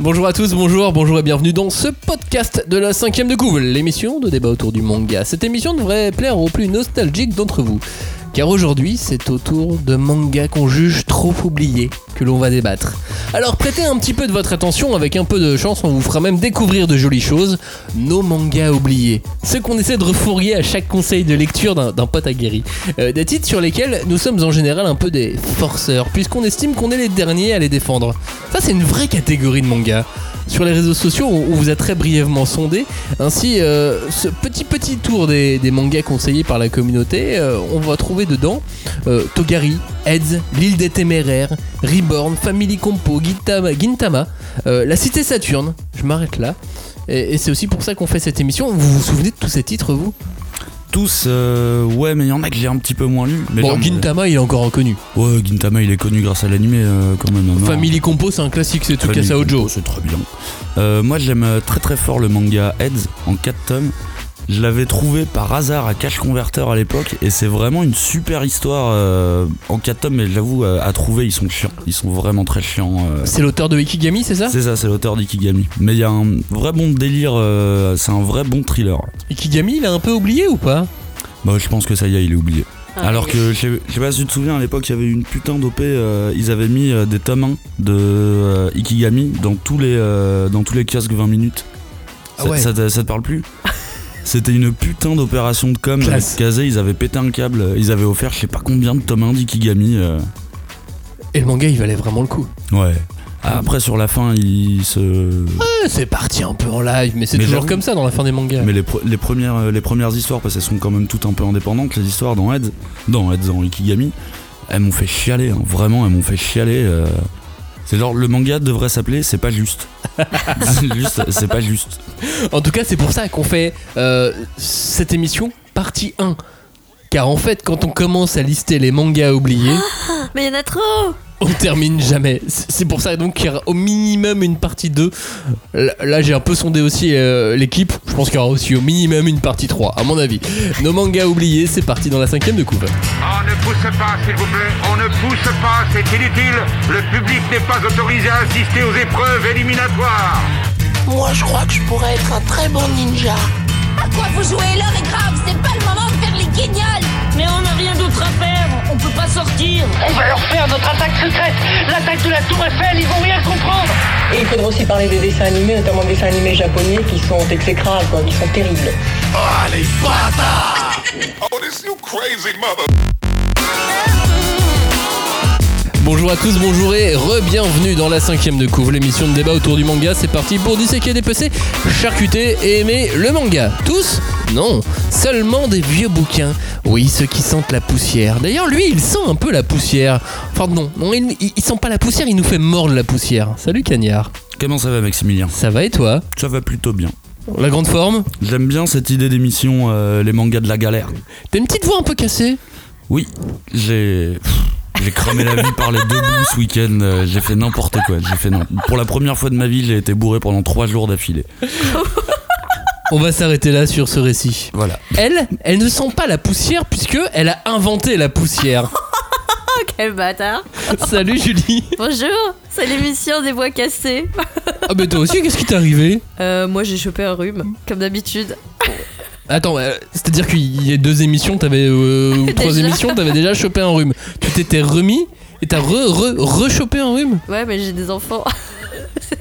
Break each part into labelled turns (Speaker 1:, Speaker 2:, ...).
Speaker 1: Bonjour à tous, bonjour, bonjour et bienvenue dans ce podcast de la cinquième de couvre, l'émission de débat autour du manga. Cette émission devrait plaire aux plus nostalgiques d'entre vous, car aujourd'hui c'est au tour de mangas qu'on juge trop oubliés que l'on va débattre. Alors prêtez un petit peu de votre attention, avec un peu de chance on vous fera même découvrir de jolies choses, nos mangas oubliés, ceux qu'on essaie de refourguer à chaque conseil de lecture d'un d'un pote aguerri, Euh, des titres sur lesquels nous sommes en général un peu des forceurs, puisqu'on estime qu'on est les derniers à les défendre. Ça, c'est une vraie catégorie de manga. Sur les réseaux sociaux, on on vous a très brièvement sondé. Ainsi, euh, ce petit petit tour des, des mangas conseillés par la communauté, euh, on va trouver dedans euh, Togari, Heads, L'île des Téméraires, Reborn, Family Compo, Gintama, Gintama, euh, La Cité Saturne. Je m'arrête là. Et, et c'est aussi pour ça qu'on fait cette émission. Vous vous souvenez de tous ces titres, vous
Speaker 2: Tous, euh, ouais, mais il y en a que j'ai un petit peu moins lu.
Speaker 1: Bon,
Speaker 2: Légèrement.
Speaker 1: Gintama, il est encore reconnu.
Speaker 2: Ouais, Gintama, il est connu grâce à l'animé euh, quand même. non oh,
Speaker 1: Family Compo, c'est un classique, c'est tout à Ojo.
Speaker 2: C'est très bien. Euh, moi, j'aime euh, très très fort le manga Heads en 4 tomes. Je l'avais trouvé par hasard à Cash Converter à l'époque et c'est vraiment une super histoire euh, en 4 tomes. Mais j'avoue, euh, à trouver, ils sont chiants. Ils sont vraiment très chiants. euh.
Speaker 1: C'est l'auteur de Ikigami, c'est ça
Speaker 2: C'est ça, c'est l'auteur d'Ikigami. Mais il y a un vrai bon délire, euh, c'est un vrai bon thriller.
Speaker 1: Ikigami, il a un peu oublié ou pas
Speaker 2: Bah, je pense que ça y est, il est oublié.
Speaker 3: Ah,
Speaker 2: Alors
Speaker 3: oui.
Speaker 2: que, je sais- je sais pas si tu te souviens, à l'époque, il y avait une putain d'OP, euh, ils avaient mis euh, des tomes 1 de euh, Ikigami dans tous les, euh, dans tous les kiosques 20 minutes.
Speaker 1: Ah
Speaker 2: Ça-
Speaker 1: ouais.
Speaker 2: ça, te- ça te parle plus C'était une putain d'opération de com.
Speaker 1: Classe.
Speaker 2: Kazé, ils avaient pété un câble, ils avaient offert je sais pas combien de tomes 1 d'Ikigami. euh.
Speaker 1: Et le manga, il valait vraiment le coup.
Speaker 2: Ouais. Après, sur la fin, ils se.
Speaker 1: Ouais, Euh, C'est parti un peu en live, mais c'est
Speaker 2: Mais
Speaker 1: toujours
Speaker 2: j'avoue.
Speaker 1: comme ça dans la fin des mangas.
Speaker 2: Mais les, pre- les premières, euh, les premières histoires, parce qu'elles sont quand même toutes un peu indépendantes, les histoires dans Heads, dans Heads en Ikigami, elles m'ont fait chialer, hein. vraiment, elles m'ont fait chialer. euh. C'est genre, le manga devrait s'appeler C'est pas juste. c'est juste, c'est pas juste.
Speaker 1: En tout cas, c'est pour ça qu'on fait euh, cette émission partie 1. Car en fait, quand on commence à lister les mangas oubliés,
Speaker 3: Mais il y en a trop
Speaker 1: on termine jamais. C'est c'est pour ça donc qu'il y aura au minimum une partie 2. Là, là, j'ai un peu sondé aussi euh, l'équipe. Je pense qu'il y aura aussi au minimum une partie 3, à mon avis. Nos mangas oubliés, c'est parti dans la cinquième de coupe.
Speaker 4: On Ah, ne pousse pas, s'il vous plaît. On ne pousse pas, c'est inutile. Le public n'est pas autorisé à assister aux épreuves éliminatoires.
Speaker 5: Moi, je crois que je pourrais être un très bon ninja.
Speaker 6: À quoi vous jouez L'heure est grave, c'est pas le moment de faire les guignols
Speaker 7: Mais on n'a rien d'autre à faire, on peut pas sortir.
Speaker 8: On va leur faire notre attaque secrète, l'attaque de la Tour Eiffel, ils vont rien comprendre.
Speaker 9: Et il faudra aussi parler des dessins animés, notamment des dessins animés japonais qui sont exécrables, quoi, qui sont terribles.
Speaker 1: Bonjour à tous, bonjour et re-bienvenue dans la cinquième de couvre, l'émission de débat autour du manga. C'est parti pour disséquer, dépecer, charcuter et aimer le manga. Tous Non, seulement des vieux bouquins. Oui, ceux qui sentent la poussière. D'ailleurs, lui, il sent un peu la poussière. Enfin, non, non il, il- il sent pas la poussière, il nous fait mordre la poussière. Salut Cagnard,
Speaker 2: Comment ça va, Maximilien
Speaker 1: ça va et toi
Speaker 2: Ça va plutôt bien.
Speaker 1: La grande forme
Speaker 2: J'aime bien cette idée d'émission, euh, les mangas de la galère.
Speaker 1: T'as une petite voix un peu cassée
Speaker 2: Oui, j'ai. pff, J'ai cramé la vie par les deux bouts ce week-end. euh, J'ai fait n'importe quoi. J'ai fait non. Pour la première fois de ma vie, j'ai été bourré pendant trois jours d'affilée.
Speaker 1: On va s'arrêter là sur ce récit.
Speaker 2: Voilà.
Speaker 1: Elle, elle ne sent pas la poussière puisque elle a inventé la poussière.
Speaker 3: Quel bâtard
Speaker 1: Salut Julie
Speaker 3: Bonjour C'est l'émission des voix cassées
Speaker 1: Ah bah toi aussi, qu'est-ce qui t'est arrivé
Speaker 3: euh, Moi j'ai chopé un rhume, comme d'habitude.
Speaker 1: Attends, euh, c'est-à-dire qu'il y a deux émissions, t'avais euh, ou trois
Speaker 3: Déjà.
Speaker 1: émissions, t'avais déjà chopé un rhume. Tu t'étais remis et t'as re re rechopé un rhume.
Speaker 3: Ouais, mais j'ai des enfants.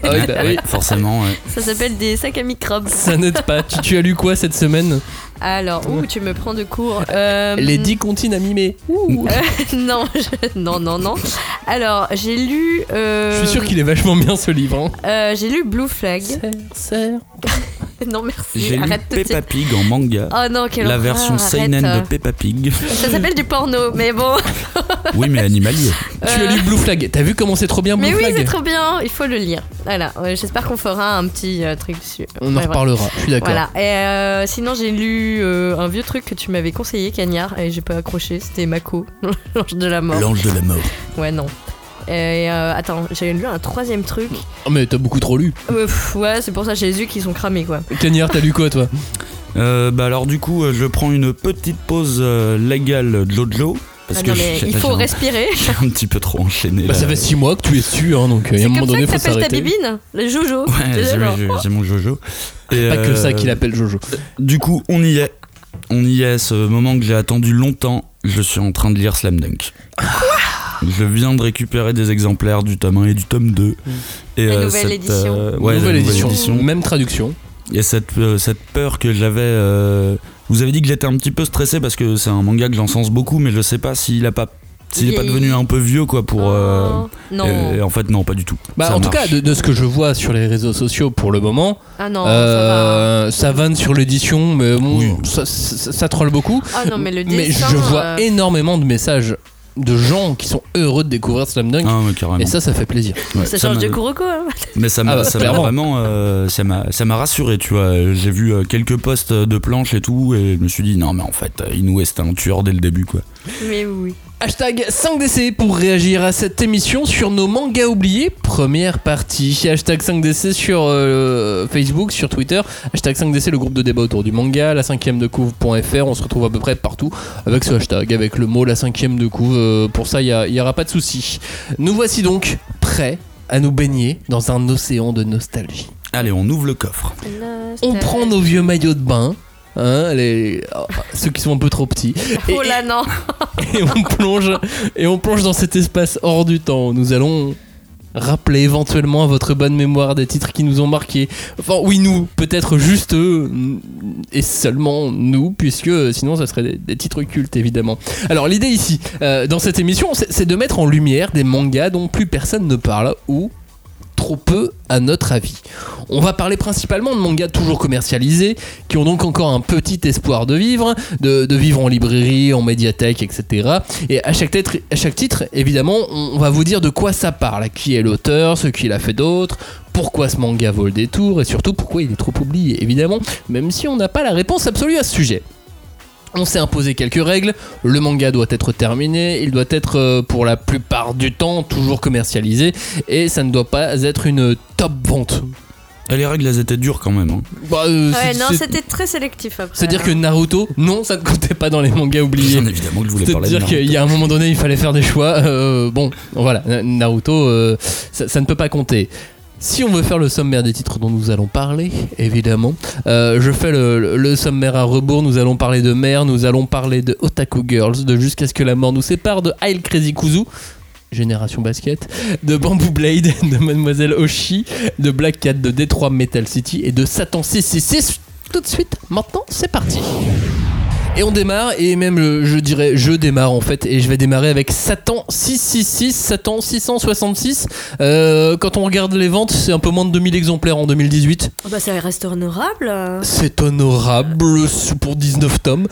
Speaker 1: Ah oui, bah oui.
Speaker 2: Forcément. ouais.
Speaker 3: Ça s'appelle des sacs à microbes.
Speaker 1: Ça n'aide pas. Tu, tu as lu quoi cette semaine
Speaker 3: Alors, ouh, tu me prends de court. Euh,
Speaker 1: Les 10 comptines à mimer. Ouh.
Speaker 3: Non, je- non, non, non. Alors, j'ai lu. euh,
Speaker 1: Je suis sûr qu'il est vachement bien ce livre. hein.
Speaker 3: euh, j'ai lu Blue Flag. Non, merci.
Speaker 2: J'ai lu
Speaker 3: Arrête tout de
Speaker 2: Peppa
Speaker 3: suite.
Speaker 2: Pig en manga.
Speaker 3: Oh non, quelle
Speaker 2: la
Speaker 3: horreur,
Speaker 2: version
Speaker 3: arrête.
Speaker 2: seinen de Peppa Pig.
Speaker 3: Ça s'appelle du porno, mais bon.
Speaker 2: Oui, mais animalier.
Speaker 1: Tu as lu Blue Flag. T'as vu comment c'est trop bien Blue
Speaker 3: Euh. Mais oui,
Speaker 1: Flag
Speaker 3: c'est trop bien, il faut le lire. Voilà, ouais, j'espère qu'on fera un petit euh, truc dessus.
Speaker 1: On en
Speaker 3: Ouais, voilà.
Speaker 1: reparlera. Je suis d'accord.
Speaker 3: Voilà, et euh, sinon j'ai lu euh, un vieux truc que tu m'avais conseillé, Cagnard, et j'ai pas accroché, c'était Mako, l'ange de la mort.
Speaker 2: L'ange de la mort.
Speaker 3: Ouais, non. Et euh, attends, j'ai lu un troisième truc.
Speaker 1: Oh, mais t'as beaucoup trop lu.
Speaker 3: Euh, pff, ouais, c'est pour ça que j'ai les yeux qui sont cramés quoi.
Speaker 1: Cagnard, t'as lu quoi toi
Speaker 2: bah Euh, bah alors du coup, euh, je prends une petite pause euh, légale Jojo. Parce
Speaker 3: Ah
Speaker 2: que
Speaker 3: non,
Speaker 2: je-
Speaker 3: mais
Speaker 2: j'ai-
Speaker 3: il
Speaker 2: là,
Speaker 3: faut
Speaker 2: j'ai un-
Speaker 3: respirer.
Speaker 2: j'ai un petit peu trop enchaîné.
Speaker 1: Bah,
Speaker 2: là.
Speaker 1: ça fait 6 mois que tu es dessus, hein, donc euh, il y a
Speaker 3: C'est
Speaker 1: un moment
Speaker 3: comme ça
Speaker 1: donné,
Speaker 3: que
Speaker 1: faut
Speaker 3: t'appelles ta
Speaker 1: s'arrêter.
Speaker 3: bibine Le Jojo.
Speaker 2: Ouais, j'ai-
Speaker 3: D'accord.
Speaker 2: j'ai j'ai mon Jojo. Et,
Speaker 1: Pas que ça
Speaker 2: euh,
Speaker 1: qu'il appelle Jojo.
Speaker 2: Du coup, on y est. On y est, ce moment que j'ai attendu longtemps. Je suis en train de lire Slam Dunk. Je viens de récupérer des exemplaires du tome 1 et du tome 2. Et
Speaker 3: Mmh. La nouvelle édition.
Speaker 2: euh, ouais, la
Speaker 1: nouvelle, édition.
Speaker 2: édition.
Speaker 1: même traduction.
Speaker 2: Et cette, euh, cette peur que j'avais. euh, vous avez dit que j'étais un petit peu stressé parce que c'est un manga que j'encense beaucoup, mais je sais pas s'il a pas. S'il est pas
Speaker 3: Vieilli.
Speaker 2: devenu un peu vieux, quoi, pour. euh,
Speaker 3: Oh, non.
Speaker 2: et- et en fait, non, pas du tout.
Speaker 1: Bah,
Speaker 2: Ça
Speaker 1: en tout
Speaker 2: marche.
Speaker 1: cas, de, de ce que je vois sur les réseaux sociaux pour le moment,
Speaker 3: ah non,
Speaker 1: euh, ça vanne sur l'édition, mais bon,
Speaker 2: Oui.
Speaker 1: ça, ça- ça troll beaucoup.
Speaker 3: ça va. Ah non, mais le dessin.
Speaker 1: mais je vois
Speaker 3: euh,
Speaker 1: énormément de messages de gens qui sont heureux de découvrir Slam Dunk.
Speaker 2: Ah, mais carrément.
Speaker 1: Et ça, ça fait plaisir.
Speaker 2: Ouais,
Speaker 3: Ça
Speaker 2: ça
Speaker 3: change de
Speaker 2: m'a-
Speaker 3: Kuroko. hein.
Speaker 2: Mais ça m'a
Speaker 1: Ah bah,
Speaker 2: ça m'a
Speaker 1: clairement.
Speaker 2: vraiment euh, ça m'a ça m'a rassuré, tu vois. J'ai vu euh, quelques postes de planches et tout et je me suis dit non mais en fait euh, Inoue c'était un tueur dès le début quoi.
Speaker 3: Mais oui.
Speaker 1: Hashtag 5DC pour réagir à cette émission sur nos mangas oubliés, première partie. Hashtag 5DC sur euh, Facebook, sur Twitter. Hashtag 5DC, le groupe de débat autour du manga, la cinquième de couve.fr. On se retrouve à peu près partout avec ce hashtag, avec le mot la cinquième de couve. Euh, pour ça, il n'y aura pas de souci. Nous voici donc prêts à nous baigner dans un océan de nostalgie.
Speaker 2: Allez, on ouvre le coffre.
Speaker 1: On prend nos vieux maillots de bain. hein, les... oh, ceux qui sont un peu trop petits. Et-
Speaker 3: Oh là non.
Speaker 1: et on plonge et on plonge dans cet espace hors du temps où nous allons rappeler éventuellement à votre bonne mémoire des titres qui nous ont marqués. Enfin oui nous, peut-être juste eux et seulement nous puisque euh, sinon ça serait des, des titres cultes évidemment. Alors l'idée ici euh, dans cette émission c'est c'est de mettre en lumière des mangas dont plus personne ne parle ou trop peu à notre avis. On va parler principalement de mangas toujours commercialisés, qui ont donc encore un petit espoir de vivre, de, de vivre en librairie, en médiathèque, etc. Et à chaque, titre, à chaque titre, évidemment, on va vous dire de quoi ça parle, qui est l'auteur, ce qu'il a fait d'autre, pourquoi ce manga vaut le détour, et surtout pourquoi il est trop oublié, évidemment, même si on n'a pas la réponse absolue à ce sujet. On s'est imposé quelques règles, le manga doit être terminé, il doit être euh, pour la plupart du temps toujours commercialisé, et ça ne doit pas être une top vente.
Speaker 2: Et les règles elles étaient dures quand même. hein.
Speaker 1: Bah, euh,
Speaker 3: Ouais,
Speaker 1: c'est-
Speaker 3: non,
Speaker 1: c'est-
Speaker 3: c'était très sélectif après.
Speaker 1: c'est-à-dire que Naruto, non, ça ne comptait pas dans les mangas oubliés.
Speaker 2: Bien évidemment que je voulais parler de
Speaker 1: C'est-à-dire
Speaker 2: Naruto.
Speaker 1: qu'il y a un moment donné, il fallait faire des choix. Euh, bon, voilà, Na- Naruto, euh, ça, ça ne peut pas compter. Si on veut faire le sommaire des titres dont nous allons parler, évidemment, euh, je fais le, le sommaire à rebours. Nous allons parler de Mère, nous allons parler de Otaku Girls, de Jusqu'à ce que la mort nous sépare, de Hail Crazy Kuzu, Génération Basket, de Bamboo Blade, de Mademoiselle Oshi, de Black Cat, de Detroit Metal City et de Satan 666. Tout de suite, maintenant, c'est parti. Et on démarre, et même euh, je dirais, je démarre en fait, et je vais démarrer avec Satan 666, Satan 666. Euh, quand on regarde les ventes, c'est un peu moins de 2000 exemplaires en 2018.
Speaker 3: Oh, bah, ça reste honorable. euh.
Speaker 1: C'est honorable c'est pour 19 tomes.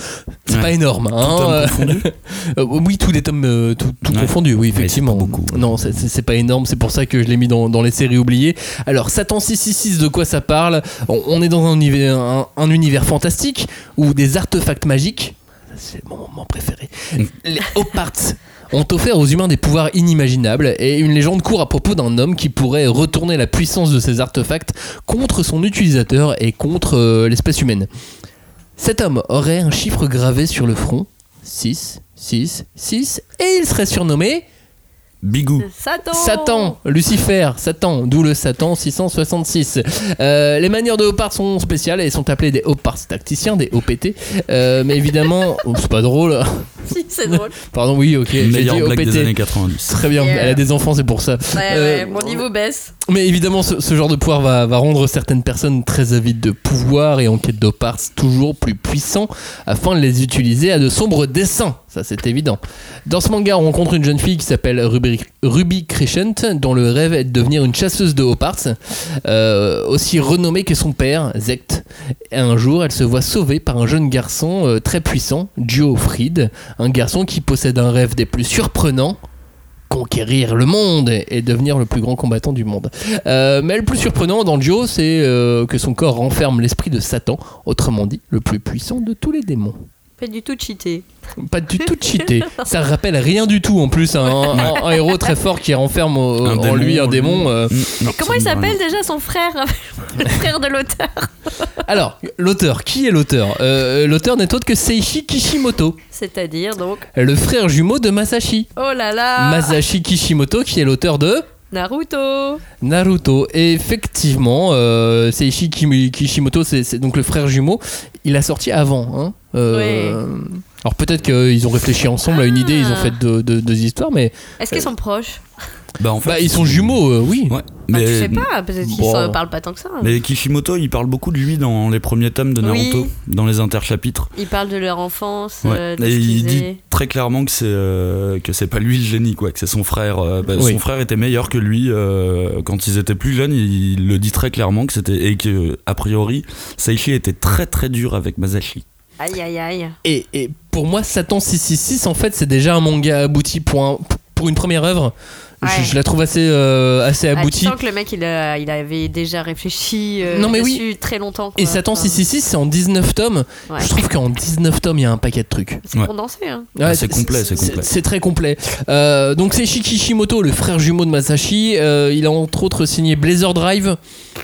Speaker 1: C'est
Speaker 2: Ouais.
Speaker 1: pas énorme. hein.
Speaker 2: Tout homme
Speaker 1: Euh,
Speaker 2: confondu.
Speaker 1: euh, oui, tous les tomes, euh, tout, tout
Speaker 2: Ouais.
Speaker 1: confondu, oui,
Speaker 2: c'est
Speaker 1: effectivement.
Speaker 2: pas beaucoup.
Speaker 1: Non, c'est- c'est c'est pas énorme, c'est pour ça que je l'ai mis dans, dans les séries oubliées. Alors, Satan 666, de quoi ça parle on, on est dans un univers, un, un univers fantastique où des artefacts magiques, ça, c'est mon moment préféré,
Speaker 2: Mm.
Speaker 1: les Hoparts ont offert aux humains des pouvoirs inimaginables et une légende court à propos d'un homme qui pourrait retourner la puissance de ces artefacts contre son utilisateur et contre euh, l'espèce humaine. Cet homme aurait un chiffre gravé sur le front 6, 6, 6, et il serait surnommé
Speaker 2: Bigou.
Speaker 3: Satan.
Speaker 1: Satan, Lucifer, Satan, d'où le Satan 666. Euh, les manières de Hopard sont spéciales et sont appelées des Hopards tacticiens, des OPT. Euh, mais évidemment, oh, c'est pas drôle.
Speaker 3: Si, c'est drôle.
Speaker 1: Pardon, oui, ok, j'ai dit
Speaker 2: Meilleure blague des années
Speaker 1: OPT.
Speaker 2: 90.
Speaker 1: Très bien,
Speaker 3: Yeah.
Speaker 1: elle a des enfants, c'est pour ça.
Speaker 3: Ouais,
Speaker 1: Euh,
Speaker 3: ouais, mon niveau baisse.
Speaker 1: Mais évidemment, ce, ce genre de pouvoir va, va rendre certaines personnes très avides de pouvoir et en quête d'oparts toujours plus puissants afin de les utiliser à de sombres desseins. Ça, c'est évident. Dans ce manga, on rencontre une jeune fille qui s'appelle Ruby, Ruby Crescent, dont le rêve est de devenir une chasseuse de hopards, euh, aussi renommée que son père, Zect. Et un jour, elle se voit sauvée par un jeune garçon euh, très puissant, Duo Fried, un garçon qui possède un rêve des plus surprenants conquérir le monde et et devenir le plus grand combattant du monde. Euh, mais le plus surprenant dans Joe, c'est euh, que son corps renferme l'esprit de Satan, autrement dit, le plus puissant de tous les démons.
Speaker 3: Pas du tout cheaté.
Speaker 1: Pas du tout cheaté. Ça rappelle rien du tout en plus. hein. Un, un- un héros très fort qui renferme au-
Speaker 2: Un
Speaker 1: en
Speaker 2: démon,
Speaker 1: lui un
Speaker 2: lui.
Speaker 1: démon. euh.
Speaker 2: Mm, non,
Speaker 3: Comment il
Speaker 2: ça me dit
Speaker 3: s'appelle déjà son frère Le frère de l'auteur.
Speaker 1: Alors, l'auteur, qui est l'auteur Euh, L'auteur n'est autre que Seishi Kishimoto,
Speaker 3: C'est-à-dire donc.
Speaker 1: le frère jumeau de Masashi.
Speaker 3: Oh là là
Speaker 1: Masashi Kishimoto qui est l'auteur de
Speaker 3: Naruto
Speaker 1: Naruto. Et effectivement, euh, Seishi Kimi- Kishimoto, c'est c'est donc le frère jumeau, il a sorti avant. hein. Euh, Alors peut-être qu'ils ont réfléchi ensemble à une idée,
Speaker 3: Ah.
Speaker 1: ils ont fait deux, deux- deux histoires, mais
Speaker 3: Est-ce qu'ils sont proches
Speaker 2: rien. Bah, en fait,
Speaker 1: bah, ils sont jumeaux, euh, oui.
Speaker 2: Ouais.
Speaker 3: Bah,
Speaker 2: Mais,
Speaker 3: Tu sais pas, peut-être qu'ils
Speaker 1: bon.
Speaker 3: s'en parlent pas tant que ça. hein.
Speaker 2: mais Kishimoto, il parle beaucoup de lui dans les premiers tomes de Naruto,
Speaker 3: Oui.
Speaker 2: dans les interchapitres.
Speaker 3: Ils parlent de leur enfance,
Speaker 2: Ouais.
Speaker 3: euh, de
Speaker 2: Et
Speaker 3: ce
Speaker 2: il
Speaker 3: qu'ils
Speaker 2: dit
Speaker 3: faisaient.
Speaker 2: très clairement que c'est euh, que c'est pas lui le génie, quoi, que c'est son frère. euh, bah,
Speaker 1: Oui.
Speaker 2: Son frère était meilleur que lui euh, quand ils étaient plus jeunes. Il, le dit très clairement que c'était et que a priori, Saichi était très très dur avec Masashi.
Speaker 3: Aïe aïe aïe.
Speaker 1: Et, et pour moi, Satan 666, en fait, c'est déjà un manga abouti pour, un- pour une première œuvre. Je-
Speaker 3: Ouais.
Speaker 1: Je, la trouve assez, euh, assez
Speaker 3: Ah, tu
Speaker 1: aboutie.
Speaker 3: sens que le mec il, a- il avait déjà réfléchi euh,
Speaker 1: Non, mais oui.
Speaker 3: dessus très longtemps. quoi.
Speaker 1: et Satan
Speaker 3: Enfin,
Speaker 1: 666, c'est en 19 tomes.
Speaker 3: ouais.
Speaker 1: Je trouve qu'en 19 tomes, il y a un paquet de trucs.
Speaker 3: C'est
Speaker 2: Ouais.
Speaker 3: condensé. Hein.
Speaker 1: Ouais,
Speaker 2: Ah, c'est complet, c'est complet.
Speaker 1: C'est très complet. Euh, donc c'est Shikishimoto, le frère jumeau de Masashi. Euh, il a entre autres signé Blazer Drive,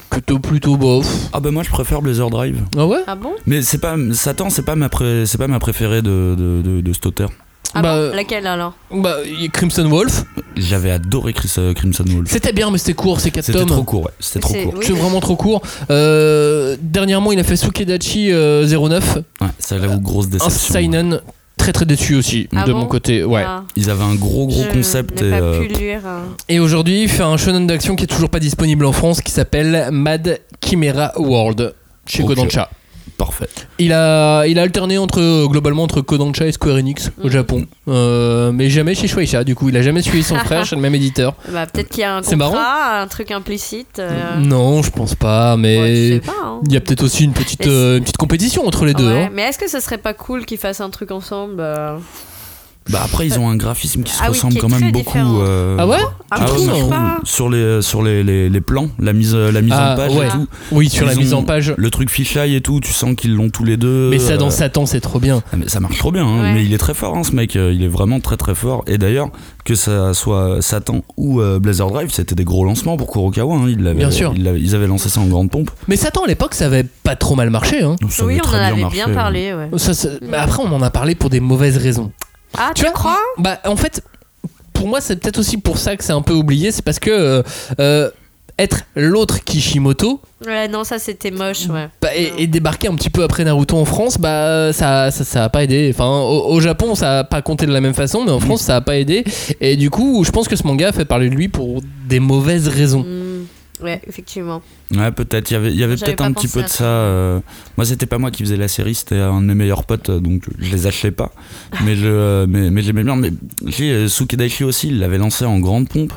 Speaker 1: plutôt plutôt bof.
Speaker 2: Ah bah moi je préfère Blazer Drive.
Speaker 1: Ah ouais
Speaker 3: Ah bon
Speaker 2: Mais c'est pas Satan, c'est pas ma pré- c'est pas ma préférée de, de, de, de cet auteur.
Speaker 3: Ah
Speaker 1: Bah,
Speaker 3: bon
Speaker 1: euh,
Speaker 3: Laquelle alors
Speaker 1: Bah il y a Crimson Wolf.
Speaker 2: J'avais adoré Chris, euh, Crimson Wolf.
Speaker 1: C'était bien, mais c'était court, c'est 4
Speaker 2: C'était
Speaker 1: tomes.
Speaker 2: trop court, ouais. C'était trop
Speaker 3: C'est-
Speaker 2: court.
Speaker 3: oui.
Speaker 1: C'est vraiment trop court. Euh, dernièrement, il a fait Sukedachi euh, 09,
Speaker 2: Ouais, ça j'avoue grosse
Speaker 1: un
Speaker 2: déception.
Speaker 1: seinen très très déçu aussi
Speaker 3: Ah
Speaker 1: de
Speaker 3: bon
Speaker 1: mon côté. Ouais.
Speaker 3: Ah,
Speaker 2: Ils avaient un gros gros
Speaker 3: je
Speaker 2: concept
Speaker 3: n'ai
Speaker 2: et
Speaker 3: pas
Speaker 2: euh,
Speaker 3: pu lire. euh,
Speaker 1: Et aujourd'hui, il fait un shonen d'action qui est toujours pas disponible en France, qui s'appelle Mad Chimera World chez
Speaker 2: Ok.
Speaker 1: Kodansha.
Speaker 2: parfait.
Speaker 1: Il a, il a alterné entre euh, globalement entre Kodansha et Square Enix
Speaker 3: Mm.
Speaker 1: au Japon, Euh, mais jamais chez Shueisha. Du coup, il a jamais suivi son frère chez le même éditeur.
Speaker 3: Bah, peut-être qu'il y a un
Speaker 1: C'est
Speaker 3: contrat, un truc implicite. euh,
Speaker 1: Non, je pense pas,
Speaker 3: ouais, je sais
Speaker 1: mais
Speaker 3: pas. hein.
Speaker 1: il y a peut-être aussi une petite,
Speaker 3: Mais c'est-
Speaker 1: euh, une petite compétition entre les deux.
Speaker 3: Ouais,
Speaker 1: hein.
Speaker 3: Mais est-ce que ce serait pas cool qu'ils fassent un truc ensemble euh,
Speaker 2: Bah après ils ont un graphisme qui se
Speaker 3: Ah oui,
Speaker 2: ressemble
Speaker 3: qui est
Speaker 2: quand même
Speaker 3: très
Speaker 2: beaucoup.
Speaker 3: différent.
Speaker 2: euh,
Speaker 1: Ah ouais
Speaker 3: Ah,
Speaker 2: ah
Speaker 3: tu
Speaker 2: ouais,
Speaker 1: trouves
Speaker 2: moi, je trouve,
Speaker 3: pas
Speaker 2: sur les sur les, les, les plans, la mise la mise
Speaker 1: Ah,
Speaker 2: en page
Speaker 1: ouais.
Speaker 2: et tout,
Speaker 1: Oui, sur
Speaker 2: Ils
Speaker 1: la mise
Speaker 2: ont-
Speaker 1: en page.
Speaker 2: le truc fisheye et tout, tu sens qu'ils l'ont tous les deux.
Speaker 1: Mais ça, dans
Speaker 2: euh,
Speaker 1: Satan, c'est trop bien.
Speaker 2: Ah, mais ça marche trop bien, hein.
Speaker 3: Ouais.
Speaker 2: mais il est très fort hein, ce mec, Euh, il est vraiment très très fort. Et d'ailleurs, que ça soit Satan ou euh, Blazer Drive, c'était des gros lancements pour Kurokawa. hein. Ils, l'avaient-
Speaker 1: Bien sûr.
Speaker 2: ils l'avaient- ils avaient lancé ça en grande pompe.
Speaker 1: Mais Satan, à l'époque, ça avait pas trop mal marché. hein.
Speaker 2: Donc, ça
Speaker 3: Oui,
Speaker 2: avait
Speaker 3: on en
Speaker 2: très
Speaker 3: avait
Speaker 2: marché. euh.
Speaker 3: bien parlé. Ouais.
Speaker 1: Ça, ça- mais après, on en a parlé pour des mauvaises raisons.
Speaker 3: Mm. Ah, tu, crois
Speaker 1: Bah, en fait, pour moi, c'est peut-être aussi pour ça que c'est un peu oublié. C'est parce que euh, euh, être l'autre Kishimoto,
Speaker 3: Ouais, non, ça c'était moche. Ouais.
Speaker 1: Bah, et, et débarquer un petit peu après Naruto en France, bah ça ça, ça a pas aidé. Enfin, au, au Japon, ça a pas compté de la même façon, mais en France, ça a pas aidé. Et du coup, je pense que ce manga a fait parler de lui pour des mauvaises raisons.
Speaker 3: Mm. Ouais, effectivement.
Speaker 2: Ouais, peut-être. Il y avait, il y avait
Speaker 3: J'avais
Speaker 2: peut-être
Speaker 3: pas
Speaker 2: un petit
Speaker 3: pensé
Speaker 2: peu
Speaker 3: à
Speaker 2: de
Speaker 3: ça.
Speaker 2: ça. euh, Moi, c'était pas moi qui faisais la série, c'était un de mes meilleurs potes, euh, donc je les achetais pas. Mais je, euh, mais, mais j'aimais bien. Mais j'ai euh, Sukedachi aussi, il l'avait lancé en grande pompe.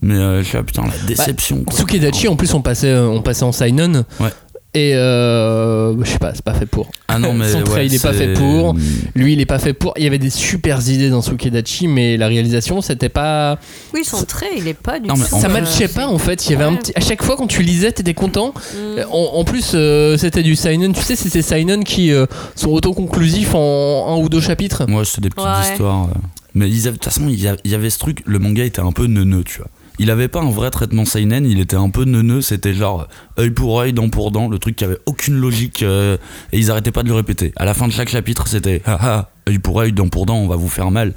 Speaker 2: Mais euh, je suis là, putain,
Speaker 1: Bah,
Speaker 2: la déception. quoi.
Speaker 1: Sukedachi, en plus, on passait euh, on passait en seinen.
Speaker 2: Ouais.
Speaker 1: Et euh, je sais pas, c'est pas fait pour.
Speaker 2: Ah non, mais
Speaker 1: Son
Speaker 2: ouais,
Speaker 1: trait, il est pas
Speaker 2: c'est-
Speaker 1: fait pour. Lui, il est pas fait pour. Il y avait des super idées dans Sukedachi, mais la réalisation, c'était pas.
Speaker 3: Oui, son trait, il est pas du
Speaker 2: Non, mais
Speaker 3: tout,
Speaker 2: en-
Speaker 1: Ça
Speaker 3: euh,
Speaker 1: matchait pas en fait. Il y avait un
Speaker 3: Ouais.
Speaker 1: petit. À chaque fois, quand tu lisais, t'étais content.
Speaker 3: Mm.
Speaker 1: En, en plus, euh, c'était du seinen. Tu sais, c'est ces seinen qui euh, sont autoconclusifs en un ou deux chapitres.
Speaker 2: Moi, c'était des petites
Speaker 3: Ouais.
Speaker 2: histoires. euh. Mais ils avaient- de toute façon, il y, a- il y avait ce truc, le manga était un peu neuneux, tu vois. Il avait pas un vrai traitement seinen, il était un peu neuneux, c'était genre euh, œil pour œil, dent pour dent, le truc qui avait aucune logique euh, et ils arrêtaient pas de le répéter. À la fin de chaque chapitre, c'était ah ah, œil pour œil, dent pour dent, on va vous faire mal.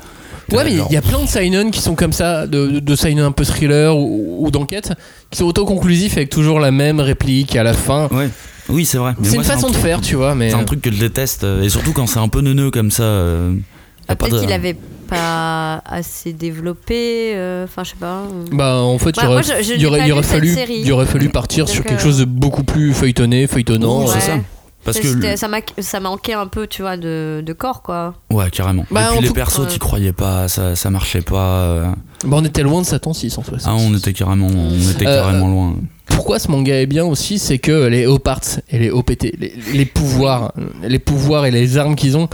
Speaker 1: Ouais, mais
Speaker 2: Genre,
Speaker 1: il y a plein de seinen qui sont comme ça, de, de- de seinen un peu thriller ou, ou d'enquête, qui sont autoconclusifs avec toujours la même réplique à la fin.
Speaker 2: Ouais. Oui, c'est vrai. Mais
Speaker 1: C'est
Speaker 2: moi,
Speaker 1: une façon
Speaker 2: un
Speaker 1: de
Speaker 2: truc-
Speaker 1: faire, tu vois, mais.
Speaker 2: C'est un truc que je déteste euh, et surtout quand c'est un peu neuneux comme ça. euh, y a
Speaker 3: Ah,
Speaker 2: pas
Speaker 3: Peut-être
Speaker 2: de-
Speaker 3: qu'il avait pas assez développé. euh, Enfin, je sais pas. euh.
Speaker 1: Bah, en fait, il y
Speaker 3: Bah, moi,
Speaker 1: aurait,
Speaker 3: je- je
Speaker 1: il y
Speaker 3: n'ai
Speaker 1: aurait-
Speaker 3: pas
Speaker 1: il y
Speaker 3: lu
Speaker 1: aurait
Speaker 3: cette
Speaker 1: fallu,
Speaker 3: série.
Speaker 1: il y aurait fallu partir sur
Speaker 3: Donc,
Speaker 1: quelque
Speaker 3: euh,
Speaker 1: chose de beaucoup plus feuilletonné, feuilletonnant.
Speaker 2: Oui, c'est
Speaker 1: euh.
Speaker 2: ça. Parce que
Speaker 3: C'était- ça, m'a- ça manquait un peu, tu vois, de, de corps, quoi.
Speaker 2: ouais carrément.
Speaker 1: Bah,
Speaker 2: et
Speaker 1: en
Speaker 2: puis les
Speaker 1: tout-
Speaker 2: persos,
Speaker 3: ouais.
Speaker 2: t'y croyais pas, ça, ça marchait pas. euh.
Speaker 1: Bah, on était loin de Satan 660.
Speaker 2: Ah, on était carrément, on était
Speaker 1: Euh,
Speaker 2: carrément loin.
Speaker 1: pourquoi ce manga est bien aussi, c'est que les Oparts et les OPT, les, les pouvoirs, les pouvoirs et les armes qu'ils ont,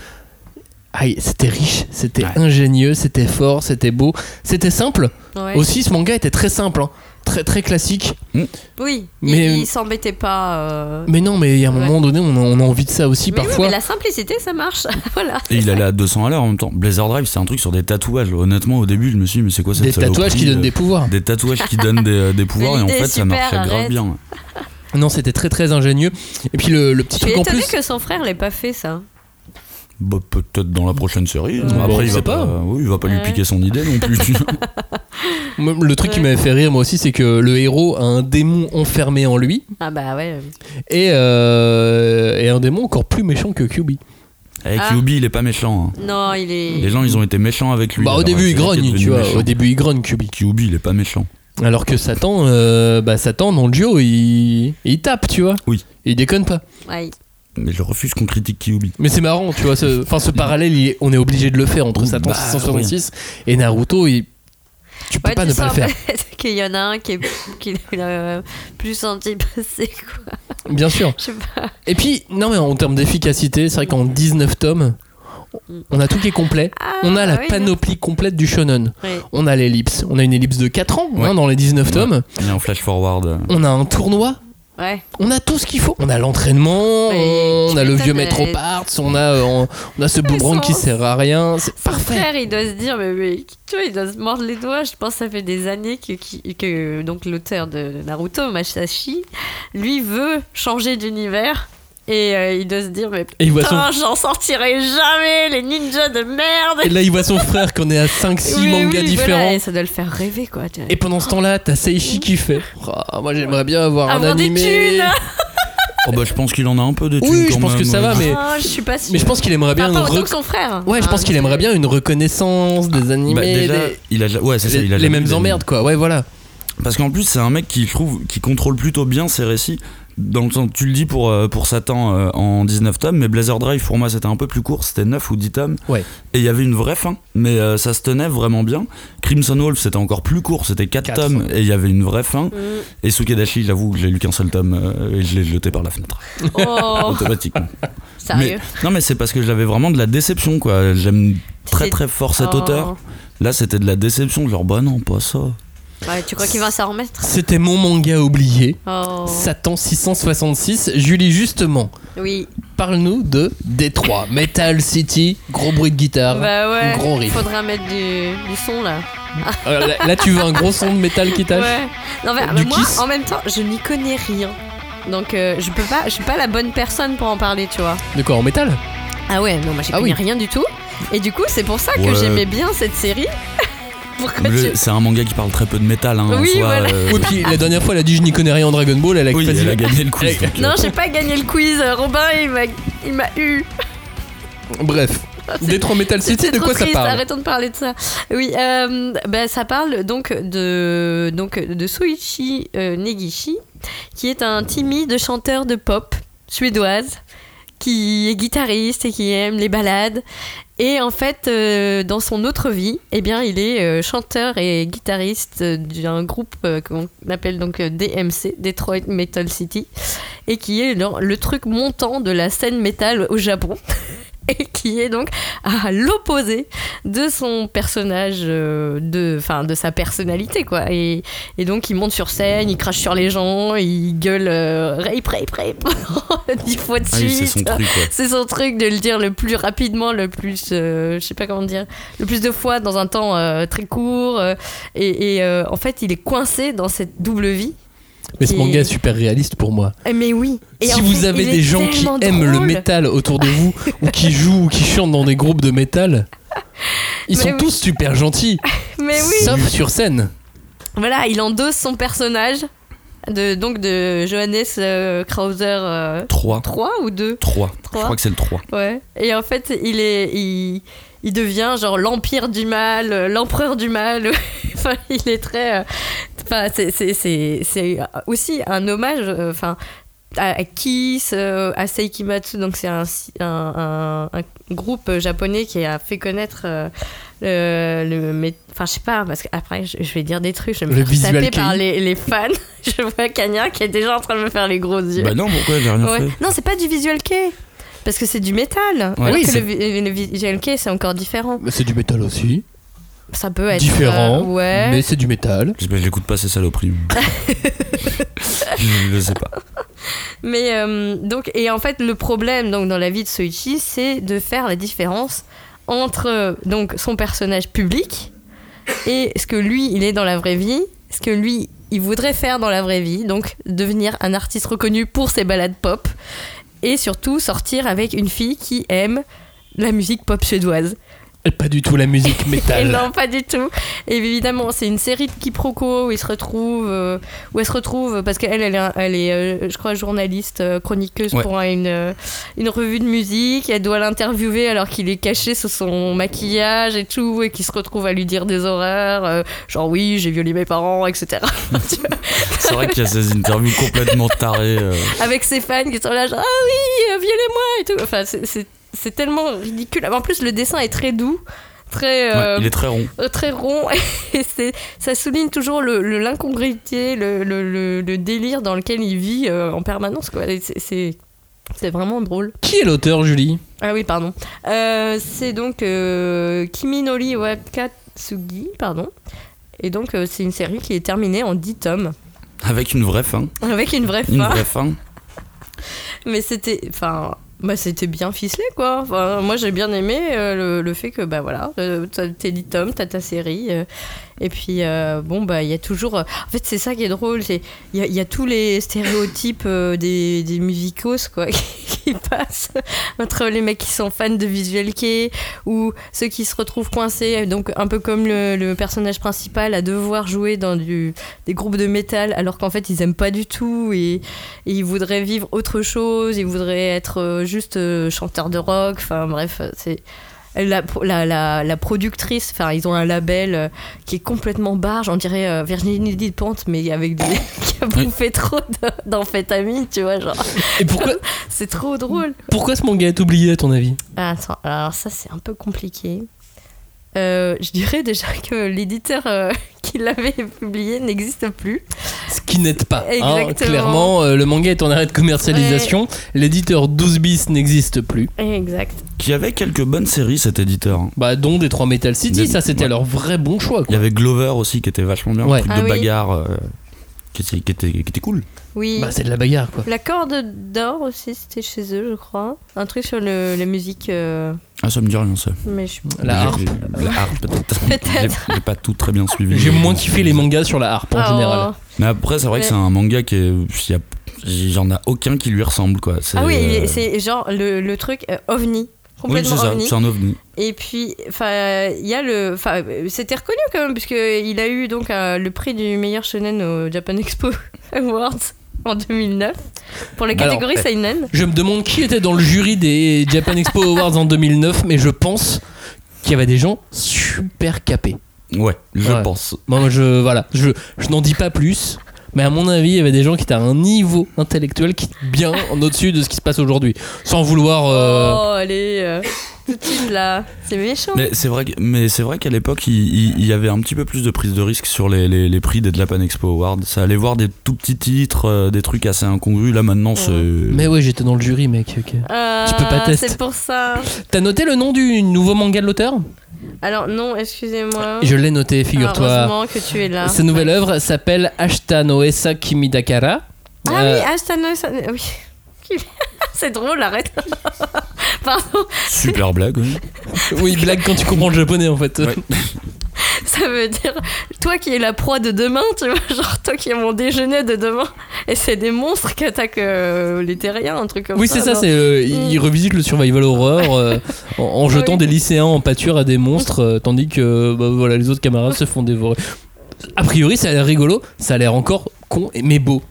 Speaker 1: aïe, c'était riche, c'était
Speaker 2: Ouais.
Speaker 1: ingénieux, c'était fort, c'était beau, c'était simple.
Speaker 3: Ouais.
Speaker 1: Aussi, ce manga était très simple. hein. très très classique.
Speaker 3: Oui,
Speaker 1: Mais-
Speaker 3: mais... il s'embêtait pas. euh,
Speaker 1: Mais non, mais il y a un
Speaker 3: Ouais.
Speaker 1: moment donné, on a, on a envie de ça aussi
Speaker 3: Mais oui,
Speaker 1: parfois.
Speaker 3: mais la simplicité, ça marche. voilà.
Speaker 2: Et il allait à 200 à l'heure en même temps. Blazer Drive, c'est un truc sur des tatouages. Honnêtement, au début, je me suis dit, mais c'est quoi cette
Speaker 1: Des tatouages
Speaker 2: saloperie euh.
Speaker 1: qui donnent
Speaker 2: de-
Speaker 1: des pouvoirs.
Speaker 2: Des tatouages qui donnent des, des pouvoirs, et en
Speaker 3: l'idée
Speaker 2: fait,
Speaker 3: est
Speaker 2: ça
Speaker 3: super,
Speaker 2: marchait grave
Speaker 3: arrête.
Speaker 2: bien.
Speaker 1: Non, c'était très très ingénieux. Et puis le, le petit
Speaker 3: Je suis
Speaker 1: truc en
Speaker 3: étonnée
Speaker 1: plus.
Speaker 3: que son frère l'ait pas fait ça.
Speaker 2: Bah, peut-être dans la prochaine série.
Speaker 1: Bon,
Speaker 2: Après,
Speaker 1: on
Speaker 2: il
Speaker 1: sait
Speaker 2: va
Speaker 1: pas.
Speaker 2: pas, euh, oui, il va pas lui
Speaker 3: Ouais.
Speaker 2: piquer son idée non plus. tu vois.
Speaker 1: Moi, Le truc qui
Speaker 3: Ouais.
Speaker 1: m'avait fait rire moi aussi, c'est que le héros a un démon enfermé en lui
Speaker 3: Ah bah ouais.
Speaker 1: et, euh, et un démon encore plus méchant que Kyubi.
Speaker 2: Eh,
Speaker 3: Ah.
Speaker 2: Kyubi, il est pas méchant. hein.
Speaker 3: Non, il est.
Speaker 2: Les gens, ils ont été méchants avec lui.
Speaker 1: bah au
Speaker 2: alors,
Speaker 1: début
Speaker 2: c'est
Speaker 1: il
Speaker 2: lui qui est
Speaker 1: grogne,
Speaker 2: devenu
Speaker 1: tu vois.
Speaker 2: méchant.
Speaker 1: Au début il grogne Kyubi.
Speaker 2: Kyubi, il est pas méchant.
Speaker 1: Alors que Satan, euh, bah Satan dans le duo, il, il tape, tu vois.
Speaker 2: Oui.
Speaker 1: Il déconne pas.
Speaker 3: Ouais.
Speaker 2: Mais je refuse qu'on critique Kyubi.
Speaker 1: Mais c'est marrant, tu vois. ce- Enfin, ce, parallèle, il est- on est obligé de le faire entre
Speaker 2: Ouh,
Speaker 1: Satan
Speaker 2: bah,
Speaker 1: 666 et Naruto. Il, tu peux
Speaker 3: Ouais,
Speaker 1: pas
Speaker 3: tu
Speaker 1: ne pas le
Speaker 3: sens
Speaker 1: faire.
Speaker 3: peut-être qu'il y en a un qui est qui l'a euh, plus senti passer quoi.
Speaker 1: Bien sûr.
Speaker 3: Je sais pas.
Speaker 1: Et puis, non, mais en termes d'efficacité, c'est vrai qu'en 19 tomes, on a tout qui est complet.
Speaker 3: Ah,
Speaker 1: On a la
Speaker 3: oui.
Speaker 1: panoplie complète du shonen.
Speaker 3: Ouais.
Speaker 1: On a l'ellipse. On a une ellipse de 4 ans hein,
Speaker 2: Ouais.
Speaker 1: dans les 19 tomes.
Speaker 2: Il est en flash forward. euh.
Speaker 1: On a un tournoi.
Speaker 3: Ouais.
Speaker 1: On a tout ce qu'il faut. On a l'entraînement,
Speaker 3: Ouais,
Speaker 1: on
Speaker 3: tu
Speaker 1: a le vieux
Speaker 3: m'étonnes,
Speaker 1: maître
Speaker 3: elle-
Speaker 1: Parts, on a, euh, on, on a ce boomerang qui
Speaker 3: sens.
Speaker 1: sert à rien. C'est
Speaker 3: Son
Speaker 1: parfait.
Speaker 3: frère, il doit se dire, mais, mais tu vois, il doit se mordre les doigts. Je pense que ça fait des années que, qui- que donc l'auteur de Naruto, Masashi, lui veut changer d'univers. Et euh, il doit se dire, mais
Speaker 1: Et il voit
Speaker 3: putain, j'en sortirai jamais, les ninjas de merde.
Speaker 1: Et là, il voit son frère qu'on est à 5-6
Speaker 3: Oui,
Speaker 1: mangas
Speaker 3: oui,
Speaker 1: différents.
Speaker 3: voilà, et ça doit le faire rêver, quoi. tu vois.
Speaker 1: Et pendant ce temps-là, t'as Seishi qui fait Oh, Moi, j'aimerais bien avoir un
Speaker 3: Avoir des
Speaker 1: animé.
Speaker 3: thunes.
Speaker 2: Oh, bah, je pense qu'il en a un peu de thunes
Speaker 1: Ah, Oui,
Speaker 2: quand
Speaker 1: je pense
Speaker 2: même. euh,
Speaker 1: que ça va, mais,
Speaker 3: Oh, je suis pas sûre.
Speaker 1: mais je pense qu'il aimerait bien.
Speaker 3: Enfin,
Speaker 1: une
Speaker 3: pas autant
Speaker 1: rec-
Speaker 3: que son frère.
Speaker 1: Ouais, je pense
Speaker 3: Ah,
Speaker 1: qu'il aimerait bien une reconnaissance des animés,
Speaker 2: Bah, déjà,
Speaker 1: des-
Speaker 2: il a, ouais, c'est ça,
Speaker 1: les,
Speaker 2: il a
Speaker 1: les
Speaker 2: jamais eu
Speaker 1: mêmes
Speaker 2: d'anime.
Speaker 1: emmerdes, quoi. Ouais, voilà.
Speaker 2: Parce qu'en plus, c'est un mec qui, je trouve, qui contrôle plutôt bien ses récits. Dans le sens, tu le dis pour, euh, pour Satan euh, en 19 tomes, mais Blazer Drive, pour moi, c'était un peu plus court, c'était 9 ou 10 tomes.
Speaker 1: Ouais.
Speaker 2: Et il y avait une vraie fin, mais euh, ça se tenait vraiment bien. Crimson Wolf, c'était encore plus court, c'était 4,
Speaker 1: Quatre.
Speaker 2: tomes, et il y avait une vraie fin.
Speaker 3: Mm.
Speaker 2: Et Sukedashi, j'avoue, j'ai lu qu'un seul tome, euh, et je l'ai jeté par la fenêtre,
Speaker 3: Oh,
Speaker 2: automatiquement.
Speaker 3: sérieux.
Speaker 2: Mais- non, mais c'est parce que j'avais vraiment de la déception, quoi. J'aime très très fort cet
Speaker 3: Oh.
Speaker 2: auteur. Là, c'était de la déception, genre, bah non, pas ça.
Speaker 3: Ouais, tu crois qu'il va s'en remettre
Speaker 1: C'était mon manga oublié,
Speaker 3: Oh,
Speaker 1: Satan 666. Julie, justement,
Speaker 3: oui.
Speaker 1: parle-nous de Détroit, Metal City, gros bruit de guitare.
Speaker 3: Bah ouais,
Speaker 1: gros riff.
Speaker 3: faudra mettre du, du son là.
Speaker 1: Alors Euh, là, là, tu veux un gros son de métal qui tâche
Speaker 3: Ouais. Non, mais,
Speaker 1: Du
Speaker 3: moi,
Speaker 1: Kiss
Speaker 3: en même temps, je n'y connais rien. Donc euh, je peux pas, je suis pas la bonne personne pour en parler, tu vois.
Speaker 1: De quoi En métal
Speaker 3: Ah ouais, non, moi j'ai
Speaker 1: Ah oui.
Speaker 3: connais rien du tout. Et du coup, c'est pour ça que
Speaker 2: Ouais.
Speaker 3: j'aimais bien cette série. Pourquoi
Speaker 2: Le-
Speaker 3: Bah, tu...
Speaker 2: C'est un manga qui parle très peu de métal, hein, en
Speaker 3: Oui,
Speaker 2: soi.
Speaker 3: voilà.
Speaker 2: euh,
Speaker 1: Oui, puis la dernière fois, elle a dit je n'y connais rien en Dragon Ball, elle a
Speaker 2: oui,
Speaker 1: quasi-
Speaker 2: elle a gagné le quiz. donc, euh,
Speaker 3: Non, j'ai pas gagné le quiz. Euh, Robin, il m'a, il m'a eu.
Speaker 1: Bref, Détroit Metal City,
Speaker 3: C'est
Speaker 1: de
Speaker 3: trop
Speaker 1: quoi ça
Speaker 3: triste,
Speaker 1: parle
Speaker 3: Arrêtons de parler de ça. Oui, euh, bah, ça parle donc de, donc de Soichi euh, Negishi, qui est un timide chanteur de pop suédoise, qui est guitariste et qui aime les balades. Et en fait, euh, dans son autre vie, eh bien, il est euh, chanteur et guitariste euh, d'un groupe euh, qu'on appelle donc euh, DMC, Detroit Metal City, et qui est le, le truc montant de la scène métal au Japon, et qui est donc à l'opposé de son personnage, euh, de, enfin, de sa personnalité, quoi. Et, et donc, il monte sur scène, il crache sur les gens, il gueule euh, rape, rape, rape, dix fois de
Speaker 2: ah
Speaker 3: suite.
Speaker 2: oui, c'est son truc, ouais.
Speaker 3: C'est son truc de le dire le plus rapidement, le plus, euh, je sais pas comment dire, le plus de fois dans un temps euh, très court. euh, et et, euh, en fait, il est coincé dans cette double vie.
Speaker 1: Mais ce
Speaker 3: Et-
Speaker 1: manga est super réaliste pour moi.
Speaker 3: Eh Mais oui. Et
Speaker 1: si
Speaker 3: en
Speaker 1: vous
Speaker 3: fait,
Speaker 1: avez
Speaker 3: il est
Speaker 1: des gens qui
Speaker 3: tellement
Speaker 1: aiment le
Speaker 3: drôle.
Speaker 1: métal autour de vous, ou qui jouent, ou qui chantent dans des groupes de métal, ils
Speaker 3: Mais
Speaker 1: sont
Speaker 3: oui.
Speaker 1: tous super gentils,
Speaker 3: Mais oui.
Speaker 1: sauf sur scène.
Speaker 3: Voilà, il endosse son personnage de donc de Johannes euh, Krauser euh,
Speaker 2: 3.
Speaker 3: 3 ou 2
Speaker 2: 3. Je
Speaker 3: Trois.
Speaker 2: crois que c'est le 3.
Speaker 3: Ouais. Et en fait, il est, il, il devient genre l'empire du mal, euh, l'empereur du mal. enfin, il est très. euh, Enfin, c'est- c'est- c'est c'est aussi un hommage. euh, Enfin. à à Kiss, euh, à Seikimatsu, donc c'est un, si- un- un- un groupe japonais qui a fait connaître euh, le, le mé- enfin je sais pas parce qu'après je, je vais dire des trucs, je vais
Speaker 1: Le
Speaker 3: me faire
Speaker 1: visual
Speaker 3: taper par
Speaker 1: kei.
Speaker 3: les, les fans. je vois Cagnard qui est déjà en train de me faire les gros yeux.
Speaker 2: Bah non, pourquoi j'ai rien
Speaker 3: Ouais.
Speaker 2: fait
Speaker 3: Non, c'est pas du visual kei. Parce que euh, c'est du métal. Alors
Speaker 1: Oui,
Speaker 3: que
Speaker 1: c'est-
Speaker 3: le, vi- le visual kei, c'est encore différent.
Speaker 1: Mais c'est du métal aussi.
Speaker 3: ça peut être.
Speaker 1: différent,
Speaker 3: euh, ouais.
Speaker 1: mais c'est du métal.
Speaker 2: Je j'écoute pas ces saloperies. je le sais pas.
Speaker 3: Mais euh, donc, et en fait, le problème donc, dans la vie de Soichi, c'est de faire la différence entre euh, donc, son personnage public et ce que lui, il est dans la vraie vie, ce que lui, il voudrait faire dans la vraie vie, donc devenir un artiste reconnu pour ses balades pop, et surtout sortir avec une fille qui aime la musique pop suédoise.
Speaker 1: Et pas du tout la musique
Speaker 3: Et
Speaker 1: métal.
Speaker 3: non, pas du tout. Et évidemment, c'est une série de quiproquos où ils se retrouvent, euh, où elle se retrouve parce qu'elle, elle est, un- elle est euh, je crois, journaliste euh, chroniqueuse
Speaker 2: Ouais.
Speaker 3: pour un- une, euh, une revue de musique. Elle doit l'interviewer alors qu'il est caché sous son maquillage et tout, et qu'il se retrouve à lui dire des horreurs, euh, genre oui, j'ai violé mes parents, etc. Tu vois
Speaker 2: C'est vrai qu'il y a ces interviews complètement tarées. euh.
Speaker 3: avec ses fans qui sont là genre ah oui euh, violez-moi et tout enfin c'est- c'est c'est tellement ridicule en plus le dessin est très doux très
Speaker 2: Ouais,
Speaker 3: euh,
Speaker 2: il est très rond.
Speaker 3: euh, très rond et c'est- ça souligne toujours le le- l'incongruité le, le, le- le délire dans lequel il vit euh, en permanence quoi Et c'est- c'est c'est vraiment drôle.
Speaker 1: Qui est l'auteur, Julie
Speaker 3: Ah oui, pardon. Euh, c'est donc euh, Kiminori Wakatsugi, pardon. Et donc, euh, c'est une série qui est terminée en 10 tomes,
Speaker 2: Avec une vraie fin.
Speaker 3: avec une vraie fin.
Speaker 2: Une vraie fin.
Speaker 3: Mais c'était, enfin, bah c'était bien ficelé quoi. Enfin, moi j'ai bien aimé euh, le, le fait que bah voilà, euh, t'as tes 10 tomes, t'as ta série, euh, et puis euh, bon bah il y a toujours. euh, en fait c'est ça qui est drôle, c'est il y, a- il y a tous les stéréotypes euh, des, des musicos quoi qui passent entre les mecs qui sont fans de Visual Kei ou ceux qui se retrouvent coincés, donc un peu comme le, le personnage principal à devoir jouer dans du, des groupes de métal alors qu'en fait ils aiment pas du tout et et il voudrait vivre autre chose, il voudrait être euh, juste euh, chanteur de rock, enfin bref, euh, c'est la, pro- la, la, la productrice, enfin ils ont un label euh, qui est complètement barge, on dirait euh, Virginie Despentes mais avec des qui a
Speaker 2: Oui.
Speaker 3: bouffé trop de- d'amphétamines, tu vois, genre
Speaker 1: Et pourquoi,
Speaker 3: c'est trop drôle. Ah,
Speaker 1: pourquoi ce manga est oublié, à ton avis
Speaker 3: Attends, alors ça c'est un peu compliqué. Euh, je dirais déjà que l'éditeur euh, qui l'avait publié n'existe plus.
Speaker 1: Ce qui n'aide pas. hein.
Speaker 3: Exactement.
Speaker 1: Clairement, euh, le manga est en arrêt de commercialisation. L'éditeur 12 bis n'existe plus.
Speaker 3: Exact.
Speaker 2: Qui avait quelques bonnes séries, cet éditeur. hein.
Speaker 1: Bah, dont des 3 Metal City,
Speaker 2: Des-
Speaker 1: ça c'était
Speaker 2: ouais.
Speaker 1: leur vrai bon choix.
Speaker 2: Il y
Speaker 1: Quoi.
Speaker 2: avait Glover aussi qui était vachement bien.
Speaker 1: Ouais.
Speaker 2: Un truc
Speaker 3: Ah
Speaker 2: de
Speaker 3: oui.
Speaker 2: bagarre. euh, qui, était, qui était- qui était cool.
Speaker 3: Oui.
Speaker 1: Bah, c'est de la bagarre quoi.
Speaker 3: La corde d'or aussi, c'était chez eux, je crois. Un truc sur le, la musique, euh,
Speaker 2: Ah, ça me dit rien, ça.
Speaker 3: mais je-
Speaker 1: La
Speaker 2: J'ai-
Speaker 1: harpe.
Speaker 2: j'ai- La harpe, peut-être.
Speaker 3: Peut-être.
Speaker 2: J'ai- J'ai pas tout très bien suivi.
Speaker 1: J'ai moins kiffé les mangas sur la harpe en
Speaker 3: Oh.
Speaker 1: général.
Speaker 2: Mais après, c'est vrai que
Speaker 3: Ouais.
Speaker 2: c'est un manga qui est. il y a- J'en ai aucun qui lui ressemble, quoi. C'est,
Speaker 3: Ah oui,
Speaker 2: euh,
Speaker 3: il- c'est genre le, le truc euh, ovni.
Speaker 2: Oui,
Speaker 3: Complètement
Speaker 2: c'est ça,
Speaker 3: ovni.
Speaker 2: c'est un ovni.
Speaker 3: Et puis, enfin, il y a le. Enfin, euh, c'était reconnu quand même, puisqu'il a eu donc euh, le prix du meilleur shonen au Japan Expo Awards en 2009 pour la
Speaker 1: Alors, eh,
Speaker 3: catégorie
Speaker 2: euh,
Speaker 3: Seinen.
Speaker 1: Je me demande qui était dans le jury des Japan Expo Awards en 2009, mais je pense qu'il y avait des gens super capés.
Speaker 2: Ouais, je
Speaker 1: Ouais.
Speaker 2: pense.
Speaker 1: Moi, je, voilà, je, je n'en dis pas plus, mais à mon avis, il y avait des gens qui étaient à un niveau intellectuel qui est bien en au-dessus de ce qui se passe aujourd'hui. Sans vouloir. euh,
Speaker 3: Oh, allez, euh, tout de suite là. C'est méchant.
Speaker 2: Mais c'est vrai, que- mais c'est vrai qu'à l'époque, il, il- il y avait un petit peu plus de prise de risque sur les, les, les prix des Japan Expo Awards. Ça allait voir des tout petits titres, euh, des trucs assez incongrus. Là maintenant, c'est.
Speaker 1: Mais ouais, j'étais dans le jury, mec. ok.
Speaker 3: Euh,
Speaker 1: tu peux pas tester.
Speaker 3: C'est pour ça.
Speaker 1: T'as noté le nom du nouveau manga de l'auteur
Speaker 3: Alors, non, excusez-moi.
Speaker 1: Je l'ai noté, figure-toi.
Speaker 3: Ah, Heureusement que tu es là.
Speaker 1: Sa nouvelle œuvre s'appelle Ashita no Esa Kimidakara.
Speaker 3: Ah
Speaker 1: Euh,
Speaker 3: oui, Ashtano ça- Ah Oui. C'est drôle, arrête. Pardon.
Speaker 2: Super blague. oui.
Speaker 1: oui, blague quand tu comprends le japonais en fait.
Speaker 2: Ouais.
Speaker 3: Ça veut dire toi qui es la proie de demain, tu vois, genre toi qui es mon déjeuner de demain. Et c'est des monstres qui attaquent euh, les terriens, un truc comme
Speaker 1: Oui,
Speaker 3: ça.
Speaker 1: c'est ça,
Speaker 3: non Mm.
Speaker 1: c'est euh, il revisite le survival horror euh, en, en jetant
Speaker 3: Oui.
Speaker 1: des lycéens en pâture à des monstres, euh, tandis que bah, voilà, les autres camarades se font dévorer. A priori, ça a l'air rigolo, ça a l'air encore con, et- mais beau.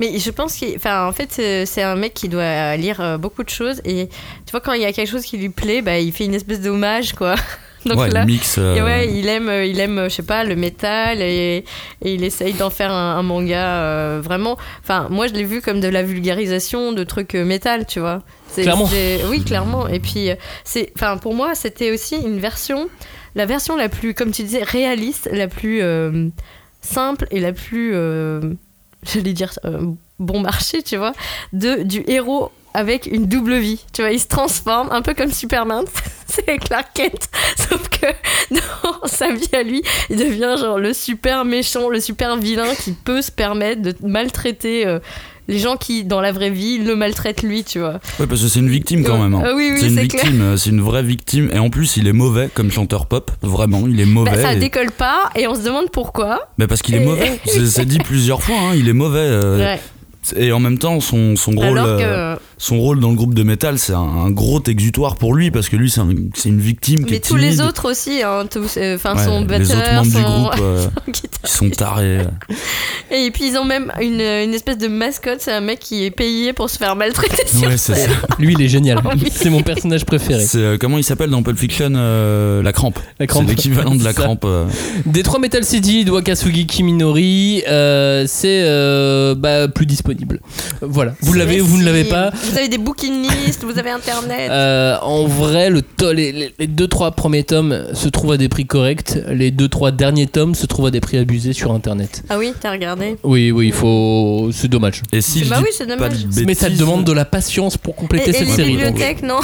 Speaker 3: Mais je pense qu'il. Enfin, en fait, c'est c'est un mec qui doit lire euh, beaucoup de choses. Et tu vois, quand il y a quelque chose qui lui plaît, bah, il fait une espèce d'hommage, quoi. Donc
Speaker 2: ouais,
Speaker 3: là,
Speaker 2: le mix. euh,
Speaker 3: Et ouais, il aime, euh, il aime, euh, je sais pas, le métal et, et il essaye d'en faire un, un manga euh, vraiment. Enfin, moi je l'ai vu comme de la vulgarisation de trucs euh, métal, tu vois. C'est-
Speaker 1: Clairement.
Speaker 3: c'est- Oui, clairement. Et puis, euh, c'est, enfin, pour moi, c'était aussi une version, la version la plus, comme tu disais, réaliste, la plus euh, simple et la plus, euh, j'allais dire, euh, bon marché, tu vois, de, du héros avec une double vie. Tu vois, il se transforme un peu comme Superman. c'est Clark Kent. Sauf que dans sa vie à lui, il devient genre le super méchant, le super vilain qui peut se permettre de maltraiter euh, les gens qui, dans la vraie vie, le maltraitent lui, tu vois.
Speaker 2: Ouais, parce que c'est une victime quand
Speaker 3: Ouais.
Speaker 2: même. hein.
Speaker 3: Ah oui, oui,
Speaker 2: c'est une
Speaker 3: c'est
Speaker 2: victime, euh, c'est une vraie victime. Et en plus, il est mauvais comme chanteur pop. Vraiment, il est
Speaker 3: Bah,
Speaker 2: mauvais.
Speaker 3: ça
Speaker 2: Et-
Speaker 3: décolle pas et on se demande pourquoi.
Speaker 2: Bah, parce qu'il est
Speaker 3: Et-
Speaker 2: mauvais. c'est c'est dit plusieurs fois. hein, Il est mauvais. euh,
Speaker 3: Ouais.
Speaker 2: Et en même temps, son, son rôle,
Speaker 3: Alors
Speaker 2: euh,
Speaker 3: que.
Speaker 2: son rôle dans le groupe de métal, c'est un, un gros exutoire pour lui parce que lui, c'est un- c'est une victime qui
Speaker 3: Mais
Speaker 2: est
Speaker 3: tous les
Speaker 2: timide.
Speaker 3: autres aussi, hein, tous, euh, enfin
Speaker 2: Ouais,
Speaker 3: son
Speaker 2: les autres
Speaker 3: batteur,
Speaker 2: membres du
Speaker 3: son,
Speaker 2: groupe, euh,
Speaker 3: son guitariste.
Speaker 2: ils sont tarés.
Speaker 3: Et puis ils ont même une, une espèce de mascotte, c'est un mec qui est payé pour se faire maltraiter sur
Speaker 2: Ouais, c'est ça.
Speaker 1: Lui, il est génial.
Speaker 3: Ah oui.
Speaker 1: C'est mon personnage préféré.
Speaker 2: C'est, euh, comment il s'appelle dans Pulp Fiction euh, La crampe.
Speaker 1: La crampe.
Speaker 2: C'est l'équivalent de la
Speaker 1: C'est ça.
Speaker 2: crampe. euh.
Speaker 1: Détroit Metal City de Wakasugi Kiminori, euh, c'est euh, bah, plus disponible. Voilà. Vous l'avez, vous ne l'avez pas.
Speaker 3: Vous avez des bouquinistes, vous avez internet.
Speaker 2: Ah.
Speaker 1: Euh, en vrai, le to- les, les, les deux trois premiers tomes se trouvent à des prix corrects. Les deux trois derniers tomes se trouvent à des prix abusés sur Internet.
Speaker 3: Ah oui, t'as regardé.
Speaker 1: Oui, oui, il faut. C'est dommage.
Speaker 2: Et si je
Speaker 3: Bah
Speaker 2: dis
Speaker 3: oui, c'est
Speaker 2: pas de
Speaker 3: dommage.
Speaker 1: Mais ça
Speaker 2: bêtises-
Speaker 1: demande de la patience pour
Speaker 3: Et,
Speaker 1: compléter
Speaker 3: et
Speaker 1: cette
Speaker 3: les
Speaker 1: série. donc. Euh,
Speaker 3: bibliothèques, non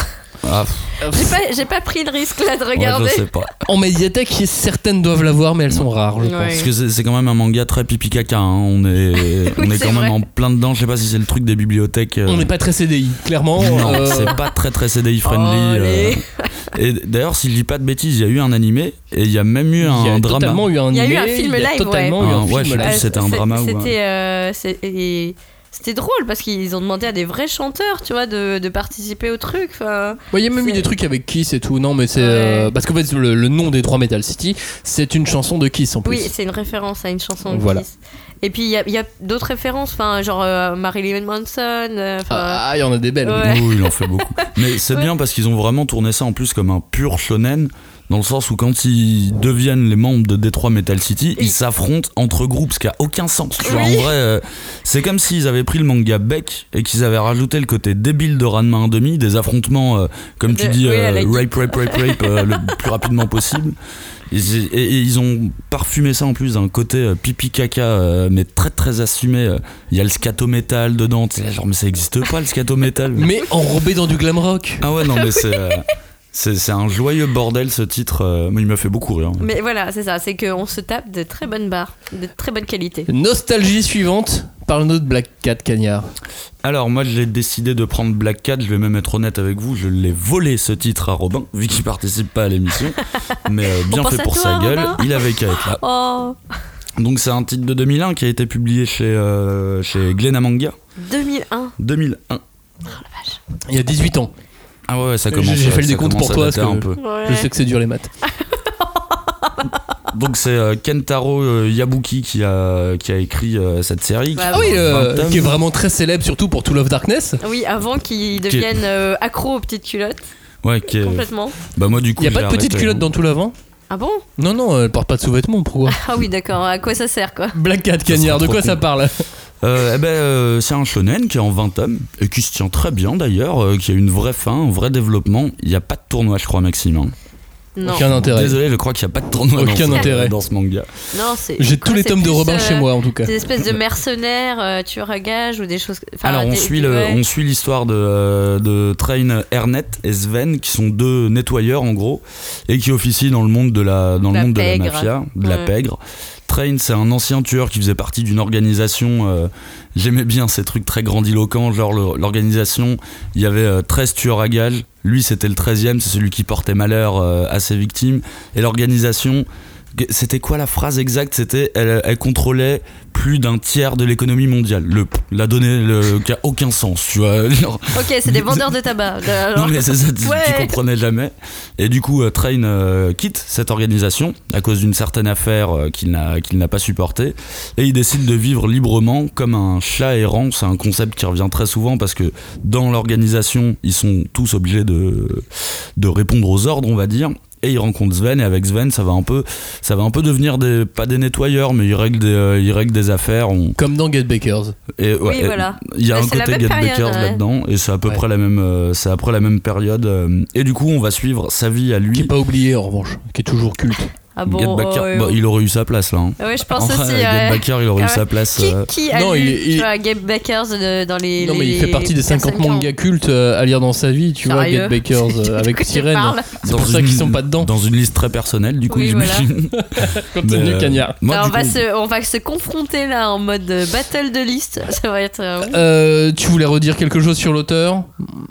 Speaker 2: Ah,
Speaker 3: J'ai pas, j'ai pas pris le risque là de
Speaker 2: ouais,
Speaker 3: regarder.
Speaker 2: je sais pas.
Speaker 1: En médiathèque, certaines doivent l'avoir, mais elles sont rares, je
Speaker 3: Ouais.
Speaker 1: pense.
Speaker 2: Parce que c'est c'est quand même un manga très pipi caca. hein. On est, on est
Speaker 3: c'est
Speaker 2: quand même
Speaker 3: vrai.
Speaker 2: en plein dedans. Je sais pas si c'est le truc des bibliothèques. euh,
Speaker 1: On n'est pas très CDI, clairement.
Speaker 2: Non,
Speaker 1: euh,
Speaker 2: c'est pas très très CDI friendly. euh.
Speaker 3: Allez.
Speaker 2: Et d'ailleurs, si je dis pas de bêtises, il y a eu un animé et il y a même eu
Speaker 1: il y a
Speaker 2: un drama.
Speaker 1: totalement eu un
Speaker 3: Il y a eu
Speaker 1: animé,
Speaker 3: un film
Speaker 1: il y a
Speaker 3: live,
Speaker 1: totalement
Speaker 2: ouais.
Speaker 1: eu Bah, un
Speaker 2: Ah,
Speaker 1: film
Speaker 2: ouais, je sais
Speaker 1: live.
Speaker 2: plus si c'était un
Speaker 3: Euh, c'est-
Speaker 2: drama ou un-
Speaker 3: C'était, euh, c'est- et- c'était drôle parce qu'ils ont demandé à des vrais chanteurs, tu vois, de, de participer au truc. Enfin,
Speaker 1: Ouais, il y a même eu
Speaker 3: C'est-
Speaker 1: des trucs avec Kiss et tout. Non, mais c'est. euh,
Speaker 3: Ouais.
Speaker 1: parce qu'en fait, le, le nom des trois Metal City, c'est une chanson de Kiss en plus.
Speaker 3: oui, c'est une référence à une chanson. de
Speaker 1: Voilà.
Speaker 3: Kiss. Et puis il y a, il y a d'autres références, enfin, genre euh, Marilyn Manson. euh, enfin,
Speaker 1: ah, il y en a des belles.
Speaker 3: Ouais.
Speaker 2: Oui, il en fait beaucoup. Mais c'est bien parce qu'ils ont vraiment tourné ça en plus comme un pur shonen. Dans le sens où quand ils deviennent les membres de Detroit Metal City, ils
Speaker 3: Ils-
Speaker 2: s'affrontent entre groupes, ce qui a aucun sens. Tu vois,
Speaker 3: Oui.
Speaker 2: en vrai, euh, c'est comme s'ils avaient pris le manga Beck et qu'ils avaient rajouté le côté débile de Ranma 1,5, des affrontements, euh, comme tu
Speaker 3: De-
Speaker 2: dis,
Speaker 3: oui,
Speaker 2: euh,
Speaker 3: à la
Speaker 2: rape, rape, rape, rape, euh, le plus rapidement possible. Et, j'ai- et- et ils ont parfumé ça en plus d'un côté euh, pipi caca, euh, mais très très assumé. euh. Il y a le scato métal dedans, t'es là, genre, mais ça existe pas le scato métal.
Speaker 1: Mais enrobé dans du glam rock.
Speaker 2: Ah ouais, non, mais c'est. euh, C'est c'est un joyeux bordel ce titre, euh, mais il m'a fait beaucoup rire.
Speaker 3: Mais voilà, c'est ça, c'est qu'on se tape de très bonnes barres, de très bonne qualité.
Speaker 1: Nostalgie suivante. Parle-nous de Black Cat Cagnard.
Speaker 2: Alors moi j'ai décidé de prendre Black Cat, je vais même être honnête avec vous, je l'ai volé ce titre à Robin, vu qu'il participe pas à l'émission, mais euh, bien
Speaker 3: pense
Speaker 2: fait
Speaker 3: à
Speaker 2: pour
Speaker 3: toi,
Speaker 2: sa gueule,
Speaker 3: Robin.
Speaker 2: il avait qu'à être là.
Speaker 3: Oh,
Speaker 2: Donc c'est un titre de 2001 qui a été publié chez, euh, chez Glenamanga,
Speaker 3: 2001.
Speaker 2: 2001.
Speaker 1: Il y a 18 ans.
Speaker 2: Ah ouais, ouais, ça
Speaker 1: J'ai-
Speaker 2: commence
Speaker 1: j'ai fait le
Speaker 2: ça
Speaker 1: décompte
Speaker 2: commence
Speaker 1: pour
Speaker 2: à
Speaker 1: toi,
Speaker 2: dater
Speaker 1: parce
Speaker 2: un
Speaker 1: que-
Speaker 2: peu.
Speaker 3: Ouais.
Speaker 1: Je sais que c'est dur les maths.
Speaker 2: Donc c'est euh, Kentaro euh, Yabuki qui a, qui a écrit euh, cette série.
Speaker 3: Bah
Speaker 1: Ah oui, euh,
Speaker 2: 20 tomes.
Speaker 1: qui est vraiment très célèbre surtout pour To Love Darkness.
Speaker 3: Oui, avant qu'ils deviennent accro accros aux petites culottes,
Speaker 2: Ouais, qui est-
Speaker 3: complètement.
Speaker 2: Bah moi du
Speaker 1: Il
Speaker 2: coup...
Speaker 1: n'y a pas
Speaker 2: j'ai
Speaker 1: de petite
Speaker 2: arrêté.
Speaker 1: culotte dans To Love. hein
Speaker 3: Ah bon
Speaker 1: non, non, elle porte pas de sous-vêtements, pourquoi
Speaker 3: Ah oui, d'accord, à quoi ça sert quoi
Speaker 1: Black Cat Cagnard, de
Speaker 2: trop
Speaker 1: quoi ça
Speaker 2: cool.
Speaker 1: parle
Speaker 2: Euh, eh ben, euh, c'est un shonen qui est en 20 tomes et qui se tient très bien d'ailleurs, euh, qui a une vraie fin, un vrai développement. Il n'y a pas de tournoi, je crois, Maxime. hein.
Speaker 3: Non,
Speaker 1: Aucun intérêt.
Speaker 2: Désolé, je crois qu'il n'y a pas de tournoi dans
Speaker 1: Aucun
Speaker 2: ce-
Speaker 1: intérêt.
Speaker 2: dans ce manga.
Speaker 3: non, c'est.
Speaker 1: J'ai
Speaker 3: quoi,
Speaker 1: tous les
Speaker 3: c'est
Speaker 1: tomes de
Speaker 3: plus,
Speaker 1: Robin
Speaker 3: euh,
Speaker 1: chez moi en tout cas.
Speaker 3: Des espèces de mercenaires, euh, tueurs à gages ou des choses.
Speaker 1: Ah,
Speaker 3: enfin,
Speaker 2: Alors, on
Speaker 3: des-
Speaker 2: suit,
Speaker 3: des-
Speaker 2: le,
Speaker 3: ouais.
Speaker 2: on suit l'histoire de, euh, de Train Ernest et Sven, qui sont deux nettoyeurs en gros, et qui officient dans le monde de la, dans le
Speaker 3: La
Speaker 2: monde de la
Speaker 3: pègre.
Speaker 2: mafia, de la
Speaker 3: Ouais.
Speaker 2: pègre. Train, c'est un ancien tueur qui faisait partie d'une organisation. euh, J'aimais bien ces trucs très grandiloquents, genre le- l'organisation, il y avait euh, 13 tueurs à gages. Lui, c'était le 13e, c'est celui qui portait malheur euh, à ses victimes. Et l'organisation, c'était quoi la phrase exacte C'était elle, elle contrôlait plus d'un tiers de l'économie mondiale. Le, la donnée le, qui a aucun sens, tu vois. Genre,
Speaker 3: Ok, c'est des vendeurs de tabac.
Speaker 2: non
Speaker 3: Alors,
Speaker 2: mais c'est ça, tu, tu
Speaker 3: Ouais.
Speaker 2: comprenais jamais. Et du coup, euh, Train euh, quitte cette organisation à cause d'une certaine affaire euh, qu'il n'a qu'il n'a pas supportée, et il décide de vivre librement comme un chat errant. C'est un concept qui revient très souvent parce que dans l'organisation, ils sont tous obligés de de répondre aux ordres, on va dire. Et il rencontre Sven et avec Sven, ça va un peu, ça va un peu devenir des, pas des nettoyeurs, mais il règle des, euh, il règle des affaires. On,
Speaker 1: Comme dans Get Bakers.
Speaker 2: et, ouais,
Speaker 3: Oui,
Speaker 2: et
Speaker 3: voilà.
Speaker 2: Il y a
Speaker 3: Bah,
Speaker 2: un
Speaker 3: c'est la
Speaker 2: côté
Speaker 3: même
Speaker 2: Get
Speaker 3: période,
Speaker 2: Bakers
Speaker 3: ouais.
Speaker 2: là-dedans, et c'est à peu
Speaker 1: Ouais.
Speaker 2: près la même, euh, c'est après la même période. euh, et du coup, on va suivre sa vie à
Speaker 1: Qui est
Speaker 2: lui.
Speaker 1: pas oublié en revanche, qui est toujours culte.
Speaker 3: Ah bon
Speaker 2: Gatbacker,
Speaker 3: ouais,
Speaker 2: bah,
Speaker 3: ouais.
Speaker 2: il aurait eu sa place là. hein.
Speaker 3: Ouais, je pense
Speaker 2: En vrai,
Speaker 3: aussi. ouais.
Speaker 2: Gatbacker, il aurait
Speaker 3: Ah
Speaker 2: eu
Speaker 3: ouais.
Speaker 2: sa place.
Speaker 3: Qui,
Speaker 2: euh,
Speaker 3: qui a
Speaker 1: Non,
Speaker 3: lu,
Speaker 1: il-
Speaker 3: tu
Speaker 1: il-
Speaker 3: vois, Gabe Bakers de- dans les.
Speaker 1: Non mais il
Speaker 3: les
Speaker 1: fait partie des
Speaker 3: personnes
Speaker 1: 50
Speaker 3: qui ont-
Speaker 1: mangas cultes euh, à lire dans sa vie, tu vois,
Speaker 3: Sérieux
Speaker 1: Get Bakers euh, avec
Speaker 3: De quoi tu
Speaker 1: Sirène.
Speaker 3: parles
Speaker 1: C'est pour ça
Speaker 2: une-
Speaker 1: qu'ils sont pas dedans,
Speaker 2: Dans une liste très personnelle, du coup,
Speaker 3: Oui, voilà.
Speaker 2: j'imagine.
Speaker 1: compte tenu
Speaker 2: Mais,
Speaker 1: du
Speaker 2: euh,
Speaker 1: cagnard.
Speaker 2: moi,
Speaker 3: Alors,
Speaker 2: du
Speaker 3: on, va
Speaker 2: coup,
Speaker 3: se, on va se confronter là en mode euh, battle de liste. Ça va être. euh,
Speaker 1: Euh, tu voulais redire quelque chose sur l'auteur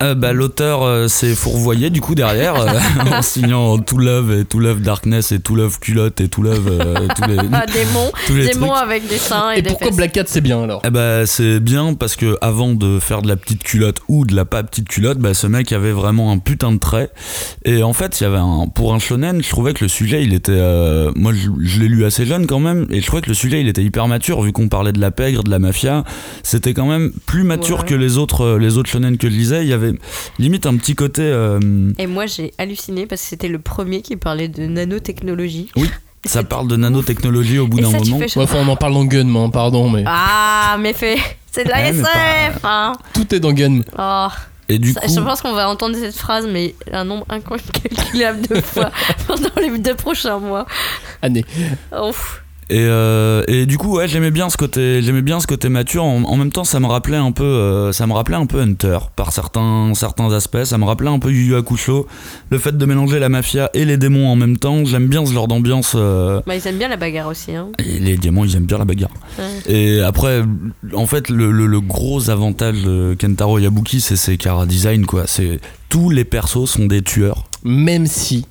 Speaker 2: euh, bah, l'auteur euh, s'est fourvoyé du coup derrière euh, en signant To Love et To Love Darkness et To Love Culotte et To Love euh, tous les,
Speaker 3: ah, démon.
Speaker 2: tous les
Speaker 3: Démon
Speaker 2: trucs.
Speaker 3: avec des seins et,
Speaker 1: Et
Speaker 3: des
Speaker 1: pourquoi
Speaker 3: fesses.
Speaker 1: Black Cat c'est bien alors
Speaker 2: Eh bah, c'est bien parce que avant de faire de la petite culotte ou de la pas petite culotte, bah, ce mec avait vraiment un putain de trait. Et en fait, il y avait un, pour un shonen, je trouvais que le sujet, il était, euh, moi, je, je l'ai lu assez jeune quand même, et je trouvais que le sujet, il était hyper mature vu qu'on parlait de la pègre, de la mafia. C'était quand même plus mature
Speaker 3: Ouais.
Speaker 2: que les autres, euh, les autres shonen que je lisais. Il y avait limite un petit côté. euh,
Speaker 3: Et moi j'ai halluciné parce que c'était le premier qui parlait de nanotechnologie.
Speaker 2: Oui, ça parle de nanotechnologie au bout
Speaker 3: Et
Speaker 2: d'un
Speaker 3: ça, tu
Speaker 2: moment.
Speaker 3: fais chaud.
Speaker 1: Ouais, enfin, on en parle dans Gunman, pardon, mais
Speaker 3: Ah, mais fait. C'est de la
Speaker 2: Ouais, mais
Speaker 3: SF, hein.
Speaker 1: tout est dans Gunman.
Speaker 3: Oh.
Speaker 2: Et du
Speaker 3: Ça,
Speaker 2: coup,
Speaker 3: Je pense qu'on va entendre cette phrase, mais un nombre incalculable de fois pendant les deux prochains mois.
Speaker 1: Année.
Speaker 3: Ouf.
Speaker 2: Et, euh, et du coup ouais j'aimais bien ce côté j'aimais bien ce côté mature en, en même temps ça me rappelait un peu euh, ça me rappelait un peu Hunter par certains certains aspects ça me rappelait un peu Yu Yu Hakusho le fait de mélanger la mafia et les démons en même temps j'aime bien ce genre d'ambiance euh,
Speaker 3: Bah, ils aiment bien la bagarre aussi, hein.
Speaker 2: et les diamants ils aiment bien la bagarre
Speaker 3: Ouais.
Speaker 2: et après en fait le, le- le gros avantage de Kentaro Yabuki c'est ses chara design quoi c'est tous les persos sont des tueurs
Speaker 1: Même si,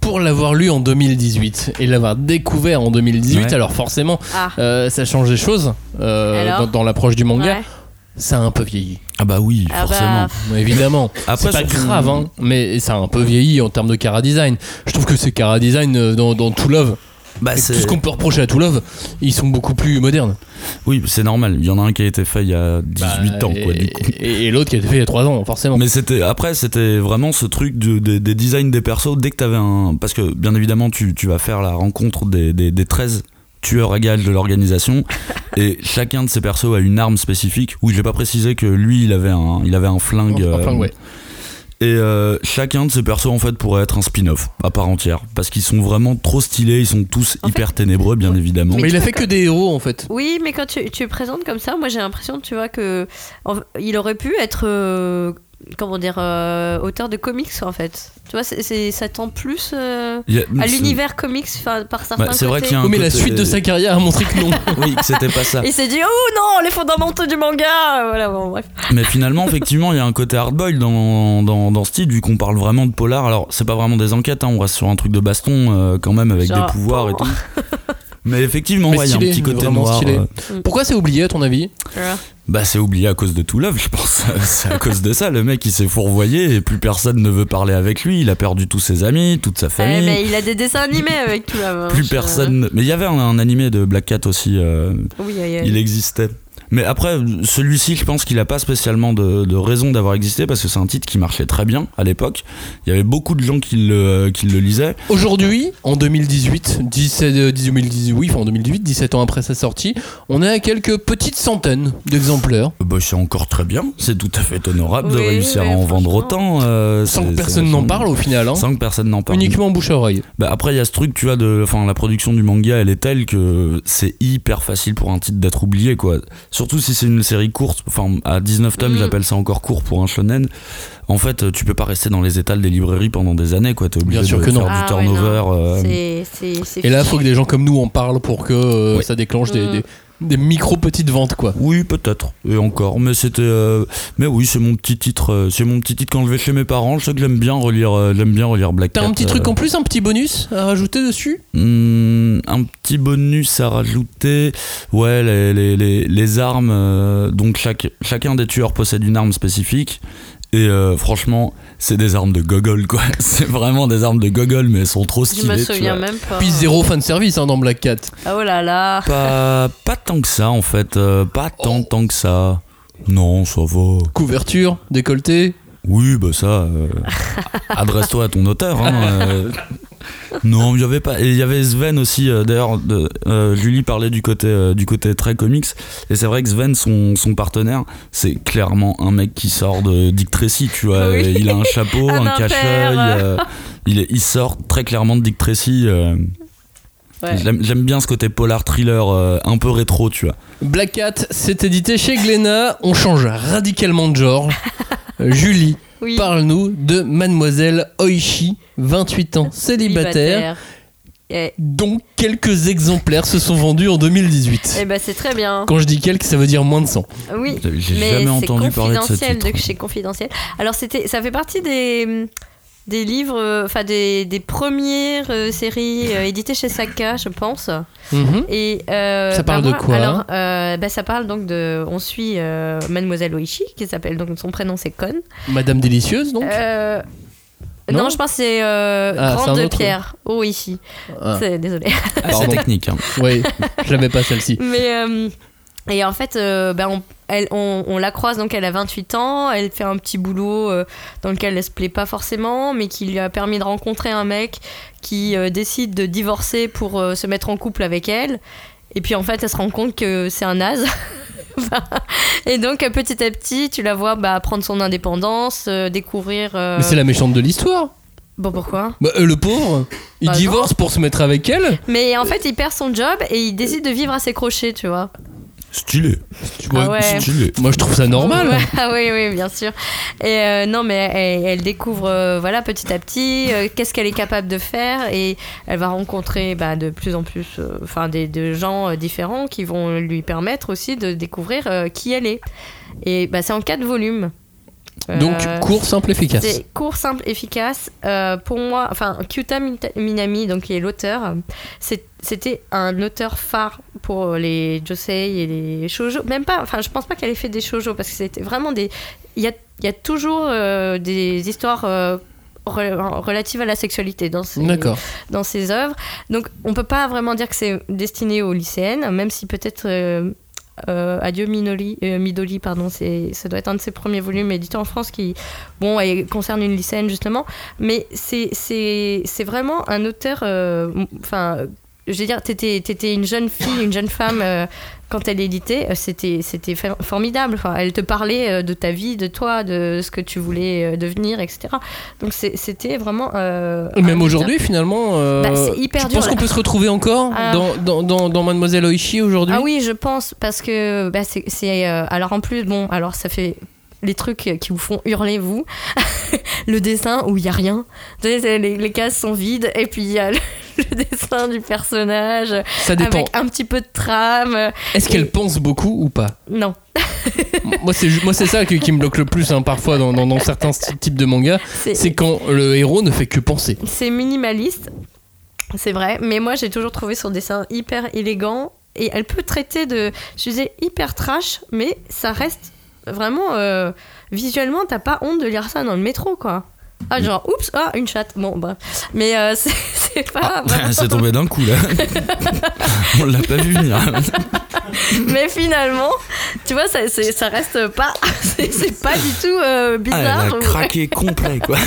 Speaker 1: pour l'avoir lu en 2018 et l'avoir découvert en 2018,
Speaker 2: Ouais.
Speaker 1: alors forcément,
Speaker 3: Ah.
Speaker 1: euh, ça change des choses euh,
Speaker 3: Alors
Speaker 1: dans, dans l'approche du manga.
Speaker 3: Ouais.
Speaker 1: Ça a un peu vieilli,
Speaker 2: ah bah oui
Speaker 3: Ah bah,
Speaker 2: forcément
Speaker 1: évidemment.
Speaker 2: Après,
Speaker 1: c'est pas
Speaker 2: surtout-
Speaker 1: grave, hein, mais ça a un peu vieilli en termes de cara design. Je trouve que ces cara design euh, dans, dans To Love,
Speaker 2: bah
Speaker 1: et
Speaker 2: c'est
Speaker 1: tout ce qu'on peut reprocher à To Love, ils sont beaucoup plus modernes.
Speaker 2: oui c'est normal il y en a un qui a été fait il y a 18
Speaker 1: Bah,
Speaker 2: ans quoi
Speaker 1: et,
Speaker 2: du coup
Speaker 1: et- et l'autre qui a été fait il y a 3 ans, forcément.
Speaker 2: Mais c'était après c'était vraiment ce truc de- des- des designs des persos dès que t'avais un parce que bien évidemment tu, tu vas faire la rencontre des, des, des 13 tueurs à gages de l'organisation et chacun de ces persos a une arme spécifique où je vais pas préciser que lui il avait un il avait un flingue,
Speaker 1: Enfin,
Speaker 2: euh,
Speaker 1: enfin, ouais.
Speaker 2: et euh, chacun de ces persos en fait pourrait être un spin-off à part entière parce qu'ils sont vraiment trop stylés ils sont tous
Speaker 3: En fait-
Speaker 2: hyper ténébreux bien évidemment
Speaker 1: Mais,
Speaker 3: Mais
Speaker 1: il a
Speaker 3: tu
Speaker 1: fait que des héros en fait.
Speaker 3: Oui, mais quand tu, tu le présentes comme ça, moi j'ai l'impression, tu vois, que en- il aurait pu être, euh, comment dire, euh, auteur de comics en fait. Tu vois, c'est, c'est- ça tend plus euh,
Speaker 2: Il y a-
Speaker 3: à
Speaker 2: c'est-
Speaker 3: l'univers comics enfin, par certains
Speaker 2: bah, c'est vrai
Speaker 3: côtés.
Speaker 2: qu'il y a un
Speaker 1: Oui, mais la
Speaker 2: côté-
Speaker 1: suite de sa carrière a montré que non.
Speaker 2: oui que c'était pas ça
Speaker 3: Il s'est dit, oh non, les fondamentaux du manga Voilà, bon, bref.
Speaker 2: Mais finalement, effectivement, il y a un côté hardboil dans, dans, dans ce titre, vu qu'on parle vraiment de polar. Alors, c'est pas vraiment des enquêtes, hein, on reste sur un truc de baston euh, quand même, avec
Speaker 3: Genre,
Speaker 2: des pouvoirs et
Speaker 3: bon.
Speaker 2: tout. Mais effectivement,
Speaker 1: Mais
Speaker 2: ouais, il y a un
Speaker 1: stylé,
Speaker 2: petit côté
Speaker 1: vraiment
Speaker 2: noir.
Speaker 1: stylé.
Speaker 2: euh,
Speaker 1: Pourquoi c'est oublié à ton avis
Speaker 3: Voilà.
Speaker 2: bah, c'est oublié à cause de tout Love, je pense. c'est à cause de ça. Le mec, il s'est fourvoyé et plus personne ne veut parler avec lui. Il a perdu tous ses amis, toute sa
Speaker 3: Ouais,
Speaker 2: famille.
Speaker 3: Eh, mais il a des dessins animés avec tout là. hein,
Speaker 2: Plus
Speaker 3: je-
Speaker 2: personne. Mais il y avait un, un animé de Black Cat aussi. euh,
Speaker 3: Oui, oui, oui.
Speaker 2: il existait. Mais après, celui-ci, je pense qu'il n'a pas spécialement de, de raison d'avoir existé parce que c'est un titre qui marchait très bien à l'époque. Il y avait beaucoup de gens qui le, qui le lisaient.
Speaker 1: Aujourd'hui, en 2018, 17, euh, 2018, oui, enfin en 2018, 17 ans après sa sortie, on est à quelques petites centaines d'exemplaires.
Speaker 2: Euh, Bah, c'est encore très bien. C'est tout à fait honorable de
Speaker 3: Oui,
Speaker 2: réussir à
Speaker 3: mais
Speaker 2: en vendre
Speaker 3: franchement.
Speaker 2: autant. euh,
Speaker 1: Sans
Speaker 2: c'est-
Speaker 1: que
Speaker 2: c'est
Speaker 1: personne n'en
Speaker 2: vachement-
Speaker 1: parle au final. hein.
Speaker 2: Sans que personne n'en parle.
Speaker 1: Uniquement en bouche à oreille.
Speaker 2: Bah, après, il y a ce truc, tu vois, de, enfin, la production du manga, elle est telle que c'est hyper facile pour un titre d'être oublié, quoi. Surtout si c'est une série courte, enfin, à 19 tomes,
Speaker 3: Mm.
Speaker 2: j'appelle ça encore court pour un shonen. En fait, euh, tu peux pas rester dans les étals des librairies pendant des années, quoi. T'es obligé
Speaker 1: Bien sûr
Speaker 2: de
Speaker 1: que non.
Speaker 2: faire
Speaker 3: Ah,
Speaker 2: du
Speaker 3: ouais, non.
Speaker 2: turnover. euh,
Speaker 3: C'est, c'est, c'est
Speaker 1: Et là, il
Speaker 3: fichu.
Speaker 1: faut que des gens comme nous en parlent pour que euh,
Speaker 2: Oui.
Speaker 1: ça déclenche des,
Speaker 3: Mm.
Speaker 1: des- des micro-petites ventes, quoi.
Speaker 2: Oui, peut-être. Et encore. Mais c'était. euh, Mais oui, c'est mon petit titre. euh, C'est mon petit titre quand je vais chez mes parents. Je sais que j'aime bien relire. euh, J'aime bien relire Black
Speaker 1: T'as
Speaker 2: Cat,
Speaker 1: un petit
Speaker 2: euh,
Speaker 1: truc en plus, un petit bonus à rajouter dessus
Speaker 2: Hmm, un petit bonus à rajouter. Ouais, les, les, les, les armes. euh, donc chaque, chacun des tueurs possède une arme spécifique. Et euh, franchement, c'est des armes de gogol quoi. C'est vraiment des armes de gogol, mais elles sont trop
Speaker 3: Je
Speaker 2: stylées.
Speaker 3: me
Speaker 2: tu
Speaker 3: souviens
Speaker 2: vois.
Speaker 3: même pas.
Speaker 1: Puis zéro fan service hein, dans Black Cat.
Speaker 3: Ah, oh là là.
Speaker 2: Pas, pas tant que ça en fait. euh, pas tant,
Speaker 3: Oh.
Speaker 2: tant que ça. Non, ça va.
Speaker 1: Couverture, décolleté.
Speaker 2: Oui, bah ça. euh, Adresse-toi à ton auteur. hein, euh. Non, il y avait pas. et Il y avait Sven aussi. euh, D'ailleurs, de- euh, Julie parlait du côté euh, du côté très comics. Et c'est vrai que Sven, son, son partenaire, c'est clairement un mec qui sort de Dick Tracy. Tu vois,
Speaker 3: Oui.
Speaker 2: il a un chapeau,
Speaker 3: Un
Speaker 2: un
Speaker 3: impair.
Speaker 2: cache-œil. euh, il, est- il sort très clairement de Dick Tracy. euh.
Speaker 3: Ouais.
Speaker 2: J'aime j'aime bien ce côté polar thriller euh, un peu rétro, tu vois.
Speaker 1: Black Cat, c'est édité chez Glénat. On change radicalement de genre. Euh, Julie,
Speaker 3: Oui.
Speaker 1: parle-nous de Mademoiselle Oishi, 28 ans, célibataire,
Speaker 3: Et,
Speaker 1: dont quelques exemplaires se sont vendus en 2018.
Speaker 3: ben c'est très bien.
Speaker 1: Quand je dis quelques, ça veut dire moins de 100.
Speaker 3: Oui.
Speaker 2: J'ai
Speaker 3: Mais
Speaker 2: jamais
Speaker 3: c'est
Speaker 2: entendu parler de ce
Speaker 3: confidentiel,
Speaker 2: titre.
Speaker 3: donc c'est confidentiel. Alors c'était, ça fait partie des des livres, euh, enfin des, des premières euh, séries euh, éditées chez Saka, je pense.
Speaker 1: Mhm.
Speaker 3: Et euh,
Speaker 1: Ça parle
Speaker 3: bah,
Speaker 1: de
Speaker 3: moi,
Speaker 1: quoi
Speaker 3: Alors, euh, bah, ça parle donc de, on suit euh, Mademoiselle Oishi qui s'appelle donc son prénom c'est Kon.
Speaker 1: Madame Délicieuse, donc
Speaker 3: Euh,
Speaker 1: Non
Speaker 3: non, je pense que c'est euh,
Speaker 1: Ah, c'est
Speaker 3: Grande
Speaker 1: un autre.
Speaker 3: Pierre Oishi.
Speaker 1: Ah,
Speaker 3: C'est Désolée.
Speaker 2: C'est
Speaker 1: Pardon.
Speaker 2: technique. hein.
Speaker 1: Oui, je l'avais pas celle-ci.
Speaker 3: Mais euh, et en fait, euh, ben, on, elle- on- on la croise donc elle a 28 ans, elle fait un petit boulot euh, dans lequel elle se plaît pas forcément, mais qui lui a permis de rencontrer un mec qui euh, décide de divorcer pour euh, se mettre en couple avec elle. Et puis en fait, elle se rend compte que c'est un naze. Enfin, et donc euh, petit à petit, tu la vois bah, prendre son indépendance, euh, découvrir. euh,
Speaker 1: Mais c'est la méchante de l'histoire.
Speaker 3: Bon pourquoi
Speaker 1: Bah, euh, le pauvre, il
Speaker 3: Bah, non.
Speaker 1: divorce pour se mettre avec elle.
Speaker 3: Mais en fait, il perd son job et il décide de vivre à ses crochets, tu vois.
Speaker 2: Stylé.
Speaker 1: Tu
Speaker 3: Ah ouais.
Speaker 2: Stylé.
Speaker 1: Moi, je trouve ça normal.
Speaker 3: Ouais, ah oui, oui, bien sûr. Et euh, non, mais elle, elle découvre, euh, voilà, petit à petit, euh, qu'est-ce qu'elle est capable de faire, et elle va rencontrer bah, de plus en plus, euh, enfin, des, de gens euh, différents qui vont lui permettre aussi de découvrir euh, qui elle est. Et bah, c'est en quatre volumes.
Speaker 1: Donc,
Speaker 3: Euh,
Speaker 1: court, simple, efficace.
Speaker 3: c'est court, simple, efficace. Euh, pour moi, enfin, Kyuta Minta- Minami, donc qui est l'auteur, c'est- c'était un auteur phare pour les josei et les shoujo. Même pas, enfin, je pense pas qu'elle ait fait des shoujo parce que c'était vraiment des. Il y a, il y a toujours euh, des histoires euh, re- relatives à la sexualité dans ces,
Speaker 1: D'accord.
Speaker 3: dans ses œuvres. Donc on peut pas vraiment dire que c'est destiné aux lycéennes, même si peut-être euh, euh, Adieu Minoli, euh, Midoli, pardon, c'est, ça doit être un de ses premiers volumes édités en France qui bon, et concerne une lycéenne justement. Mais c'est, c'est, c'est vraiment un auteur... euh, Enfin, je veux dire, t'étais, t'étais une jeune fille, une jeune femme... euh, quand elle éditait, euh, c'était, c'était fa- formidable. Enfin, elle te parlait euh, de ta vie, de toi, de ce que tu voulais euh, devenir, etc. Donc c'est- c'était vraiment... euh, un
Speaker 1: Même
Speaker 3: auteur-
Speaker 1: aujourd'hui, finalement, euh,
Speaker 3: Bah, c'est hyper
Speaker 1: tu
Speaker 3: dur,
Speaker 1: penses
Speaker 3: là.
Speaker 1: qu'on peut se retrouver encore
Speaker 3: Ah.
Speaker 1: dans, dans, dans, dans Mademoiselle Oishi aujourd'hui
Speaker 3: Ah oui, je pense, parce que bah, c'est. c'est, euh, alors en plus, bon, alors ça fait les trucs qui vous font hurler, vous. le dessin où il n'y a rien. Tu sais, c'est- les, les cases sont vides, et puis il y a le, le dessin du personnage,
Speaker 1: Ça dépend.
Speaker 3: avec un petit peu de trame.
Speaker 1: Est-ce qu'elle pense beaucoup ou pas
Speaker 3: Non.
Speaker 1: Moi, c'est ju- moi, c'est ça qui, qui me bloque le plus hein, parfois dans, dans, dans certains sty- types de mangas. C'est quand le héros ne fait que penser.
Speaker 3: C'est minimaliste, c'est vrai, mais moi j'ai toujours trouvé son dessin hyper élégant et elle peut traiter de sujets hyper trash, mais ça reste vraiment euh, visuellement, t'as pas honte de lire ça dans le métro quoi.
Speaker 2: Mm.
Speaker 3: Ah, genre, oups, ah, une chatte. Bon, bref. Mais euh, c'est- c'est pas. vraiment-
Speaker 2: Ah, c'est tombé d'un coup là. On l'a pas vu venir.
Speaker 3: Mais finalement, tu vois, ça, c'est- ça reste pas. C'est c'est pas du tout euh,
Speaker 2: Ah, elle
Speaker 3: bizarre.
Speaker 2: a craqué complet quoi.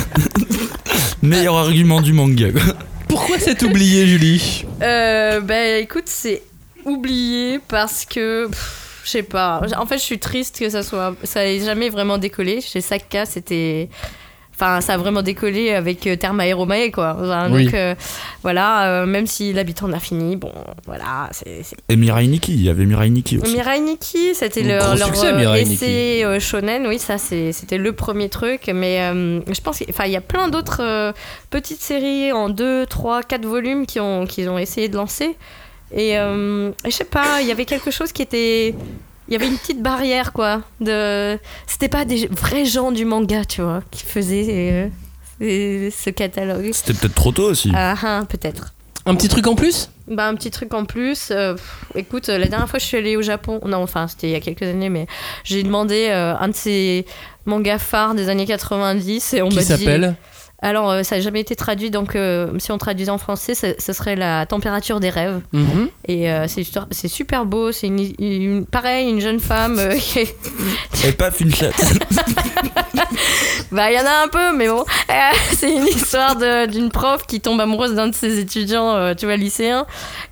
Speaker 2: Meilleur argument du manga quoi.
Speaker 1: Pourquoi c'est oublié, Julie
Speaker 3: Euh, bah écoute, c'est oublié parce que. pff, Je sais pas. En fait, je suis triste que ça soit. Ça ait jamais vraiment décollé. Chez Sakka, c'était. Enfin, ça a vraiment décollé avec euh, Therma et Romae, quoi. Enfin, Donc,
Speaker 1: Oui.
Speaker 3: euh, voilà, euh, même si l'habitant de l'infini, bon, voilà, c'est. c'est-
Speaker 2: Et Mirai Nikki, il y avait Mirai Nikki aussi.
Speaker 3: Mirai Nikki, c'était
Speaker 1: Gros
Speaker 3: leur, leur
Speaker 1: succès,
Speaker 3: euh,
Speaker 1: Mirai
Speaker 3: essai euh, shonen, oui, ça c'est- c'était le premier truc, mais euh, je pense qu'il enfin, il y a plein d'autres euh, petites séries en 2, 3, 4 volumes qui ont, qui ont essayé de lancer. Et, euh, et je sais pas, il y avait quelque chose qui était. Il y avait une petite barrière, quoi. De... C'était pas des vrais gens du manga, tu vois, qui faisaient euh, ce catalogue.
Speaker 2: C'était peut-être trop tôt aussi.
Speaker 3: Ah, ah, peut-être.
Speaker 1: Un petit truc en plus
Speaker 3: Bah, un petit truc en plus. euh, pff, écoute, euh, la dernière fois que je suis allée au Japon, non, enfin, c'était il y a quelques années, mais j'ai demandé euh, un de ces mangas phares des années 90 et on m'a
Speaker 1: qui
Speaker 3: dit.
Speaker 1: s'appelle
Speaker 3: Alors, euh, ça n'a jamais été traduit, donc euh, si on traduisait en français, ce ce serait La température des rêves.
Speaker 1: Mhm.
Speaker 3: Et euh, c'est histoire- c'est super beau. C'est une, une- pareil, une jeune femme. euh, qui est- Ah.
Speaker 2: Et paf, une chatte.
Speaker 3: bah, il y en a un peu, mais bon. Euh, c'est une histoire de- d'une prof qui tombe amoureuse d'un de ses étudiants, euh, tu vois, lycéen.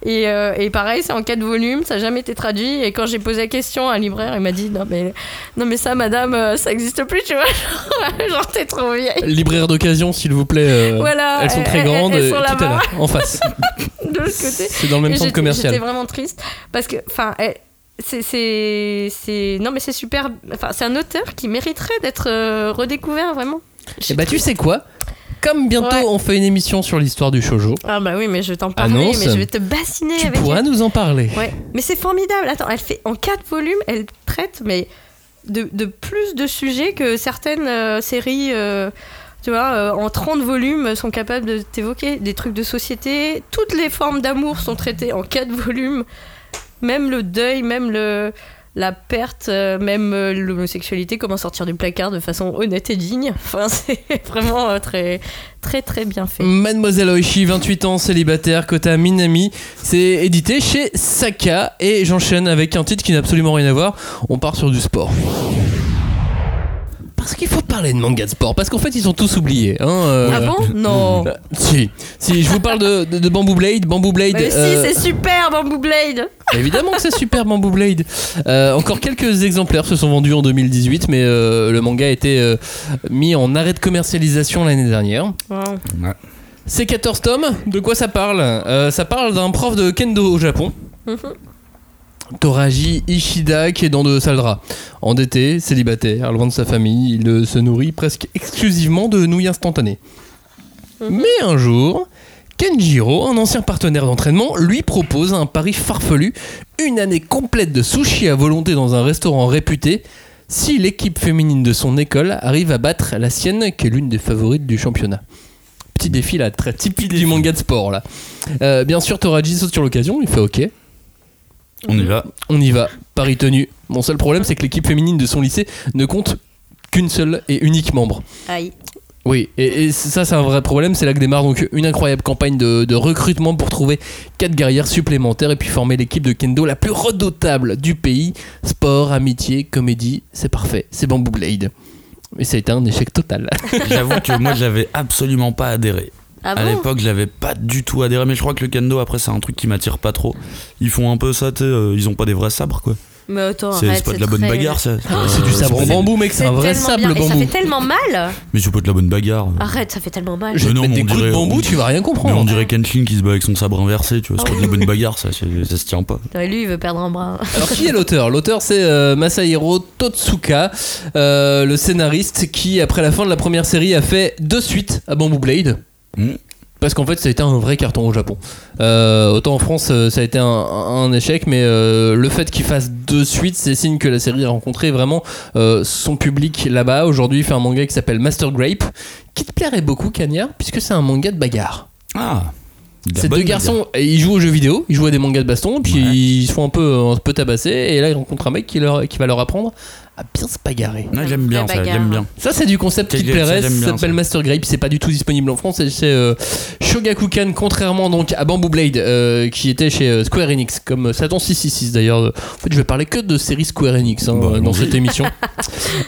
Speaker 3: Et, euh, et pareil, c'est en quatre volumes, ça n'a jamais été traduit. Et quand j'ai posé la question à un libraire, il m'a dit Non, mais, non, mais ça, madame, euh, ça n'existe plus, tu vois. Genre, t'es trop vieille.
Speaker 1: Libraire d'occasion, s'il vous plaît. euh,
Speaker 3: Voilà,
Speaker 1: Elles sont très
Speaker 3: elles-
Speaker 1: grandes.
Speaker 3: elles
Speaker 1: et
Speaker 3: sont
Speaker 1: tout est
Speaker 3: là-bas.
Speaker 1: là, en face.
Speaker 3: de l'autre côté.
Speaker 1: C'est dans le même
Speaker 3: Et
Speaker 1: centre
Speaker 3: j'étais-
Speaker 1: commercial.
Speaker 3: J'étais vraiment triste parce que, enfin, elle- c'est- c'est, c'est, non mais c'est super. Enfin, c'est un auteur qui mériterait d'être euh, redécouvert vraiment.
Speaker 1: Et bah, tu sais quoi Comme bientôt
Speaker 3: Ouais.
Speaker 1: on fait une émission sur l'histoire du shoujo,
Speaker 3: Ah bah oui, mais je vais t'en parler,
Speaker 1: Annonce.
Speaker 3: mais je vais te bassiner
Speaker 1: tu
Speaker 3: avec.
Speaker 1: pourras nous en parler.
Speaker 3: Ouais, mais c'est formidable. Attends, elle fait en quatre volumes, elle traite mais de, de plus de sujets que certaines euh, séries. euh, tu vois, euh, en 30 volumes sont capables de t'évoquer des trucs de société. Toutes les formes d'amour sont traitées en quatre volumes. Même le deuil, même le, la perte, euh, même euh, l'homosexualité, comment sortir du placard de façon honnête et digne. Enfin, c'est vraiment euh, très, très, très bien fait.
Speaker 1: Euh, Mademoiselle Oishi, 28 ans, célibataire, Kota Minami. C'est édité chez Saka et j'enchaîne avec un titre qui n'a absolument rien à voir. On part sur du sport. Parce qu'il faut parler de manga de sport, parce qu'en fait ils sont tous oubliés. Hein, euh,
Speaker 3: Ah bon Non.
Speaker 1: euh, si, si, je vous parle de, de- de Bamboo Blade. Bamboo Blade.
Speaker 3: Mais si,
Speaker 1: euh,
Speaker 3: Bah
Speaker 1: bah,
Speaker 3: c'est super, Bamboo Blade
Speaker 1: Évidemment que c'est super Bamboo Blade. Euh, encore quelques exemplaires se sont vendus en 2018, mais euh, le manga a été euh, mis en arrêt de commercialisation l'année dernière.
Speaker 3: Wow.
Speaker 1: C'est 14 tomes, de quoi ça parle Euh, Ça parle d'un prof de kendo au Japon. Toraji Ishida qui est dans de sales draps. Endetté, célibataire, loin de sa famille, il euh, se nourrit presque exclusivement de nouilles instantanées. Mais un jour, Kenjiro, un ancien partenaire d'entraînement, lui propose un pari farfelu, une année complète de sushi à volonté dans un restaurant réputé, si l'équipe féminine de son école arrive à battre la sienne, qui est l'une des favorites du championnat. Petit défi là, très typique du manga de sport là. Euh, bien sûr, Toraji saute sur l'occasion, il fait ok.
Speaker 2: On y va.
Speaker 1: On y va, pari tenu. Mon seul problème, c'est que l'équipe féminine de son lycée ne compte qu'une seule et unique membre.
Speaker 3: Aïe.
Speaker 1: Oui, et, et ça, c'est un vrai problème. C'est là que démarre donc une incroyable campagne de, de recrutement pour trouver quatre guerrières supplémentaires et puis former l'équipe de kendo la plus redoutable du pays. Sport, amitié, comédie, c'est parfait. C'est Bamboo Blade. Mais ça a été un échec total.
Speaker 2: J'avoue que moi, j'avais absolument pas adhéré.
Speaker 3: Ah
Speaker 2: à
Speaker 3: bon
Speaker 2: l'époque, j'avais pas du tout adhéré, mais je crois que le kendo, après, c'est un truc qui m'attire pas trop. Ils font un peu ça, tu sais, euh, ils ont pas des vrais sabres, quoi.
Speaker 3: Mais attends,
Speaker 2: C'est
Speaker 3: Oh, arrête,
Speaker 2: c'est pas de la bonne
Speaker 3: très-
Speaker 2: bagarre, ça. Euh, C'est
Speaker 1: Ah, c'est
Speaker 3: Euh,
Speaker 1: du sabre en
Speaker 2: pas-
Speaker 1: bambou, mec. C'est un vrai
Speaker 3: tellement
Speaker 1: sable
Speaker 3: bien. Et ça
Speaker 1: bambou.
Speaker 3: fait tellement mal
Speaker 2: Mais c'est pas de la bonne bagarre.
Speaker 3: Arrête, ça fait tellement mal.
Speaker 1: Ah, Je vais
Speaker 2: Mais
Speaker 1: te
Speaker 2: non,
Speaker 1: mettre
Speaker 2: mais
Speaker 1: des
Speaker 2: on
Speaker 1: coups de
Speaker 2: dirait-
Speaker 1: bambou,
Speaker 2: on-
Speaker 1: tu vas rien
Speaker 2: Mais on
Speaker 1: comprendre.
Speaker 2: dirait Kenshin qui se bat avec son sabre inversé, tu vois.
Speaker 3: Ah
Speaker 2: C'est pas de la bonne bagarre, ça. c'est- Ça se tient pas.
Speaker 3: Attends, et lui, il veut perdre un bras.
Speaker 1: Alors qui est l'auteur L'auteur c'est euh, Masahiro Totsuka, euh, le scénariste qui après la fin de la première série a fait deux suites à Bamboo Blade.
Speaker 2: Mm.
Speaker 1: Parce qu'en fait ça a été un vrai carton au Japon. Euh, autant en France euh, ça a été un, un échec mais euh, le fait qu'il fasse deux suites c'est signe que la série a rencontré vraiment euh, son public là-bas. Aujourd'hui il fait un manga qui s'appelle Master Grape qui te plairait beaucoup Kanya puisque c'est un manga de bagarre.
Speaker 2: Ah de la
Speaker 1: Ces
Speaker 2: bonne
Speaker 1: deux
Speaker 2: bagarre.
Speaker 1: garçons, et ils jouent aux jeux vidéo, ils jouent à des mangas de baston, puis
Speaker 2: Ouais.
Speaker 1: ils se font un peu, un peu tabasser, et là ils rencontrent un mec qui, leur, qui va leur apprendre à bien se bagarrer.
Speaker 2: Ouais, j'aime bien
Speaker 3: Vraie
Speaker 2: ça,
Speaker 3: bagarre.
Speaker 2: j'aime bien.
Speaker 1: Ça, c'est du concept qui te
Speaker 2: Ça,
Speaker 1: plairait, ça
Speaker 2: j'aime bien,
Speaker 1: s'appelle
Speaker 2: ça.
Speaker 1: Master Grape, c'est pas du tout disponible en France, et c'est euh, Shogakukan, contrairement donc à Bamboo Blade, euh, qui était chez euh, Square Enix, comme Satan 666 d'ailleurs. euh, En fait, je vais parler que de séries Square Enix hein,
Speaker 2: Bah,
Speaker 1: euh, dans
Speaker 2: oui.
Speaker 1: cette émission.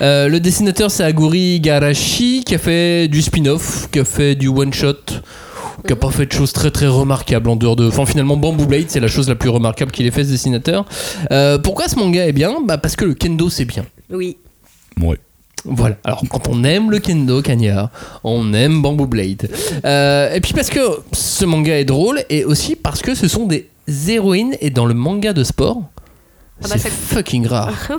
Speaker 1: Euh, le dessinateur, c'est Aguri Garashi, qui a fait du spin-off, qui a fait du one-shot qui a pas fait de choses très très remarquables en dehors de. Enfin, finalement, Bamboo Blade, c'est la chose la plus remarquable qu'il ait fait ce dessinateur. Euh, pourquoi ce manga est bien Bah, parce que le kendo, c'est bien.
Speaker 3: Oui.
Speaker 2: Ouais.
Speaker 1: Voilà. Alors, quand on aime le kendo, Kanya, on aime Bamboo Blade. Euh, et puis parce que ce manga est drôle et aussi parce que ce sont des héroïnes et dans le manga de sport,
Speaker 3: Ah bah,
Speaker 1: c'est
Speaker 3: ça-
Speaker 1: fucking rare.
Speaker 3: oui.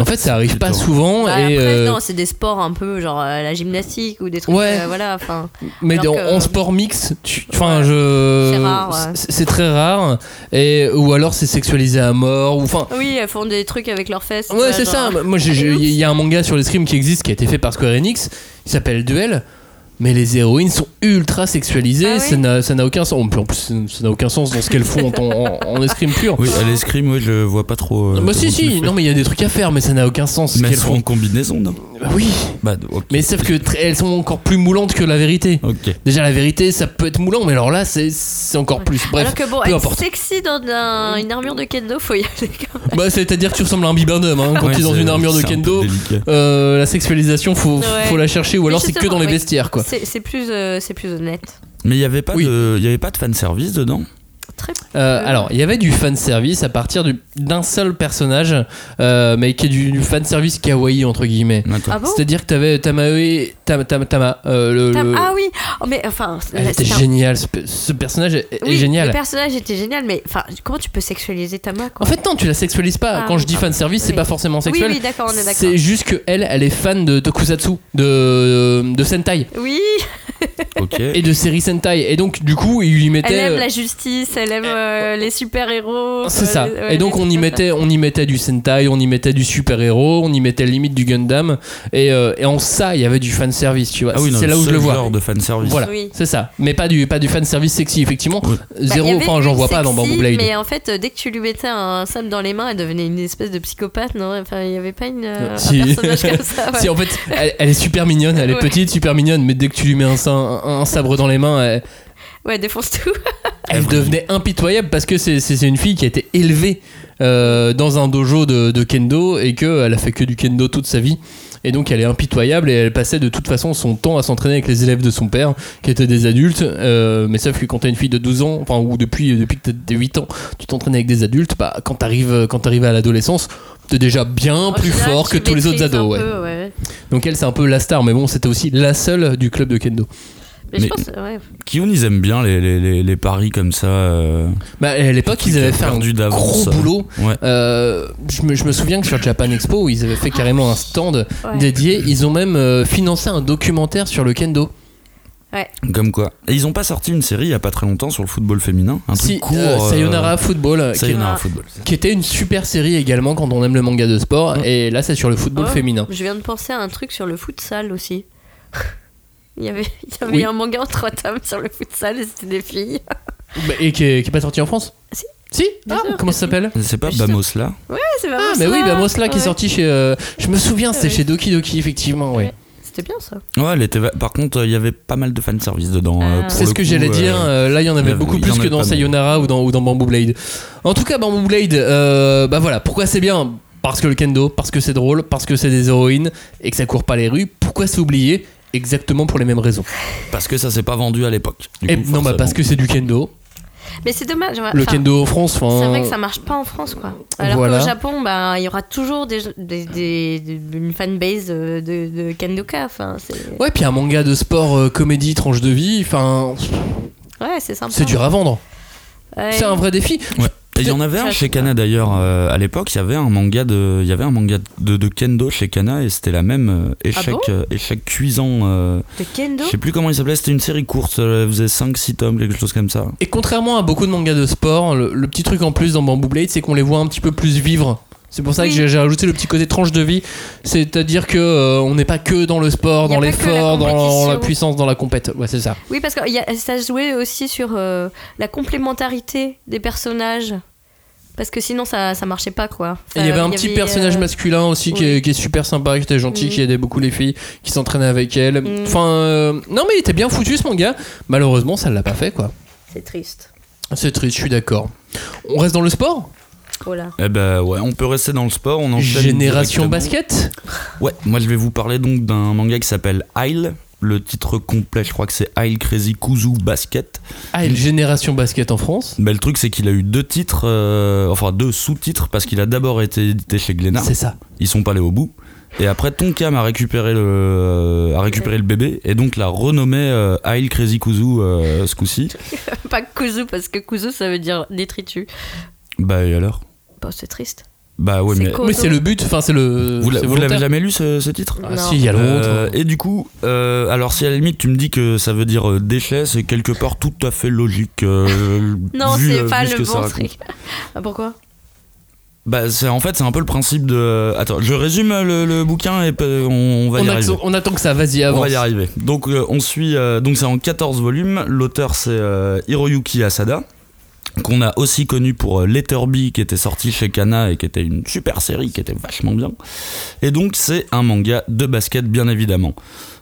Speaker 1: en fait, ça arrive
Speaker 2: c'est
Speaker 1: pas
Speaker 2: toujours-
Speaker 1: souvent.
Speaker 3: Bah,
Speaker 1: et,
Speaker 3: après,
Speaker 1: euh,
Speaker 3: non, c'est des sports un peu genre euh, la gymnastique ou des trucs.
Speaker 1: Ouais.
Speaker 3: euh, voilà, enfin.
Speaker 1: Mais
Speaker 3: Alors
Speaker 1: dans-
Speaker 3: que-
Speaker 1: en sport mix, tu- enfin, je,
Speaker 3: C'est rare, ouais.
Speaker 1: c'est- c'est très rare, et ou alors c'est sexualisé à mort, ou enfin,
Speaker 3: Oui, elles font des trucs avec leurs fesses. euh,
Speaker 1: ouais,
Speaker 3: tu
Speaker 1: c'est
Speaker 3: vois,
Speaker 1: ça. Bah,
Speaker 3: genre.
Speaker 1: Moi, j'ai- j'ai- il y a un manga sur les streams qui existe, qui a été fait par Square Enix, il s'appelle Duel. Mais les héroïnes sont ultra sexualisées,
Speaker 3: Ah oui
Speaker 1: ça n'a- ça n'a aucun sens. En plus, ça n'a aucun sens dans ce qu'elles font en, en, en escrime pur.
Speaker 3: Oh.
Speaker 2: Oui, à l'escrime, ouais, je vois pas trop. euh,
Speaker 1: Bah si
Speaker 2: comment tu
Speaker 1: si,
Speaker 2: fais.
Speaker 1: non mais il y a des trucs à faire, mais ça n'a aucun sens. ce
Speaker 2: Mais
Speaker 1: qu'elles
Speaker 2: elles sont en
Speaker 1: font.
Speaker 2: combinaison, non
Speaker 1: Oui,
Speaker 2: Bah, ok.
Speaker 1: mais sauf que tr- elles sont encore plus moulantes que la vérité.
Speaker 2: Ok.
Speaker 1: Déjà la vérité, ça peut être moulant, mais alors là, c'est- c'est encore plus. Bref,
Speaker 3: Alors que bon,
Speaker 1: peu
Speaker 3: être
Speaker 1: importe.
Speaker 3: sexy dans un- une armure de kendo, faut y aller quand même.
Speaker 1: Bah, c'est-à-dire que tu ressembles à un bibendum hein, quand
Speaker 2: Ouais,
Speaker 1: tu es dans
Speaker 2: c'est-
Speaker 1: une armure de
Speaker 2: c'est un peu
Speaker 1: kendo.
Speaker 2: délicat.
Speaker 1: euh, la sexualisation, faut,
Speaker 3: Ouais.
Speaker 1: faut la chercher, ou
Speaker 3: Mais
Speaker 1: alors c'est que
Speaker 3: justement,
Speaker 1: dans les
Speaker 3: oui.
Speaker 1: vestiaires, quoi.
Speaker 3: C'est c'est plus, euh, c'est plus honnête.
Speaker 2: Mais il y avait pas
Speaker 1: Oui.
Speaker 2: de, il y avait pas de fanservice dedans.
Speaker 3: Très
Speaker 1: Euh, alors, il y avait du fan service à partir du- d'un seul personnage, euh, mais qui est du, fan service kawaii entre guillemets.
Speaker 2: D'accord.
Speaker 3: Ah bon
Speaker 1: C'est-à-dire que t'avais Tamae, Tam, Tam- Tama, euh, le,
Speaker 3: Tam-
Speaker 1: le-
Speaker 3: Ah oui Oh, Mais enfin,
Speaker 1: elle
Speaker 3: là,
Speaker 1: était
Speaker 3: c'est un-
Speaker 1: géniale. Ce, pe- ce personnage est, est
Speaker 3: Oui,
Speaker 1: génial.
Speaker 3: Le personnage était génial, mais enfin, comment tu peux sexualiser ta main
Speaker 1: En
Speaker 3: quoi
Speaker 1: fait, non, tu la sexualises pas.
Speaker 3: Ah,
Speaker 1: Quand je dis
Speaker 3: ah,
Speaker 1: fan service, c'est
Speaker 3: oui.
Speaker 1: pas forcément
Speaker 3: Oui,
Speaker 1: sexuel.
Speaker 3: oui, d'accord, on est d'accord.
Speaker 1: c'est juste que elle, elle est fan de Tokusatsu, de, de Sentai
Speaker 3: Oui, Ah.
Speaker 2: Ok.
Speaker 1: et de séries Sentai. Et donc, du coup, il lui
Speaker 3: elle
Speaker 1: mettait.
Speaker 3: aime
Speaker 1: euh,
Speaker 3: la justice, elle aime euh, les super-héros.
Speaker 1: C'est
Speaker 3: euh,
Speaker 1: ça.
Speaker 3: les- ouais,
Speaker 1: et donc
Speaker 3: les
Speaker 1: on
Speaker 3: trucs
Speaker 1: y
Speaker 3: comme ça.
Speaker 1: mettait, on y mettait du Sentai, on y mettait du super héros, on y mettait limite du Gundam. Et, euh, et en ça, il y avait du fan service, tu vois.
Speaker 2: Ah oui, non,
Speaker 1: c'est là où je
Speaker 2: seul
Speaker 1: le vois.
Speaker 2: genre de fanservice.
Speaker 1: Voilà,
Speaker 3: Oui.
Speaker 1: c'est ça. Mais pas du, pas du fan service sexy, effectivement.
Speaker 2: Oui.
Speaker 3: Bah,
Speaker 1: Zéro.
Speaker 3: il y avait
Speaker 1: Enfin, j'en
Speaker 3: du
Speaker 1: vois pas dans
Speaker 3: sexy,
Speaker 1: Bamboo Blade.
Speaker 3: Mais en fait, euh, dès que tu lui mettais un sable dans les mains, elle devenait une espèce de psychopathe, non Enfin, il n'y avait pas une, euh,
Speaker 1: Euh, si.
Speaker 3: un personnage comme ça. ouais.
Speaker 1: Si, en fait, elle, elle est super mignonne, elle est
Speaker 3: Ouais.
Speaker 1: petite, super mignonne, mais dès que tu lui mets un, sein- un- un sabre dans les mains, elle,
Speaker 3: Ouais, défonce tout.
Speaker 1: elle devenait impitoyable parce que c'est c'est- c'est une fille qui a été élevée euh, dans un dojo de, de kendo et qu'elle a fait que du kendo toute sa vie. Et donc elle est impitoyable et elle passait de toute façon son temps à s'entraîner avec les élèves de son père qui étaient des adultes. Euh, mais sauf que quand t'es une fille de 12 ans, enfin, ou depuis, depuis que t'as 8 ans, tu t'entraînes avec des adultes, bah, quand t'arrives quand t'arrives à l'adolescence, t'es déjà bien
Speaker 3: En
Speaker 1: plus
Speaker 3: général,
Speaker 1: fort que
Speaker 3: tu
Speaker 1: tous les autres
Speaker 3: maîtrises
Speaker 1: ados.
Speaker 3: un
Speaker 1: ouais.
Speaker 3: peu, ouais.
Speaker 1: Donc elle, c'est un peu la star, mais bon, c'était aussi la seule du club de kendo.
Speaker 3: Mais je
Speaker 2: Mais-
Speaker 3: pense, ouais.
Speaker 2: Kiyun, ils aiment bien les, les, les, les paris comme ça. euh,
Speaker 1: Bah, à l'époque,
Speaker 2: Qui
Speaker 1: ils avaient
Speaker 2: a
Speaker 1: fait un
Speaker 2: perdu d'avance.
Speaker 1: gros boulot
Speaker 2: Ouais.
Speaker 1: Euh, je, me, je me souviens que sur Japan Expo, ils avaient fait carrément un stand
Speaker 3: Ouais.
Speaker 1: dédié. Ils ont même euh, financé un documentaire sur le kendo.
Speaker 2: Comme quoi. Et ils ont pas sorti une série il y a pas très longtemps sur le football féminin. Un
Speaker 1: Si,
Speaker 2: truc court.
Speaker 1: euh,
Speaker 2: euh,
Speaker 1: Sayonara Football, euh, qui,
Speaker 2: Sayonara
Speaker 3: Ah.
Speaker 2: Football.
Speaker 1: qui était une super série également quand on aime le manga de sport.
Speaker 2: Mm.
Speaker 1: Et là, c'est sur le football
Speaker 3: Oh,
Speaker 1: féminin.
Speaker 3: Je viens de penser à un truc sur le futsal aussi. il y avait, il y avait
Speaker 1: Oui.
Speaker 3: un manga en trois tomes sur le futsal et c'était des filles.
Speaker 1: Bah, Et qui est, qui est pas sorti en France
Speaker 3: Si.
Speaker 1: Si
Speaker 3: Bien
Speaker 1: Ah,
Speaker 3: sûr,
Speaker 1: Comment ça s'appelle
Speaker 2: C'est pas
Speaker 3: Je
Speaker 2: Bamos là
Speaker 3: Ouais, c'est
Speaker 1: Ah,
Speaker 3: vraiment
Speaker 1: mais
Speaker 3: ça.
Speaker 1: oui, bah Mosla qui est
Speaker 3: Ouais.
Speaker 1: sorti chez. euh, je me souviens, c'est
Speaker 3: Ouais.
Speaker 1: chez Doki Doki, effectivement, ouais.
Speaker 3: Ouais. C'était bien ça.
Speaker 2: Ouais, elle était va- par contre, euh, il y avait pas mal de fanservice dedans. euh,
Speaker 3: Ah.
Speaker 2: pour
Speaker 1: C'est
Speaker 2: le
Speaker 1: ce que
Speaker 2: coup,
Speaker 1: j'allais
Speaker 2: euh,
Speaker 1: dire. euh, là, il y en
Speaker 2: il y
Speaker 1: avait
Speaker 2: en
Speaker 1: beaucoup
Speaker 2: avait- il y
Speaker 1: plus
Speaker 2: en
Speaker 1: que
Speaker 2: avait
Speaker 1: dans
Speaker 2: pas mal.
Speaker 1: Sayonara ou dans, ou dans Bamboo Blade. En tout cas, Bamboo Blade, euh, bah voilà, pourquoi c'est bien Parce que le kendo, parce que c'est drôle, parce que c'est des héroïnes et que ça court pas les rues. Pourquoi s'oublier Exactement pour les mêmes raisons.
Speaker 2: Parce que ça s'est pas vendu à l'époque. du
Speaker 1: Et
Speaker 2: coup,
Speaker 1: non, bah
Speaker 2: forcément.
Speaker 1: parce que c'est du kendo.
Speaker 3: Mais c'est dommage. ouais.
Speaker 1: Le
Speaker 3: Ah, Enfin,
Speaker 1: kendo en France,
Speaker 3: C'est
Speaker 1: enfin.
Speaker 3: vrai que ça marche pas en France, quoi. Alors
Speaker 1: Voilà.
Speaker 3: qu'au Japon, bah, il y aura toujours des, des, des- des- une fanbase euh, de, de Kandoka. Enfin, c'est-
Speaker 1: Ouais, puis un manga de sport, euh, comédie, tranche de vie, enfin,
Speaker 3: ouais, c'est sympa.
Speaker 1: c'est dur à vendre.
Speaker 3: Ouais.
Speaker 1: C'est un vrai défi.
Speaker 2: Ouais. Et il y en avait
Speaker 3: Ça,
Speaker 2: un
Speaker 3: je
Speaker 2: chez
Speaker 3: sais
Speaker 2: Kana d'ailleurs euh, à l'époque. Il y avait un manga de, il y avait un manga de, de kendo chez Kana et c'était la même euh, échec,
Speaker 3: Ah bon
Speaker 2: euh, échec cuisant. euh,
Speaker 3: De Kendo
Speaker 2: je sais plus comment il s'appelait. C'était une série courte. Elle faisait 5-6 tomes, quelque chose comme ça.
Speaker 1: Et contrairement à beaucoup de mangas de sport, le, le petit truc en plus dans Bamboo Blade, c'est qu'on les voit un petit peu plus vivre. C'est pour ça
Speaker 3: Oui.
Speaker 1: que j'ai- j'ai rajouté le petit côté tranche de vie, c'est-à-dire que euh, on n'est pas que dans le sport,
Speaker 3: Il y a
Speaker 1: dans
Speaker 3: pas
Speaker 1: l'effort,
Speaker 3: que
Speaker 1: dans
Speaker 3: la
Speaker 1: la
Speaker 3: compétition.
Speaker 1: puissance, dans la compète. Ouais, c'est ça.
Speaker 3: Oui, parce que y a- ça se jouait aussi sur euh, la complémentarité des personnages. Parce que sinon, ça, ça marchait pas, quoi.
Speaker 1: Et
Speaker 3: euh,
Speaker 1: il y avait un petit personnage masculin aussi qui, est, qui est super sympa, qui était gentil,
Speaker 3: Mhm.
Speaker 1: qui aidait beaucoup les filles, qui s'entraînait avec elles.
Speaker 3: Mhm.
Speaker 1: Enfin, euh, non mais il était bien foutu ce manga. Malheureusement, ça ne l'a pas fait quoi.
Speaker 3: C'est triste.
Speaker 1: C'est triste, je suis d'accord. On reste dans le sport
Speaker 3: Voilà.
Speaker 2: Eh ben ouais, on peut rester dans le sport. On enchaîne.
Speaker 1: Génération
Speaker 2: directement.
Speaker 1: basket
Speaker 2: Ouais, moi je vais vous parler donc d'un manga qui s'appelle Isle. Le titre complet, je crois que c'est Isle Crazy Kuzu Basket.
Speaker 1: Ah, et le Génération basket en France
Speaker 2: Bah, le truc, c'est qu'il a eu deux titres, euh, enfin deux sous-titres, parce qu'il a d'abord été édité chez Glénat.
Speaker 1: C'est ça.
Speaker 2: Ils sont pas allés au bout. Et après, Tonkam a récupéré le, euh, a récupéré le bébé et donc l'a renommé euh, Isle Crazy Kuzu euh, ce coup-ci.
Speaker 3: Pas Kuzu, parce que Kuzu, ça veut dire détritus.
Speaker 2: Bah et alors
Speaker 3: Bon, c'est triste.
Speaker 2: Bah ouais,
Speaker 3: C'est
Speaker 2: mais.
Speaker 3: quoi
Speaker 1: Mais c'est le but, enfin c'est le.
Speaker 2: Vous, la-
Speaker 1: c'est
Speaker 2: vous l'avez
Speaker 1: volontaire.
Speaker 2: jamais lu ce, ce titre
Speaker 1: Ah,
Speaker 3: Non.
Speaker 1: si, il y a longtemps.
Speaker 2: Euh, et du coup, euh, alors si à la limite tu me dis que ça veut dire euh, déchet, c'est quelque part tout à fait logique. euh,
Speaker 3: Non,
Speaker 2: vu,
Speaker 3: c'est
Speaker 2: euh,
Speaker 3: pas
Speaker 2: vu ce
Speaker 3: le
Speaker 2: que ça
Speaker 3: bon
Speaker 2: raconte.
Speaker 3: truc. Ah, Pourquoi
Speaker 2: Bah c'est en fait c'est un peu le principe de. Attends, je résume euh, le, le bouquin et pe- on, on va
Speaker 1: on,
Speaker 2: y
Speaker 1: attend-
Speaker 2: arriver.
Speaker 1: on attend que ça, vas-y, avance.
Speaker 2: On va y arriver. Donc euh, on suit euh, donc c'est en 14 volumes, l'auteur c'est euh, Hiroyuki Asada qu'on a aussi connu pour euh, Letterby qui était sorti chez Kana et qui était une super série qui était vachement bien. Et donc c'est un manga de basket bien évidemment.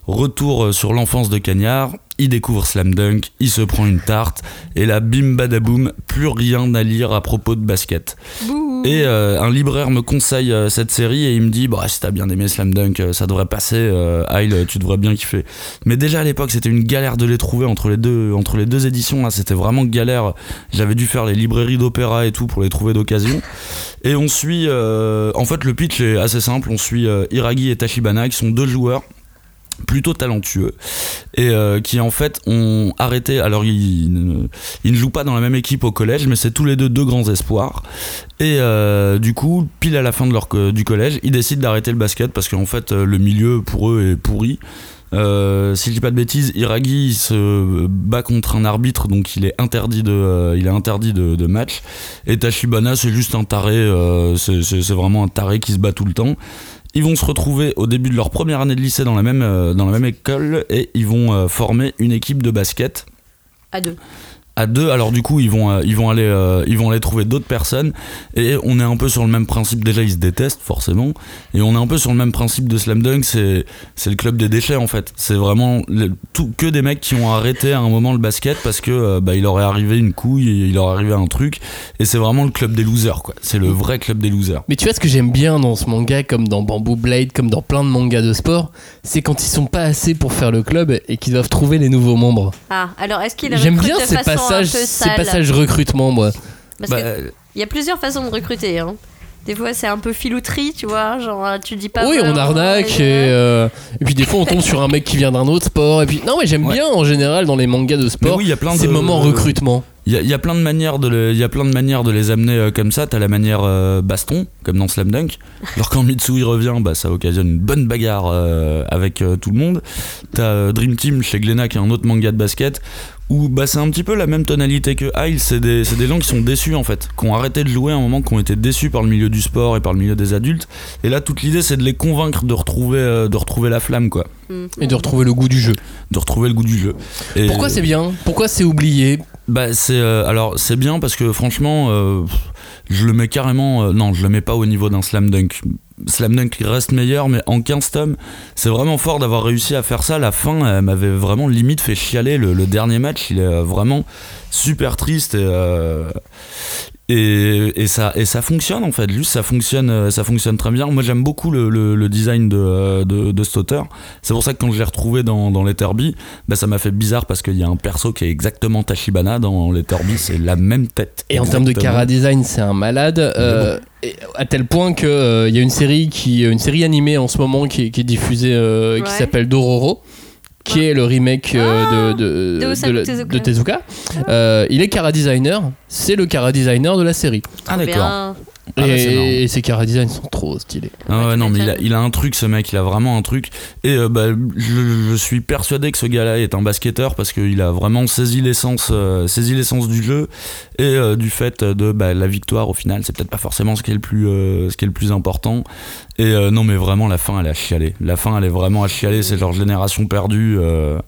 Speaker 2: Retour euh, sur l'enfance de Cagnard, il découvre Slam Dunk, il se prend une tarte, et là, bim badaboum, plus rien à lire à propos de basket.
Speaker 3: Bouh.
Speaker 2: Et euh, un libraire me conseille euh, cette série et il me dit bah si t'as bien aimé Slam Dunk euh, ça devrait passer euh, Aile, euh, tu devrais bien kiffer. Mais déjà à l'époque c'était une galère de les trouver entre les deux entre les deux éditions là c'était vraiment galère. J'avais dû faire les librairies d'opéra et tout pour les trouver d'occasion. Et on suit euh, en fait le pitch est assez simple on suit euh, Iragi et Tachibana qui sont deux joueurs plutôt talentueux et euh, qui en fait ont arrêté alors ils, ne- ils ne jouent pas dans la même équipe au collège mais c'est tous les deux deux grands espoirs et euh, du coup, pile à la fin de leur, co- du collège, ils décident d'arrêter le basket parce qu'en fait, euh, le milieu pour eux est pourri. Euh, si je dis pas de bêtises, Iragi il se bat contre un arbitre, donc il est interdit de, euh, il est interdit de, de match. Et Tachibana, c'est juste un taré, euh, c'est c'est- c'est vraiment un taré qui se bat tout le temps. Ils vont se retrouver au début de leur première année de lycée dans la même, euh, dans la même école et ils vont euh, former une équipe de basket
Speaker 3: À deux.
Speaker 2: à deux alors du coup ils vont euh, ils vont aller euh, ils vont aller trouver d'autres personnes et on est un peu sur le même principe déjà ils se détestent forcément et on est un peu sur le même principe de slam dunk c'est c'est le club des déchets en fait c'est vraiment le- tout que des mecs qui ont arrêté à un moment le basket parce que euh, bah, il leur est arrivé une couille il leur est arrivé un truc et c'est vraiment le club des losers quoi c'est le vrai club des losers
Speaker 1: Mais tu vois ce que j'aime bien dans ce manga, comme dans Bamboo Blade, comme dans plein de mangas de sport, c'est quand ils sont pas assez pour faire le club et qu'ils doivent trouver les nouveaux membres.
Speaker 3: Ah, alors est-ce qu'il
Speaker 1: J'aime
Speaker 3: recrute
Speaker 1: bien
Speaker 3: de
Speaker 1: ces
Speaker 3: façon
Speaker 1: passages,
Speaker 3: un
Speaker 1: ces
Speaker 3: peu sale
Speaker 1: passages recrutement, moi.
Speaker 3: Parce
Speaker 2: Bah,
Speaker 3: que Il y a plusieurs façons de recruter. hein. Des fois, c'est un peu filouterie, tu vois. Genre, euh, tu dis pas.
Speaker 1: oui, on
Speaker 3: vraiment,
Speaker 1: arnaque et,
Speaker 3: euh,
Speaker 1: euh, et puis des fois on tombe sur un mec qui vient d'un autre sport et puis non mais j'aime
Speaker 2: Ouais.
Speaker 1: bien en général dans les mangas de
Speaker 2: mais
Speaker 1: sport
Speaker 2: oui, il y a plein
Speaker 1: ces
Speaker 2: de- euh,
Speaker 1: moments recrutement.
Speaker 2: Il y, a- il y a plein de manières de les, il y a plein de manières de les amener euh, comme ça. T'as la manière euh, baston, comme dans Slam Dunk. Alors quand Mitsu il revient, bah ça occasionne une bonne bagarre euh, avec euh, tout le monde. T'as euh, Dream Team chez Glénat qui est un autre manga de basket où bah c'est un petit peu la même tonalité que Isle. C'est des c'est des gens qui sont déçus en fait, qui ont arrêté de jouer à un moment, qui ont été déçus par le milieu du sport et par le milieu des adultes. Et là toute l'idée c'est de les convaincre de retrouver euh, de retrouver la flamme quoi,
Speaker 3: hmm.
Speaker 1: Et de retrouver le goût du jeu.
Speaker 2: de retrouver le goût du jeu. Et-
Speaker 1: Pourquoi c'est bien Pourquoi c'est oublié
Speaker 2: bah c'est euh, alors c'est bien parce que franchement euh, pff, je le mets carrément euh, non je le mets pas au niveau d'un slam dunk. Slam Dunk il reste meilleur mais en 15 tomes c'est vraiment fort d'avoir réussi à faire ça. La fin elle m'avait vraiment limite fait chialer le, le dernier match il est euh, vraiment super triste et, euh, et, et ça et ça fonctionne en fait juste ça fonctionne euh, ça fonctionne très bien. Moi j'aime beaucoup le, le- le design de, euh, de, de cet auteur c'est pour ça que quand je l'ai retrouvé dans, dans Letterby bah ça m'a fait bizarre parce qu'il y a un perso qui est exactement Tachibana dans les Torbi, c'est la même tête.
Speaker 1: Et en termes de
Speaker 2: Exactement.
Speaker 1: cara design, c'est un malade. euh, et à tel point que euh, il y a une série qui, une série animée en ce moment qui, est- qui est diffusée, euh,
Speaker 3: Ouais.
Speaker 1: qui s'appelle Dororo, qui
Speaker 3: Ouais.
Speaker 1: est le remake euh,
Speaker 3: Ah,
Speaker 1: de,
Speaker 3: de Ah. Osamu
Speaker 1: la-
Speaker 3: Tezuka.
Speaker 1: de Tezuka. Euh, il est cara designer, c'est le cara designer de la série.
Speaker 2: Ah
Speaker 3: eh Bien.
Speaker 2: d'accord. Ah, bah, c'est marrant.
Speaker 1: et, et ses cara designs sont trop stylés.
Speaker 2: Ah ouais,
Speaker 3: tu
Speaker 2: non, mais il a,
Speaker 3: m'étonnes.
Speaker 2: il a un truc, ce mec, il a vraiment un truc. Et euh, bah, je, je suis persuadé que ce gars-là est un basketteur parce qu'il a vraiment saisi l'essence, euh, saisi l'essence du jeu et euh, du fait de bah, la victoire au final. C'est peut-être pas forcément ce qui est le plus, euh, ce qui est le plus important. Et euh, non, mais vraiment, la fin, elle est à chialer. La fin, elle est vraiment à chialer. C'est genre génération perdue. euh,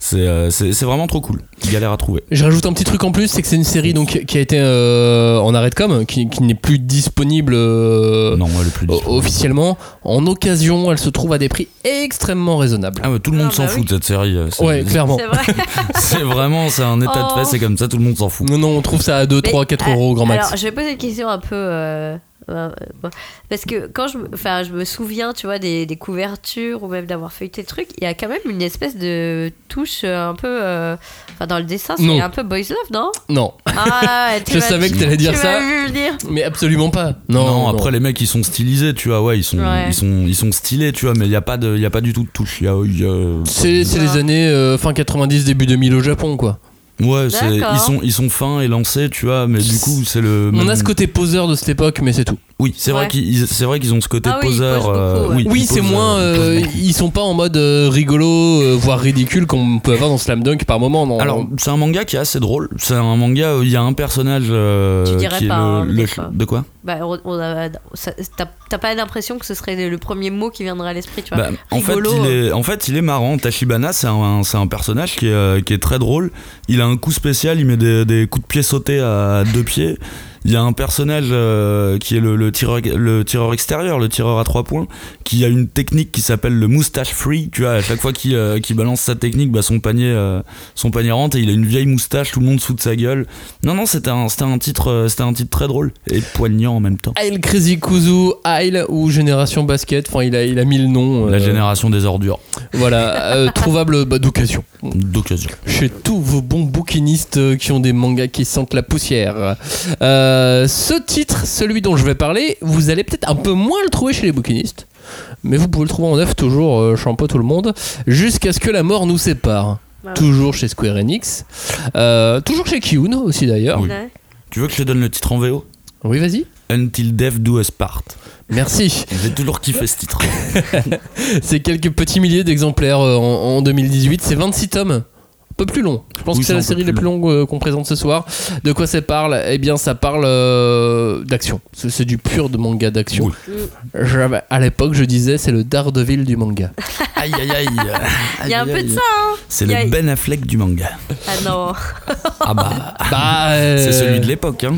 Speaker 2: c'est, euh, c'est, c'est vraiment trop cool. Galère à trouver.
Speaker 1: Je rajoute un petit truc en plus, c'est que c'est une série donc qui a été euh, en arrêt de com, qui, qui n'est plus disponible. euh,
Speaker 2: non, moi, le plus.
Speaker 1: o- Officiellement, en occasion, elle se trouve à des prix extrêmement raisonnables.
Speaker 2: Ah, mais tout le monde
Speaker 3: Ah,
Speaker 2: s'en
Speaker 3: bah
Speaker 2: fout
Speaker 3: oui.
Speaker 2: de cette série. euh, c'est-
Speaker 1: Ouais, clairement.
Speaker 3: C'est vrai.
Speaker 2: C'est vraiment, c'est un état
Speaker 3: Oh.
Speaker 2: de fait, c'est comme ça, tout le monde s'en fout.
Speaker 1: Non, non, on trouve ça à 2,
Speaker 3: Mais,
Speaker 1: 3, 4
Speaker 3: euh,
Speaker 1: euros au grand max.
Speaker 3: Alors, je vais poser une question un peu. euh, euh, bon. parce que quand je, me- enfin, je me souviens, tu vois, des, des couvertures ou même d'avoir feuilleté le truc, il y a quand même une espèce de touche euh, un peu. euh, Enfin, dans le dessin, c'est
Speaker 1: Non.
Speaker 3: un peu boys love, non
Speaker 1: Non,
Speaker 3: Ah, tu
Speaker 1: je
Speaker 3: m'as-
Speaker 1: savais que t'allais dire
Speaker 3: tu
Speaker 1: ça,
Speaker 3: m'as vu le dire.
Speaker 1: mais absolument pas. Non,
Speaker 2: Non, après les mecs ils sont stylisés, tu vois, ouais, ils sont,
Speaker 3: Ouais.
Speaker 2: ils sont, ils sont stylés, tu vois, mais il y a pas de, il y a pas du tout de touche. il Y a, il y a-
Speaker 1: C'est c'est les années euh, fin 90, début 2000 au Japon, quoi.
Speaker 2: ouais, c'est,
Speaker 3: D'accord.
Speaker 2: ils sont, ils sont fins et lancés, tu vois, mais du coup c'est le.
Speaker 1: On a
Speaker 2: même-
Speaker 1: ce côté poseur de cette époque, mais c'est tout.
Speaker 2: Oui, c'est
Speaker 3: Ouais.
Speaker 2: vrai qu'ils, c'est vrai qu'ils ont ce côté
Speaker 3: Ah oui, ils
Speaker 2: poseur.
Speaker 3: posent
Speaker 2: euh,
Speaker 3: beaucoup, ouais.
Speaker 2: ils
Speaker 1: Oui, c'est
Speaker 2: posent,
Speaker 1: moins.
Speaker 2: euh,
Speaker 1: euh,
Speaker 2: ils posent beaucoup.
Speaker 1: ils sont pas en mode euh, rigolo, euh, voire ridicule, qu'on peut avoir dans Slam Dunk par moment. non.
Speaker 2: Alors c'est un manga qui est assez drôle. C'est un manga où il y a un personnage euh,
Speaker 3: Tu dirais
Speaker 2: qui est
Speaker 3: pas,
Speaker 2: le-
Speaker 3: hein,
Speaker 2: le,
Speaker 3: peut-être pas.
Speaker 2: de quoi
Speaker 3: Bah, on- on a- ça- t'as t'as pas l'impression que ce serait le premier mot qui viendrait à l'esprit, tu
Speaker 2: Bah,
Speaker 3: vois
Speaker 2: en, fait,
Speaker 3: rigolo.
Speaker 2: il est, en fait, il est marrant. Tachibana, c'est un, c'est un personnage qui est, euh, qui est très drôle. Il a un coup spécial, il met des, des coups de pied sautés à deux pieds. Il y a un personnage euh, qui est le, le tireur, le tireur extérieur, le tireur à trois points, qui a une technique qui s'appelle le moustache free. Tu vois, à chaque fois qu'il euh, qu'il balance sa technique, bah, son, panier, euh, son panier rentre et il a une vieille moustache, tout le monde sous de sa gueule. Non, non, c'était un, c'était un, titre, euh, c'était un titre très drôle et poignant en même temps.
Speaker 1: Aile Crazy Kuzu, Aile ou Génération Basket, enfin il a, il a mis le nom. euh,
Speaker 2: La génération des ordures.
Speaker 1: Voilà, euh, trouvable bah, d'occasion.
Speaker 2: D'occasion.
Speaker 1: Chez tous vos bons bouquinistes euh, qui ont des mangas qui sentent la poussière. Euh, ce titre, celui dont je vais parler, vous allez peut-être un peu moins le trouver chez les bouquinistes. Mais vous pouvez le trouver en neuf toujours, euh, champeau tout le monde, jusqu'à ce que la mort nous sépare.
Speaker 3: Wow.
Speaker 1: Toujours chez Square Enix. Euh, toujours chez Kiyun aussi d'ailleurs.
Speaker 2: Oui. Tu veux que je te donne le titre en VO
Speaker 1: oui vas-y.
Speaker 2: Until Death Do Us Part.
Speaker 1: Merci.
Speaker 2: J'ai toujours kiffé ce titre.
Speaker 1: C'est quelques petits milliers d'exemplaires euh, en, en 2018. C'est 26 tomes. Un peu plus long. Je pense
Speaker 2: Oui,
Speaker 1: que c'est
Speaker 2: c'est
Speaker 1: la
Speaker 2: un peu
Speaker 1: série
Speaker 2: plus
Speaker 1: la plus longue euh, qu'on présente ce soir. De quoi ça parle Eh bien, ça parle euh, d'action. C'est c'est du pur de manga d'action.
Speaker 2: Oui.
Speaker 1: J'avais- À l'époque, je disais, c'est le Daredevil du manga.
Speaker 2: Aïe aïe aïe.
Speaker 3: Il y a un
Speaker 2: Aïe,
Speaker 3: peu
Speaker 2: aïe.
Speaker 3: de ça, hein
Speaker 2: C'est
Speaker 3: Il y a-
Speaker 2: le Ben Affleck du manga.
Speaker 3: Ah non.
Speaker 2: Ah bah,
Speaker 1: Bah, euh,
Speaker 2: c'est celui de l'époque. Hein.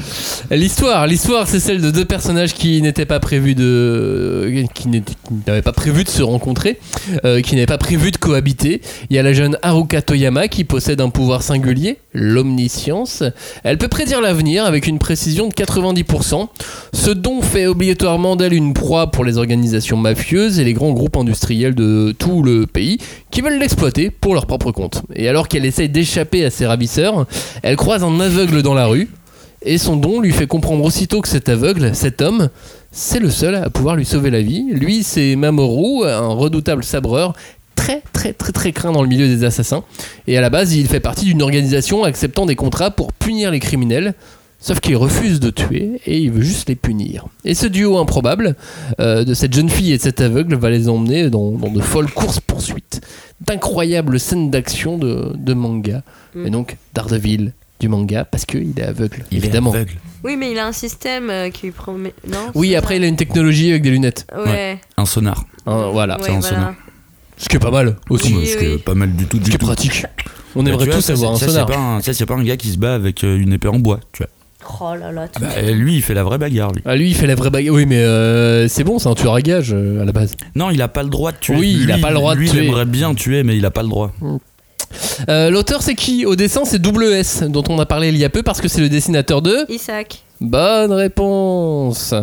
Speaker 1: L'histoire, l'histoire, c'est celle de deux personnages qui n'étaient pas prévus de, qui n'étaient- qui n'avaient pas prévu de se rencontrer, euh, qui n'avaient pas prévu de cohabiter. Il y a la jeune Haruka Toyama qui possède un pouvoir singulier, l'omniscience. Elle peut prédire l'avenir avec une précision de 90%. Ce don fait obligatoirement d'elle une proie pour les organisations mafieuses et les grands groupes industriels de tout le pays qui veulent l'exploiter pour leur propre compte. Et alors qu'elle essaye d'échapper à ses ravisseurs, elle croise un aveugle dans la rue et son don lui fait comprendre aussitôt que cet aveugle, cet homme, c'est le seul à pouvoir lui sauver la vie. Lui, c'est Mamoru, un redoutable sabreur, très très très très craint dans le milieu des assassins. Et à la base, il fait partie d'une organisation acceptant des contrats pour punir les criminels. Sauf qu'il refuse de tuer et il veut juste les punir. Et ce duo improbable euh, de cette jeune fille et de cet aveugle va les emmener dans, dans de folles courses-poursuites, d'incroyables scènes d'action de, de manga.
Speaker 3: Mm.
Speaker 1: Et donc, Daredevil du manga, parce qu'il est aveugle,
Speaker 2: Il est
Speaker 1: évidemment.
Speaker 2: aveugle.
Speaker 3: Oui, mais il a un système euh, qui lui promet. Non
Speaker 1: Oui,
Speaker 3: c'est
Speaker 1: après,
Speaker 3: ça
Speaker 1: il a une technologie avec des lunettes.
Speaker 3: Ouais.
Speaker 2: Un sonar.
Speaker 1: Hein, voilà.
Speaker 3: Ouais,
Speaker 2: c'est un
Speaker 3: voilà.
Speaker 1: Ce qui est pas mal aussi.
Speaker 3: Oui,
Speaker 2: ce qui est
Speaker 3: oui.
Speaker 2: pas mal du tout.
Speaker 1: Ce
Speaker 2: Du
Speaker 1: qui est
Speaker 2: tout.
Speaker 1: pratique. On
Speaker 2: Bah,
Speaker 1: aimerait
Speaker 2: tu vois,
Speaker 1: tous
Speaker 2: ça,
Speaker 1: avoir un
Speaker 2: c'est- ça,
Speaker 1: sonar.
Speaker 2: C'est pas un, ça, c'est pas un gars qui se bat avec euh, une épée en bois. Tu vois.
Speaker 3: Oh là là. tu-
Speaker 2: Ah bah, lui, il fait la vraie bagarre. Lui.
Speaker 1: Ah, lui, il fait la vraie bagarre. Oui, mais euh, c'est bon, c'est un tueur à gage à la base.
Speaker 2: Non, il a pas le droit de tuer.
Speaker 1: Oui, il a
Speaker 2: Lui,
Speaker 1: pas le droit de
Speaker 2: lui,
Speaker 1: tuer.
Speaker 2: Il aimerait bien tuer, mais il a pas le droit.
Speaker 1: Euh, L'auteur, c'est qui Au dessin, c'est WS, dont on a parlé il y a peu, parce que c'est le dessinateur de.
Speaker 3: Isaac.
Speaker 1: Bonne réponse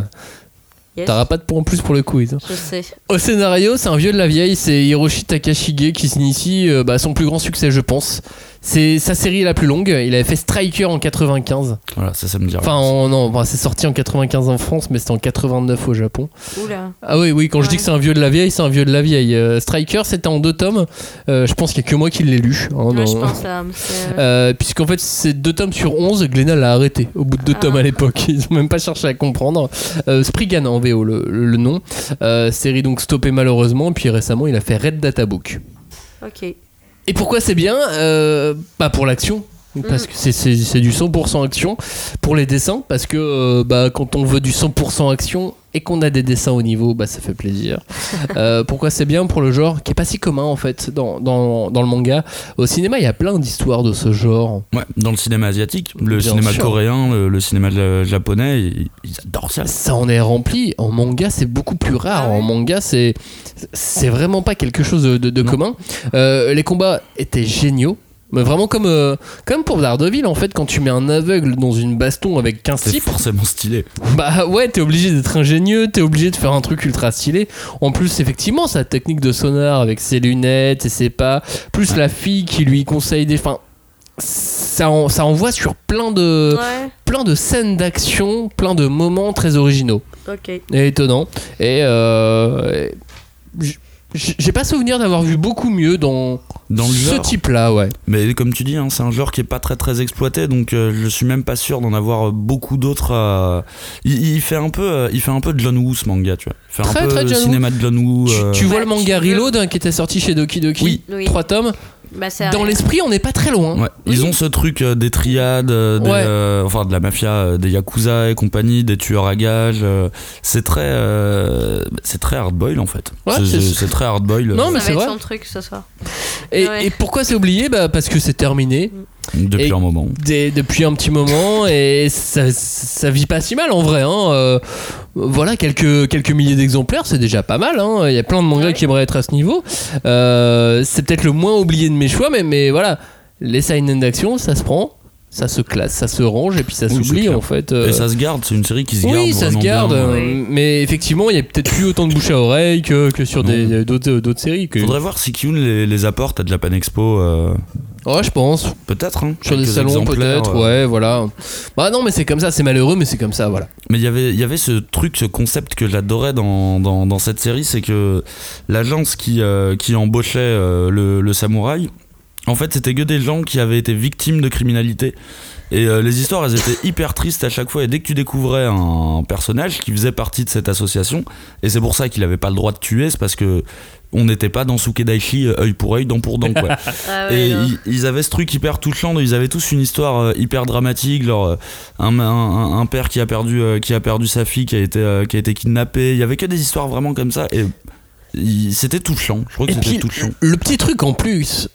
Speaker 3: Yes.
Speaker 1: T'auras pas de point en plus pour le quiz. hein.
Speaker 3: Je sais.
Speaker 1: Au scénario, c'est un vieux de la vieille, c'est Hiroshi Takashige qui s'initie euh, bah, à son plus grand succès, je pense. C'est sa série est la plus longue. Il avait fait Striker en 95.
Speaker 2: Voilà, ça, ça me dit.
Speaker 1: Enfin, en- non, bah, c'est sorti en 95 en France, mais c'était en 89 au Japon.
Speaker 3: Oula.
Speaker 1: Ah oui, oui, quand je
Speaker 3: Ouais.
Speaker 1: dis que c'est un vieux de la vieille, c'est un vieux de la vieille. Euh, Striker, c'était en deux tomes. Euh, je pense qu'il n'y a que moi qui l'ai lu. hein,
Speaker 3: Moi,
Speaker 1: dans-
Speaker 3: je pense là. mais c'est-
Speaker 1: Euh, Puisqu'en fait, c'est deux tomes sur 11. Glénat l'a arrêté au bout de deux
Speaker 3: Ah.
Speaker 1: tomes à l'époque. Ils n'ont même pas cherché à comprendre. Euh, Spriggan en VO, le, le- le nom. Euh, série donc stoppée malheureusement. Puis récemment, il a fait Red Data Book. Euh,
Speaker 3: Ok.
Speaker 1: Et pourquoi c'est bien Euh, Pas pour l'action. Parce que c'est- c'est c'est du 100% action. Pour les dessins, parce que euh, bah, quand on veut du 100% action et qu'on a des dessins au niveau, bah, ça fait plaisir. Euh, pourquoi c'est bien Pour le genre qui est pas si commun en fait dans, dans, dans le manga. Au cinéma, il y a plein d'histoires de ce genre.
Speaker 2: Ouais, dans le cinéma asiatique, le
Speaker 1: Bien
Speaker 2: cinéma
Speaker 1: sûr.
Speaker 2: coréen, le, le cinéma euh, japonais, ils, ils adorent ça.
Speaker 1: Ah, Ça en est rempli. En manga, c'est beaucoup plus rare. En manga, c'est c'est vraiment pas quelque chose de, de- de
Speaker 2: Non.
Speaker 1: commun. Euh, les combats étaient géniaux. Mais vraiment comme, euh, comme pour Daredevil, en fait, quand tu mets un aveugle dans une baston avec 15
Speaker 2: C'est
Speaker 1: types,
Speaker 2: forcément stylé.
Speaker 1: bah ouais, t'es obligé d'être ingénieux, t'es obligé de faire un truc ultra stylé. En plus, effectivement, sa technique de sonar avec ses lunettes et ses pas, plus la fille qui lui conseille des... Enfin, ça, en- ça envoie sur plein de,
Speaker 3: Ouais.
Speaker 1: plein de scènes d'action, plein de moments très originaux
Speaker 3: Ok.
Speaker 1: et étonnant. Et euh, j- j- j'ai pas souvenir d'avoir vu beaucoup mieux dans,
Speaker 2: Dans le
Speaker 1: ce
Speaker 2: genre.
Speaker 1: type-là, ouais.
Speaker 2: Mais comme tu dis, hein, c'est un genre qui est pas très très exploité, donc euh, je suis même pas sûr d'en avoir euh, beaucoup d'autres. euh, Il, il fait un peu, euh, il fait un peu John Woo ce manga, tu vois. Il fait
Speaker 1: Très,
Speaker 2: un peu
Speaker 1: très
Speaker 2: le
Speaker 1: John Woo.
Speaker 2: cinéma de John Woo.
Speaker 1: Tu-
Speaker 2: euh,
Speaker 1: tu vois le
Speaker 3: Bah,
Speaker 1: manga
Speaker 3: tu veux-
Speaker 1: Reload hein, qui était sorti chez Doki Doki,
Speaker 2: Oui.
Speaker 3: Oui.
Speaker 1: trois tomes.
Speaker 3: Bah, c'est
Speaker 1: Dans l'esprit, on n'est pas très loin.
Speaker 2: ouais. Ils ont ce truc euh, des triades, euh, des,
Speaker 1: Ouais.
Speaker 2: euh, enfin de la mafia, euh, des yakuza et compagnie, des tueurs à gages. euh, c'est très, euh, c'est très hard boil en fait.
Speaker 1: Ouais,
Speaker 2: C'est-
Speaker 1: c'est-
Speaker 2: c'est c'est très hard euh, boil.
Speaker 1: Non,
Speaker 3: Ça
Speaker 1: mais
Speaker 3: va
Speaker 1: c'est
Speaker 3: être
Speaker 1: vrai.
Speaker 3: son truc ce soir.
Speaker 1: Et,
Speaker 3: Ouais.
Speaker 1: et pourquoi c'est oublié bah, Parce que c'est terminé.
Speaker 2: Depuis
Speaker 1: Et-
Speaker 2: un moment.
Speaker 1: Des- depuis un petit moment et ça, ça vit pas si mal en vrai. hein. Euh, voilà, quelques, quelques milliers d'exemplaires, c'est déjà pas mal. hein. Il y a plein de mangas qui aimeraient être à ce niveau. Euh, c'est peut-être le moins oublié de mes choix, mais, mais voilà, les seinen d'action, ça se prend, ça se classe, ça se range et puis ça
Speaker 2: Oui, c'est
Speaker 1: s'oublie
Speaker 2: clair.
Speaker 1: en fait. Euh,
Speaker 2: Et ça se garde, c'est une série qui se garde.
Speaker 1: oui, ça se
Speaker 2: vraiment bien.
Speaker 1: garde, euh, mais effectivement, il y a peut-être plus autant de bouche à oreille que, que sur des- d'autres euh, d'autres séries. Que...
Speaker 2: Faudrait voir si Kyun les, les apporte à Japan Expo. euh,
Speaker 1: Ouais, je pense.
Speaker 2: peut-être, hein.
Speaker 1: Sur des
Speaker 2: Quelques
Speaker 1: salons
Speaker 2: exemplaires,
Speaker 1: peut-être,
Speaker 2: euh.
Speaker 1: ouais, voilà. Bah non, mais c'est comme ça, c'est malheureux, mais c'est comme ça, voilà.
Speaker 2: Mais il y avait- il y avait ce truc, ce concept que j'adorais dans, dans, dans cette série, c'est que l'agence qui, euh, qui embauchait euh, le, le samouraï, en fait, c'était que des gens qui avaient été victimes de criminalité. Et euh, les histoires, elles étaient hyper tristes à chaque fois. Et dès que tu découvrais un personnage qui faisait partie de cette association, et c'est pour ça qu'il n'avait pas le droit de tuer, c'est parce que on n'était pas dans Sukedaishi euh, œil pour œil, dent pour dent, quoi.
Speaker 3: Ah ouais,
Speaker 2: Et
Speaker 3: non.
Speaker 2: ils, ils avaient ce truc hyper touchant, de- ils avaient tous une histoire euh, hyper dramatique, genre euh, un, un- un père qui a perdu euh, qui a perdu sa fille, qui a été euh, qui a été kidnappé. Il y avait que des histoires vraiment comme ça et il- c'était touchant. Je crois que
Speaker 1: Et
Speaker 2: c'était
Speaker 1: puis,
Speaker 2: touchant.
Speaker 1: le petit truc en plus,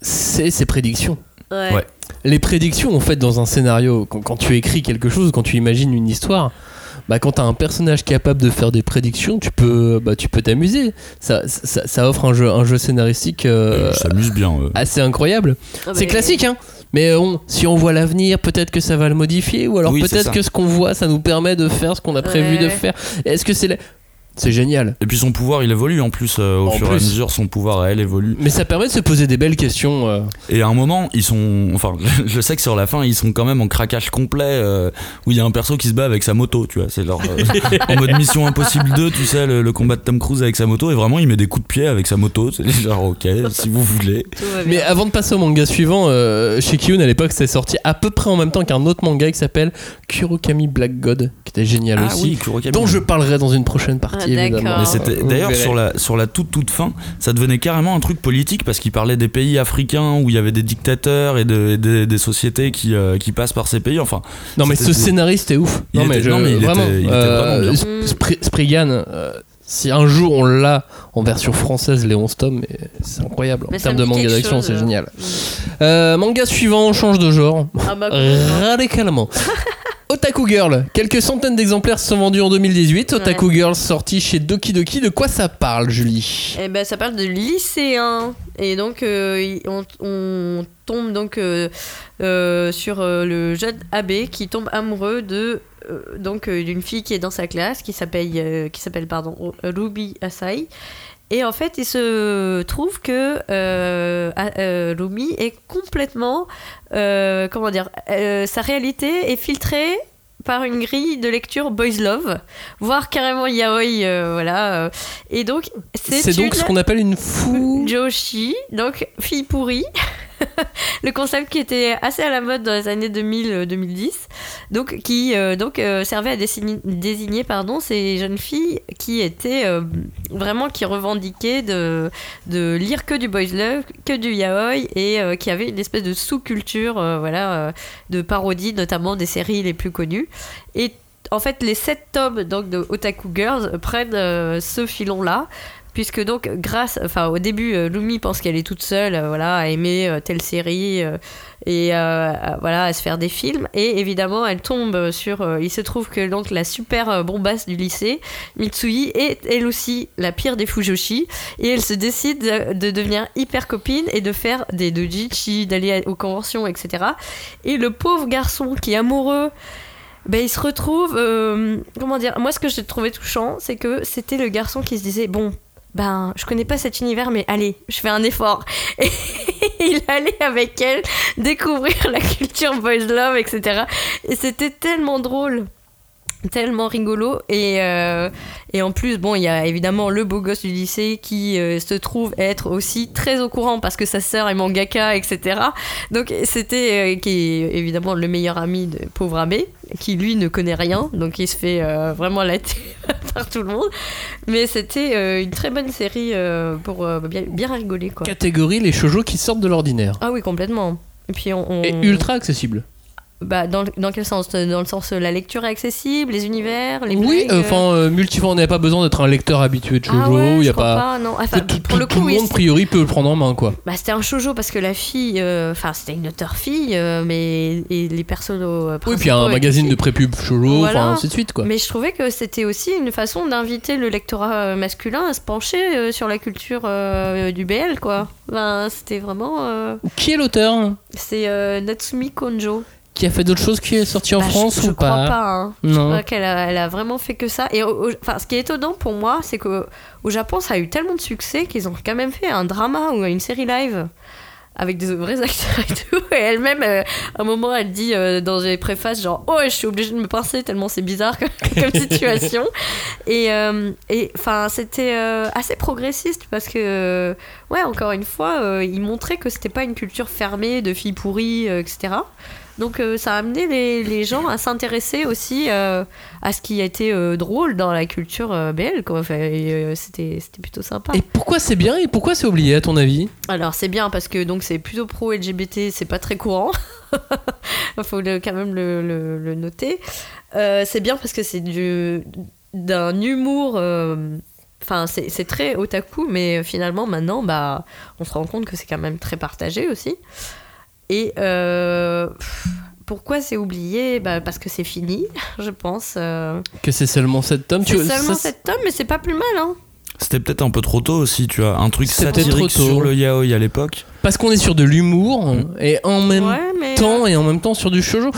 Speaker 1: c'est ses prédictions.
Speaker 3: Ouais. Ah,
Speaker 2: Ouais.
Speaker 1: Les prédictions, en fait, dans un scénario, quand, quand tu écris quelque chose, quand tu imagines une histoire, bah, quand t'as un personnage capable de faire des prédictions, tu peux bah, tu peux t'amuser. Ça, ça, ça offre un jeu, un jeu scénaristique euh,
Speaker 2: Ils s'amusent bien. eux.
Speaker 1: assez incroyable.
Speaker 3: Ah,
Speaker 1: C'est
Speaker 3: mais-
Speaker 1: classique, hein mais euh, on- si on voit l'avenir, peut-être que ça va le modifier, ou alors
Speaker 2: Oui, c'est
Speaker 1: peut-être
Speaker 2: ça.
Speaker 1: que ce qu'on voit, ça nous permet de faire ce qu'on a prévu
Speaker 3: Ouais.
Speaker 1: de faire. Est-ce que c'est la- c'est génial
Speaker 2: Et puis son pouvoir, il évolue en plus euh, au
Speaker 1: En
Speaker 2: fur et à
Speaker 1: plus.
Speaker 2: mesure, son pouvoir à elle évolue.
Speaker 1: Mais ça permet de se poser des belles questions. euh.
Speaker 2: Et à un moment, ils sont, enfin, je sais que sur la fin, ils sont quand même en craquage complet euh, où il y a un perso qui se bat avec sa moto, tu vois. C'est leur euh, en mode Mission Impossible 2, tu sais, le, le combat de Tom Cruise avec sa moto et vraiment il met des coups de pied avec sa moto. C'est genre ok, si vous voulez.
Speaker 3: Tout va
Speaker 1: Mais euh,
Speaker 3: bien.
Speaker 1: avant de passer au manga suivant, euh, chez Kiyun à l'époque, c'est sorti à peu près en même temps qu'un autre manga qui s'appelle Kurokami Black God, qui était génial aussi,
Speaker 2: Kurokawa.
Speaker 1: Ah dont je parlerai dans une prochaine partie
Speaker 3: Ah,
Speaker 1: évidemment.
Speaker 3: d'accord.
Speaker 2: Ah Mais c'était-
Speaker 1: Vous
Speaker 2: D'ailleurs,
Speaker 1: verrez.
Speaker 2: sur la, sur la toute toute fin, ça devenait carrément un truc politique parce qu'il parlait des pays africains où il y avait des dictateurs et, de- et des, des sociétés qui, euh, qui passent par ces pays. Enfin,
Speaker 1: Non mais ce
Speaker 2: c'était-
Speaker 1: scénariste est ouf.
Speaker 2: Il
Speaker 1: non, mais
Speaker 2: était-
Speaker 1: je-
Speaker 2: non, mais il était-
Speaker 1: vraiment,
Speaker 2: il était
Speaker 1: euh,
Speaker 2: vraiment bien.
Speaker 3: hmm.
Speaker 1: Sp- Spri- Spriggan, euh, si un jour on l'a en version française, les 11 tomes, mais c'est incroyable.
Speaker 3: Mais
Speaker 1: en
Speaker 3: ça
Speaker 1: termes
Speaker 3: me
Speaker 1: de
Speaker 3: dit
Speaker 1: manga
Speaker 3: quelque
Speaker 1: d'action,
Speaker 3: chose. hein. Hmm.
Speaker 1: c'est génial. Euh, manga suivant, on change de genre.
Speaker 3: Ah, bah,
Speaker 1: euh, Radicalement. Otaku Girl, quelques centaines d'exemplaires se sont vendus en 2018. Otaku Girl sorti chez Doki Doki. De quoi ça parle, Julie
Speaker 3: Eh ben, ça parle de lycéens. Et donc, euh, il- on, on tombe donc euh, euh, sur euh, le jeune abbé qui tombe amoureux de euh, donc euh, d'une fille qui est dans sa classe qui s'appelle euh, qui s'appelle pardon Ruby Asai. Et en fait, il se trouve que euh, A- euh, Ruby est complètement euh, comment dire euh, sa réalité est filtrée par une grille de lecture boys love, voire carrément yaoi, euh, voilà. Et donc, c'est
Speaker 1: C'est donc
Speaker 3: une-
Speaker 1: ce qu'on appelle une fou.
Speaker 3: Joshi, donc fille pourrie. le concept qui était assez à la mode dans les années euh, 2000-2010, donc qui euh, donc euh, servait à dessiner- désigner pardon ces jeunes filles qui étaient euh, vraiment qui revendiquaient de de lire que du boys love, que du yaoi et euh, qui avaient une espèce de sous-culture euh, voilà euh, de parodie notamment des séries les plus connues et en fait, les sept tomes donc, de Otaku Girls prennent euh, ce filon-là puisque donc grâce enfin au début euh, Lumi pense qu'elle est toute seule euh, voilà à aimer euh, telle série euh, et euh, à- voilà à se faire des films et évidemment elle tombe sur euh, il se trouve que donc la super euh, bombasse du lycée Mitsui est elle aussi la pire des Fujoshi et elle se décide de- de devenir hyper copine et de faire des dojichi d'aller à- aux conventions etc et le pauvre garçon qui est amoureux ben, il se retrouve, euh, comment dire, moi ce que j'ai trouvé touchant, c'est que c'était le garçon qui se disait, bon, ben, je connais pas cet univers, mais allez, je fais un effort. Et il allait avec elle découvrir la culture boys love, etc. Et c'était tellement drôle, tellement rigolo. Et, euh, et en plus, bon, il y a évidemment le beau gosse du lycée qui euh, se trouve être aussi très au courant parce que sa sœur est mangaka, etc. Donc c'était, euh, qui est évidemment le meilleur ami de pauvre abbé, qui lui ne connaît rien, donc il se fait euh, vraiment la par tout le monde. Mais c'était euh, une très bonne série euh, pour euh, bien, bien rigoler, quoi.
Speaker 1: Catégorie les shoujo qui sortent de l'ordinaire.
Speaker 3: Ah oui, complètement. Et puis on. on-
Speaker 1: Et ultra accessible.
Speaker 3: Bah, dans, le- dans quel sens Dans le sens euh, la lecture est accessible, les univers, les
Speaker 1: Oui,
Speaker 3: blagues,
Speaker 1: euh,
Speaker 3: euh,
Speaker 1: enfin, euh, multivore, on n'a pas besoin d'être un lecteur habitué de
Speaker 3: ah
Speaker 1: Jojo.
Speaker 3: ouais,
Speaker 1: y
Speaker 3: je
Speaker 1: a
Speaker 3: crois
Speaker 1: pas.
Speaker 3: pas. non. Enfin,
Speaker 1: Tout, tout-
Speaker 3: pour le
Speaker 1: tout
Speaker 3: coup,
Speaker 1: le
Speaker 3: oui,
Speaker 1: monde, a priori, peut euh, le prendre en main, quoi.
Speaker 3: Bah, c'était un shoujo parce que la fille, euh, enfin c'était une auteur fille, euh, mais et les euh, personnes
Speaker 1: Oui, puis il y a un magazine de prépub Jojo,
Speaker 3: Voilà.
Speaker 1: enfin, ainsi de suite, quoi.
Speaker 3: Mais je trouvais que c'était aussi une façon d'inviter le lectorat euh, masculin à se pencher euh, sur la culture euh, du BL, quoi. Ben, c'était vraiment. euh,
Speaker 1: Qui est l'auteur hein,
Speaker 3: C'est euh, Natsumi Konjo.
Speaker 1: Qui a fait d'autres choses qui est sorti en
Speaker 3: Bah, je-
Speaker 1: France
Speaker 3: je,
Speaker 1: ou
Speaker 3: crois
Speaker 1: pas,
Speaker 3: pas. hein. Je
Speaker 1: Non.
Speaker 3: crois qu'elle a, elle a vraiment fait que ça. Et au- au- enfin, ce qui est étonnant pour moi, c'est que au Japon, ça a eu tellement de succès qu'ils ont quand même fait un drama ou une série live avec des vrais acteurs et tout. Et elle-même, euh, à un moment, elle dit euh, dans les préfaces genre oh, je suis obligée de me pincer tellement c'est bizarre comme, comme situation. Et euh, et, enfin, c'était euh, assez progressiste parce que euh, ouais, encore une fois, euh, ils montraient que c'était pas une culture fermée de filles pourries, euh, etc. Donc euh, ça a amené les, les gens à s'intéresser aussi euh, à ce qui a été euh, drôle dans la culture euh, BL. Quoi. Enfin, et, euh, c'était, c'était plutôt sympa.
Speaker 1: Et pourquoi c'est bien et pourquoi c'est oublié, à ton avis
Speaker 3: Alors c'est bien parce que donc c'est plutôt pro LGBT, c'est pas très courant. Faut le- quand même le, le- le noter. Euh, c'est bien parce que c'est du, d'un humour. euh, Enfin, c'est, c'est très otaku, mais finalement maintenant, bah, on se rend compte que c'est quand même très partagé aussi. Et euh, pff, pourquoi c'est oublié bah, Parce que c'est fini, je pense. euh.
Speaker 1: Que c'est seulement 7 tomes
Speaker 3: c'est
Speaker 1: tu...
Speaker 3: seulement
Speaker 1: euh, ça-
Speaker 3: cet homme, mais c'est pas plus mal, hein
Speaker 2: C'était peut-être un peu trop tôt aussi, tu vois. Un truc
Speaker 1: C'était peut-être
Speaker 2: satirique
Speaker 1: trop tôt.
Speaker 2: sur le yaoi à l'époque.
Speaker 1: Parce qu'on est sur de l'humour
Speaker 2: Mmh.
Speaker 1: et en même
Speaker 3: Ouais, mais euh,
Speaker 1: temps et en même temps sur du shoujo.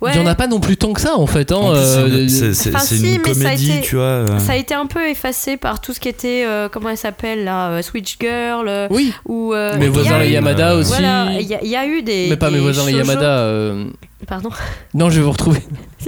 Speaker 3: ouais.
Speaker 1: Il y en a pas non plus tant que ça en fait. hein,
Speaker 2: En plus, c'est une-
Speaker 1: euh,
Speaker 2: c'est- c'est-
Speaker 3: Enfin,
Speaker 2: c'est
Speaker 3: si,
Speaker 2: une
Speaker 3: mais ça a
Speaker 2: comédie,
Speaker 3: été-
Speaker 2: tu vois. euh.
Speaker 3: Ça a été un peu effacé par tout ce qui était, euh, comment elle s'appelle là, euh, Switch Girl, euh,
Speaker 1: Oui,
Speaker 3: ou. euh,
Speaker 1: mes
Speaker 3: il y a
Speaker 1: voisins
Speaker 3: eu-
Speaker 1: les Yamada
Speaker 2: euh,
Speaker 1: aussi.
Speaker 3: Voilà, il y, a- il y a eu des.
Speaker 1: mais pas
Speaker 3: des
Speaker 1: mes voisins les
Speaker 3: shoujo-
Speaker 1: Yamada. euh,
Speaker 3: Pardon.
Speaker 1: Non, je vais vous retrouver.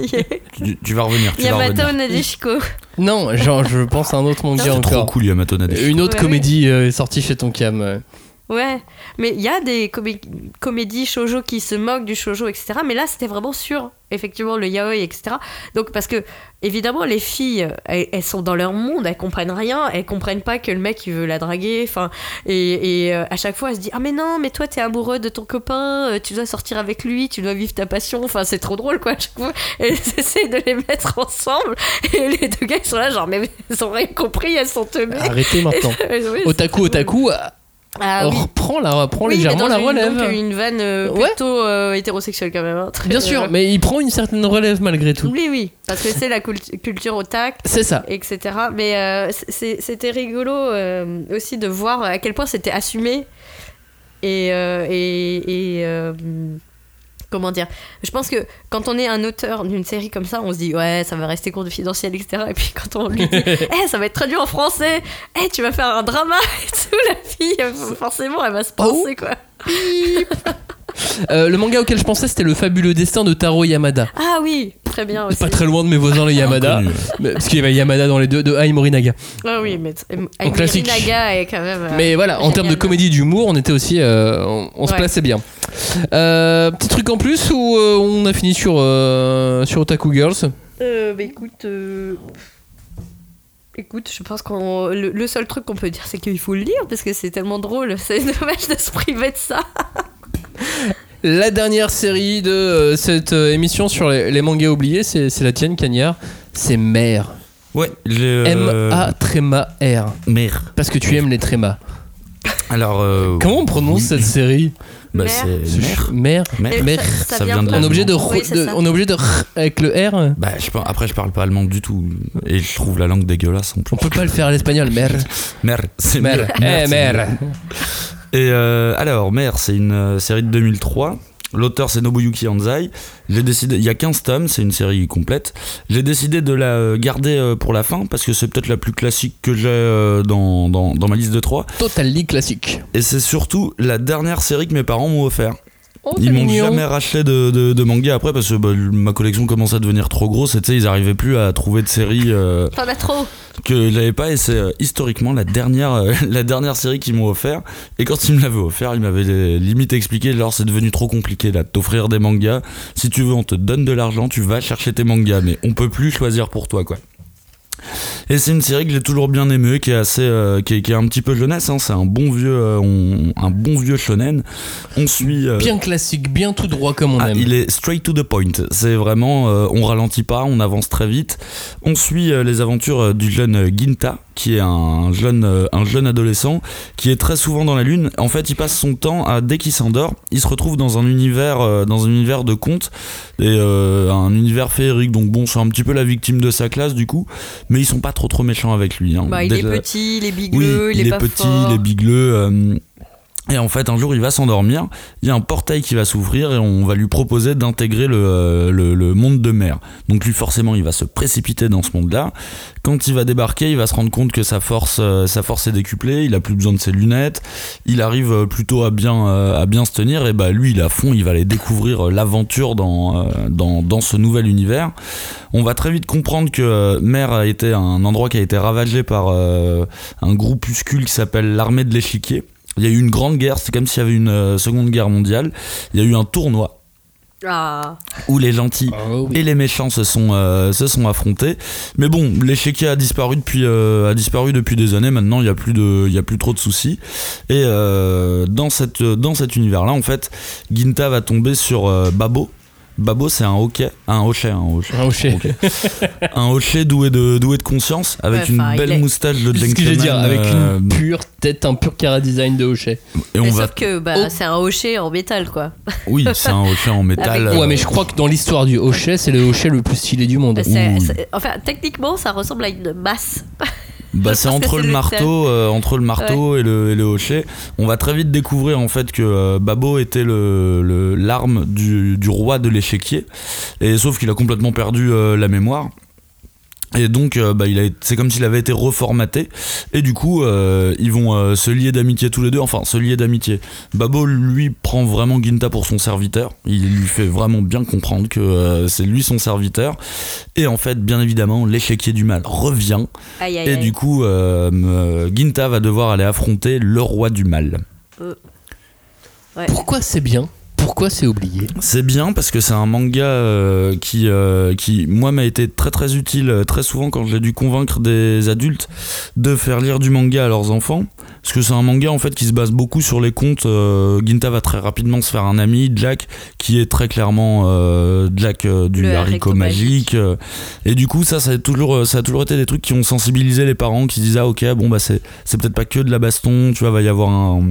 Speaker 2: Tu, tu vas revenir, tu vas
Speaker 3: Yamato
Speaker 2: revenir.
Speaker 3: Nadeshiko.
Speaker 1: Non, genre, je pense à un autre manga
Speaker 2: C'est trop
Speaker 1: encore. Euh,
Speaker 2: cool, Yamato Nadeshiko.
Speaker 1: Une autre
Speaker 3: Ouais,
Speaker 1: comédie euh, est sortie chez Tonkam. euh.
Speaker 3: Ouais, mais il y a des comé- comédies shoujo qui se moquent du shoujo, etc. Mais là, c'était vraiment sur, effectivement, le yaoi, etc. Donc, parce que, évidemment, les filles, elles, elles sont dans leur monde, elles comprennent rien, elles comprennent pas que le mec, il veut la draguer. Enfin, et, et, euh, à chaque fois, elles se disent Ah, mais non, mais toi, t'es amoureux de ton copain, euh, tu dois sortir avec lui, tu dois vivre ta passion. Enfin, c'est trop drôle, quoi, à chaque fois. Elles essayent de les mettre ensemble. Et les deux gars, ils sont là, genre, mais elles ont rien compris, elles sont teubées.
Speaker 1: Arrêtez maintenant.
Speaker 3: Ouais,
Speaker 1: Otaku,
Speaker 3: c'est drôle.
Speaker 1: otaku,
Speaker 3: Ah,
Speaker 1: on
Speaker 3: oui.
Speaker 1: reprend, la, prend
Speaker 3: Oui, mais
Speaker 1: légèrement
Speaker 3: dans
Speaker 1: la
Speaker 3: une-
Speaker 1: relève.
Speaker 3: donc une vanne euh,
Speaker 1: Ouais.
Speaker 3: plutôt euh, hétérosexuelle quand même. hein. Très-
Speaker 1: Bien
Speaker 3: euh,
Speaker 1: sûr, mais il prend une certaine relève malgré tout.
Speaker 3: Oui, oui, parce que c'est la cult- culture otak,
Speaker 1: C'est ça.
Speaker 3: etc. Mais euh, c'est- c'était rigolo euh, aussi de voir à quel point c'était assumé et, euh, et, et, euh, comment dire. Je pense que quand on est un auteur d'une série comme ça, on se dit ouais, ça va rester confidentiel, etc. Et puis quand on lui dit, Eh, ça va être traduit en français, Eh, tu vas faire un drama et tout, la fille, forcément, elle va se penser
Speaker 1: Ah
Speaker 3: quoi.
Speaker 1: Euh, le manga auquel je pensais, c'était Le fabuleux destin de Taro Yamada.
Speaker 3: Ah oui, très bien aussi.
Speaker 1: Pas très loin de mes voisins les Yamada.
Speaker 2: Inconnu.
Speaker 1: mais- parce qu'il y avait Yamada dans les deux, de Ai Morinaga.
Speaker 3: Ah oui, mais t- euh,
Speaker 1: En classique.
Speaker 3: Naga est quand même. euh,
Speaker 1: Mais voilà, en
Speaker 3: génial.
Speaker 1: termes de comédie d'humour, on était aussi. euh, on on se
Speaker 3: Ouais.
Speaker 1: plaçait bien. Euh, petit truc en plus ou euh, on a fini sur, euh, sur Otaku Girls
Speaker 3: Euh, bah écoute. euh, Écoute, je pense qu'on le, le seul truc qu'on peut dire, c'est qu'il faut le lire parce que c'est tellement drôle. C'est dommage de se priver de ça.
Speaker 1: La dernière série de euh, cette euh, émission sur les, les mangas oubliés, c'est c'est la tienne, Cagnard. C'est Mère.
Speaker 2: Ouais, j'ai. euh,
Speaker 1: M-A tréma R.
Speaker 2: Mère.
Speaker 1: Parce que tu aimes les trémas.
Speaker 2: Alors. euh,
Speaker 1: Comment on prononce
Speaker 2: oui.
Speaker 1: cette série
Speaker 2: Bah,
Speaker 3: Mère.
Speaker 2: c'est Mère.
Speaker 1: Mère.
Speaker 2: Mère.
Speaker 1: Mais
Speaker 2: ça vient de
Speaker 1: On est obligé de,
Speaker 3: Oui, c'est
Speaker 1: de-
Speaker 3: ça.
Speaker 1: on est obligé de avec le R.
Speaker 2: Bah, je, pense- après, je parle pas allemand du tout. Et je trouve la langue dégueulasse en plus.
Speaker 1: On peut pas le faire à l'espagnol. Mère.
Speaker 2: Mère, c'est
Speaker 1: Mère.
Speaker 2: mère.
Speaker 1: Eh,
Speaker 2: c'est
Speaker 1: mère.
Speaker 2: Et euh, alors, Mère, c'est une euh, série de 2003. L'auteur, c'est Nobuyuki Anzai. J'ai décidé, il y a 15 tomes, c'est une série complète. J'ai décidé de la euh, garder euh, pour la fin parce que c'est peut-être la plus classique que j'ai euh, dans, dans, dans ma liste de 3.
Speaker 1: Totally classique.
Speaker 2: Et c'est surtout la dernière série que mes parents m'ont offert.
Speaker 1: Oh,
Speaker 2: Ils
Speaker 1: c'est
Speaker 2: m'ont
Speaker 1: mignon.
Speaker 2: jamais racheté de, de, de manga après parce que bah, ma collection commençait à devenir trop grosse et tu sais, ils arrivaient plus à trouver de séries. euh,
Speaker 3: T'en as trop.
Speaker 2: que j'avais pas et c'est euh, historiquement la dernière, euh, la dernière série qu'ils m'ont offert et quand ils me l'avaient offert ils m'avaient euh, limite expliqué genre c'est devenu trop compliqué là de t'offrir des mangas si tu veux on te donne de l'argent tu vas chercher tes mangas mais on peut plus choisir pour toi quoi Et c'est une série que j'ai toujours bien aimée, qui est assez, euh, qui, est, qui est un petit peu jeunesse. hein. C'est un bon vieux, euh, on- un bon vieux shonen. On suit. euh,
Speaker 1: Bien classique, bien tout droit comme on
Speaker 2: ah,
Speaker 1: aime.
Speaker 2: il est straight to the point. C'est vraiment, euh, on ralentit pas, on avance très vite. On suit euh, les aventures euh, du jeune euh, Ginta, qui est un jeune, euh, un jeune adolescent, qui est très souvent dans la lune. En fait, il passe son temps à dès qu'il s'endort, il se retrouve dans un univers, euh, dans un univers de contes et euh, un univers féerique. Donc bon, c'est un petit peu la victime de sa classe du coup, mais ils sont pas trop trop méchants avec lui. hein.
Speaker 3: Bah, il est
Speaker 2: Déjà-
Speaker 3: petit, il est
Speaker 2: oui,
Speaker 3: bigleux,
Speaker 2: il, est,
Speaker 3: pas
Speaker 2: petit,
Speaker 3: fort.
Speaker 2: il est bigleux. euh, et en fait, un jour, il va s'endormir. Il y a un portail qui va s'ouvrir et on va lui proposer d'intégrer le, euh, le- le monde de mer. Donc lui, forcément, il va se précipiter dans ce monde-là. Quand il va débarquer, il va se rendre compte que sa force, euh, sa force est décuplée. Il a plus besoin de ses lunettes. Il arrive euh, plutôt à bien, euh, à bien se tenir. Et bah lui, il est à fond. Il va aller découvrir euh, l'aventure dans, euh, dans, dans ce nouvel univers. On va très vite comprendre que euh, mer a été un endroit qui a été ravagé par euh, un groupuscule qui s'appelle l'armée de l'échiquier. Il y a eu une grande guerre, c'est comme s'il y avait une euh, seconde guerre mondiale. Il y a eu un tournoi
Speaker 3: Ah,
Speaker 2: où les gentils
Speaker 1: Oh oui.
Speaker 2: et les méchants se sont, euh, se sont affrontés. Mais bon, l'échiquier a disparu depuis, euh, a disparu depuis des années. Maintenant, il n'y a, plus de- il y a plus trop de soucis. Et euh, dans, cette, dans cet univers-là, en fait, Ginta va tomber sur euh, Babo. Babo, c'est un hockey, un hochet, un hochet.
Speaker 1: Un hochet.
Speaker 2: Un hochet doué de, doué de conscience, avec
Speaker 3: Ouais,
Speaker 2: une
Speaker 3: enfin, il
Speaker 2: belle
Speaker 3: est-
Speaker 2: moustache de
Speaker 1: C'est
Speaker 2: gentleman.
Speaker 1: ce que je veux dire, avec
Speaker 2: euh,
Speaker 1: une pure tête, un pur cara design de hochet.
Speaker 2: et on
Speaker 3: Mais
Speaker 2: va
Speaker 3: sauf que bah,
Speaker 1: Oh.
Speaker 3: c'est un hocher en métal, quoi.
Speaker 2: Oui, c'est un hochet en métal.
Speaker 3: Avec-
Speaker 2: euh,
Speaker 1: Ouais, Ah, mais je crois que dans l'histoire du hochet, c'est le hochet le plus stylé du monde.
Speaker 3: Bah, c'est-
Speaker 2: Ouh.
Speaker 3: c'est- enfin, techniquement, ça ressemble à une masse.
Speaker 2: bah,
Speaker 3: je
Speaker 2: c'est
Speaker 3: pense que
Speaker 2: entre
Speaker 3: c'est
Speaker 2: le
Speaker 3: le
Speaker 2: marteau, euh, entre le marteau et le et le hochet. On va très vite découvrir en fait que euh, Babo était le le- l'arme du, du roi de l'échiquier, et sauf qu'il a complètement perdu euh, la mémoire. Et donc, euh, bah, il a- c'est comme s'il avait été reformaté. Et du coup, euh, ils vont euh, se lier d'amitié tous les deux. Enfin, se lier d'amitié. Babo, lui, prend vraiment Ginta pour son serviteur. Il lui fait vraiment bien comprendre que euh, c'est lui son serviteur. Et en fait, bien évidemment, l'échiquier du mal revient.
Speaker 3: Aïe, aïe,
Speaker 2: Et
Speaker 3: aïe.
Speaker 2: du coup, euh, euh, Ginta va devoir aller affronter le roi du mal.
Speaker 1: Pourquoi c'est bien Pourquoi c'est oublié
Speaker 2: C'est bien parce que c'est un manga euh, qui, euh, qui, moi, m'a été très très utile euh, très souvent quand j'ai dû convaincre des adultes de faire lire du manga à leurs enfants. Parce que c'est un manga en fait qui se base beaucoup sur les contes. euh, Ginta va très rapidement se faire un ami, Jack, qui est très clairement euh, Jack euh, du
Speaker 3: Le
Speaker 2: haricot
Speaker 3: haricot
Speaker 2: magique.
Speaker 3: magique.
Speaker 2: euh. et du coup, ça, ça a, toujours, euh, ça a toujours été des trucs qui ont sensibilisé les parents qui se disaient Ah, ok, bon, bah, c'est c'est peut-être pas que de la baston, tu vois, va y avoir un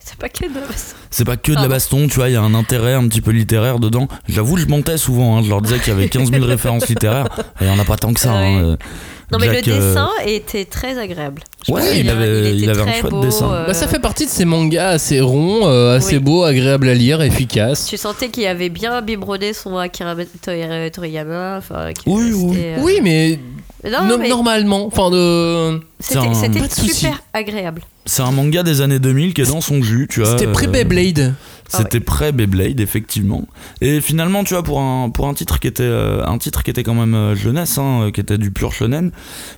Speaker 3: C'est pas que de la masse.
Speaker 2: c'est pas que de la
Speaker 3: Pardon.
Speaker 2: baston, tu vois, il y a un intérêt un petit peu littéraire dedans. J'avoue, je mentais souvent, hein, je leur disais qu'il y avait 15 000 références littéraires, et il y en a pas tant que ça.
Speaker 3: Ah
Speaker 2: hein,
Speaker 3: ouais.
Speaker 2: euh,
Speaker 3: Non, mais
Speaker 2: Jack,
Speaker 3: le
Speaker 2: euh,
Speaker 3: dessin était très agréable. Je me
Speaker 2: Ouais, il
Speaker 3: souviens,
Speaker 2: avait-
Speaker 3: était
Speaker 2: il avait un
Speaker 3: très
Speaker 2: chouette
Speaker 3: beau,
Speaker 2: dessin.
Speaker 3: euh,
Speaker 1: Bah, ça fait partie de ces mangas assez ronds, euh, assez
Speaker 3: Oui.
Speaker 1: beaux, agréables à lire, efficaces.
Speaker 3: Tu sentais qu'il avait bien biberonné son Akira Tori- Toriyama. Enfin, que
Speaker 2: Oui, oui.
Speaker 3: c'était, euh,
Speaker 1: Oui, mais,
Speaker 3: Non,
Speaker 1: no-
Speaker 3: mais
Speaker 1: normalement. Enfin, de...
Speaker 3: c'était
Speaker 2: Putain,
Speaker 3: c'était
Speaker 1: pas de soucis.
Speaker 3: super agréable.
Speaker 2: C'est un manga des années 2000 qui est dans son jus, tu vois.
Speaker 1: c'était
Speaker 2: euh,
Speaker 1: pré-Beyblade.
Speaker 2: C'était pré-Beyblade, effectivement. Et finalement, tu vois, pour un, pour un titre qui était, euh, un titre qui était quand même euh, jeunesse, hein, euh, qui était du pur shonen,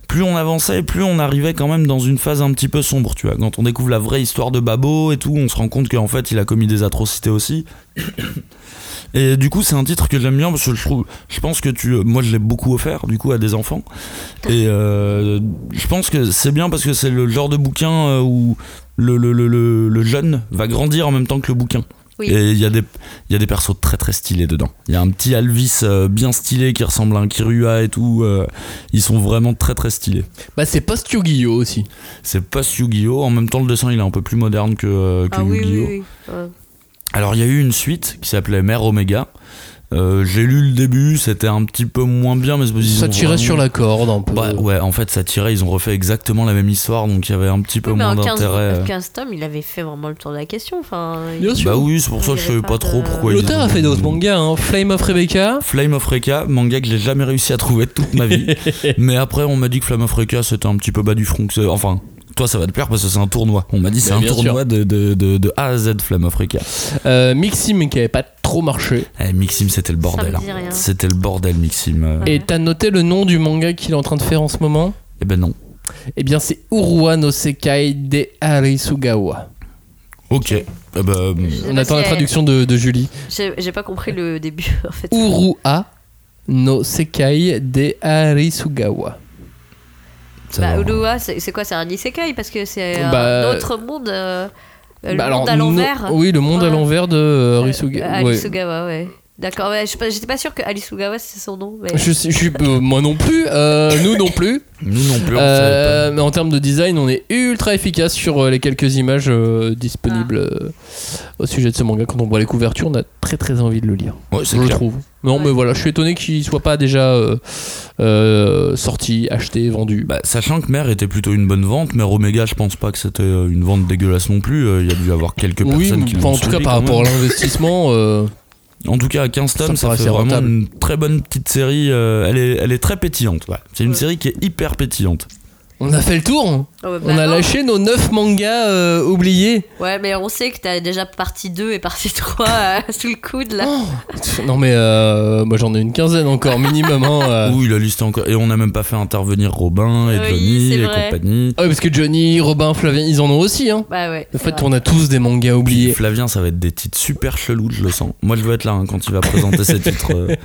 Speaker 2: plus on avançait, plus on arrivait quand même dans une phase un petit peu sombre, tu vois. Quand on découvre la vraie histoire de Babo et tout, on se rend compte qu'en fait, il a commis des atrocités aussi. Et du coup, c'est un titre que j'aime bien parce que je trouve, je pense que tu, euh, moi, je l'ai beaucoup offert du coup à des enfants. Et euh, je pense que c'est bien parce que c'est le genre de bouquin euh, où le, le, le, le- le jeune va grandir en même temps que le bouquin.
Speaker 3: Oui.
Speaker 2: Et il y, a des- il y a des persos très très stylés dedans. Il y a un petit Alvis euh, bien stylé qui ressemble à un Kirua et tout. euh, ils sont vraiment très très stylés.
Speaker 1: Bah, c'est post Yu-Gi-Oh aussi.
Speaker 2: C'est pas Yu-Gi-Oh! En même temps, le dessin il est un peu plus moderne que, euh, que
Speaker 3: Ah oui,
Speaker 2: Yu-Gi-Oh!
Speaker 3: oui, oui. Ouais.
Speaker 2: Alors il y a eu une suite qui s'appelait Mère Omega. Euh, J'ai lu le début, c'était un petit peu moins bien, mais c'est parce qu'ils
Speaker 1: Ça
Speaker 2: ont
Speaker 1: tirait
Speaker 2: vraiment-
Speaker 1: sur la corde un peu.
Speaker 2: Bah, ouais, en fait, ça tirait. Ils ont refait exactement la même histoire, donc il y avait un petit peu
Speaker 3: Oui, mais
Speaker 2: moins
Speaker 3: en 15,
Speaker 2: d'intérêt. euh.
Speaker 3: 15 tomes, il avait fait vraiment le tour de la question. Enfin, il-
Speaker 1: Bien sûr.
Speaker 2: Bah oui, c'est pour ça que
Speaker 3: Il y
Speaker 2: je
Speaker 3: avait
Speaker 2: savais pas
Speaker 3: pas
Speaker 2: trop
Speaker 3: de-
Speaker 2: pourquoi. ils
Speaker 1: L'auteur
Speaker 2: ont-
Speaker 1: a fait d'autres mangas, hein. Flame of Rebecca.
Speaker 2: Flame of Recca, manga que j'ai jamais réussi à trouver de toute ma vie. mais après, on m'a dit que Flame of Recca c'était un petit peu bas du front. que c'est- Enfin, toi, ça va te plaire parce que c'est un tournoi. On m'a dit c'est
Speaker 1: Bah,
Speaker 2: un
Speaker 1: bien
Speaker 2: tournoi de, de, de, de A à Z Flame of Recca.
Speaker 1: Euh, Mixim qui avait pas trop marché.
Speaker 2: Eh, Mixim, c'était le bordel.
Speaker 3: me dit
Speaker 2: hein.
Speaker 3: rien.
Speaker 2: C'était le bordel, Mixim. euh.
Speaker 3: Ouais.
Speaker 1: Et t'as noté le nom du manga qu'il est en train de faire en ce moment
Speaker 2: Eh ben non.
Speaker 1: Eh bien, c'est Uruwa no Sekai de Arisugawa.
Speaker 2: Ok. Eh ben,
Speaker 3: Je sais
Speaker 1: On
Speaker 3: pas
Speaker 1: attend
Speaker 3: si
Speaker 1: la
Speaker 3: elle-
Speaker 1: traduction de, de Julie.
Speaker 3: J'ai j'ai pas compris le début, en fait.
Speaker 1: Uruwa no Sekai de Arisugawa.
Speaker 2: Ça
Speaker 3: Bah,
Speaker 2: va. hein.
Speaker 3: Uluwa, c'est c'est quoi C'est un isekai parce que c'est un
Speaker 1: Bah,
Speaker 3: autre monde. euh, le
Speaker 1: Bah
Speaker 3: monde
Speaker 1: alors,
Speaker 3: à
Speaker 1: non-
Speaker 3: l'envers.
Speaker 1: Oui, le monde à
Speaker 3: Ouais.
Speaker 1: l'envers de euh,
Speaker 3: Euh,
Speaker 1: Risuga.
Speaker 3: euh,
Speaker 1: ouais.
Speaker 3: Arisugawa, ouais. D'accord, ouais, je sais pas- j'étais pas sûre que Arisugawa c'est son nom. Mais...
Speaker 1: Je sais- je suis- euh, moi non plus, euh, nous non plus.
Speaker 2: Nous non plus, on savait
Speaker 1: Euh, mais en termes de design, on est ultra efficace sur euh, les quelques images euh, disponibles euh, au sujet de ce manga. Quand on voit les couvertures, on a très très envie de le lire.
Speaker 2: pas. Ouais, c'est
Speaker 1: je
Speaker 2: clair.
Speaker 1: trouve. Non, mais
Speaker 3: Ouais.
Speaker 1: voilà, je suis étonné qu'il soit pas déjà euh, euh, sorti, acheté, vendu.
Speaker 2: Bah, sachant que Mère était plutôt une bonne vente, Mère Omega, je pense pas que c'était euh, une vente dégueulasse non plus. Euh, Il y a dû y avoir quelques
Speaker 1: oui,
Speaker 2: personnes qui
Speaker 1: enfin,
Speaker 2: l'ont
Speaker 1: en tout cas
Speaker 2: suivi
Speaker 1: par
Speaker 2: quand
Speaker 1: rapport à
Speaker 2: même.
Speaker 1: l'investissement, euh,
Speaker 2: En tout cas, à 15
Speaker 1: Ça me
Speaker 2: tomes, ça,
Speaker 1: paraissait
Speaker 2: fait vraiment
Speaker 1: rentable.
Speaker 2: une très bonne petite série. euh, elle, est, elle est très pétillante. ouais. C'est une série qui est hyper pétillante.
Speaker 1: on a fait le tour.
Speaker 3: Oh, bah,
Speaker 1: on a
Speaker 3: non.
Speaker 1: lâché nos 9 mangas euh, oubliés.
Speaker 3: Ouais, mais on sait que t'as déjà partie 2 et partie 3 euh, sous le coude là.
Speaker 1: Oh, non mais euh, moi j'en ai une quinzaine encore minimum. hein, euh.
Speaker 2: Oui, la liste est encore. Et on n'a même pas fait intervenir Robin et
Speaker 3: Oui,
Speaker 2: Johnny
Speaker 3: c'est
Speaker 2: et
Speaker 3: vrai.
Speaker 2: compagnie.
Speaker 1: Ah oui, parce que Johnny, Robin, Flavien, ils en ont aussi. Hein.
Speaker 3: Bah ouais.
Speaker 1: En
Speaker 3: c'est
Speaker 1: fait,
Speaker 3: vrai.
Speaker 1: on a tous des mangas
Speaker 2: Puis
Speaker 1: oubliés.
Speaker 2: Flavien, ça va être des titres super chelous, je le sens. Moi, je veux être là hein, quand il va présenter ses titres. euh.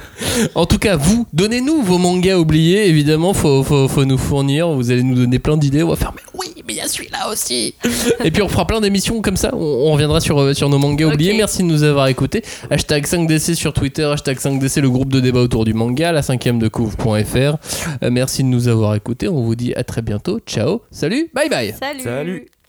Speaker 1: En tout cas, vous, donnez-nous vos mangas oubliés. Évidemment, faut, faut, faut nous fournir. Vous allez nous donner plein d'idées. On va faire, mais oui, mais il y a celui-là aussi. Et puis, on fera plein d'émissions comme ça. On, on reviendra sur, euh, sur nos mangas
Speaker 3: Ok.
Speaker 1: oubliés. Merci de nous avoir écoutés. Hashtag 5DC sur Twitter. Hashtag 5DC, le groupe de débat autour du manga. La cinquième de couvre.fr. Euh, merci de nous avoir écoutés. On vous dit à très bientôt. Ciao. Salut. Bye bye.
Speaker 3: Salut.
Speaker 2: Salut.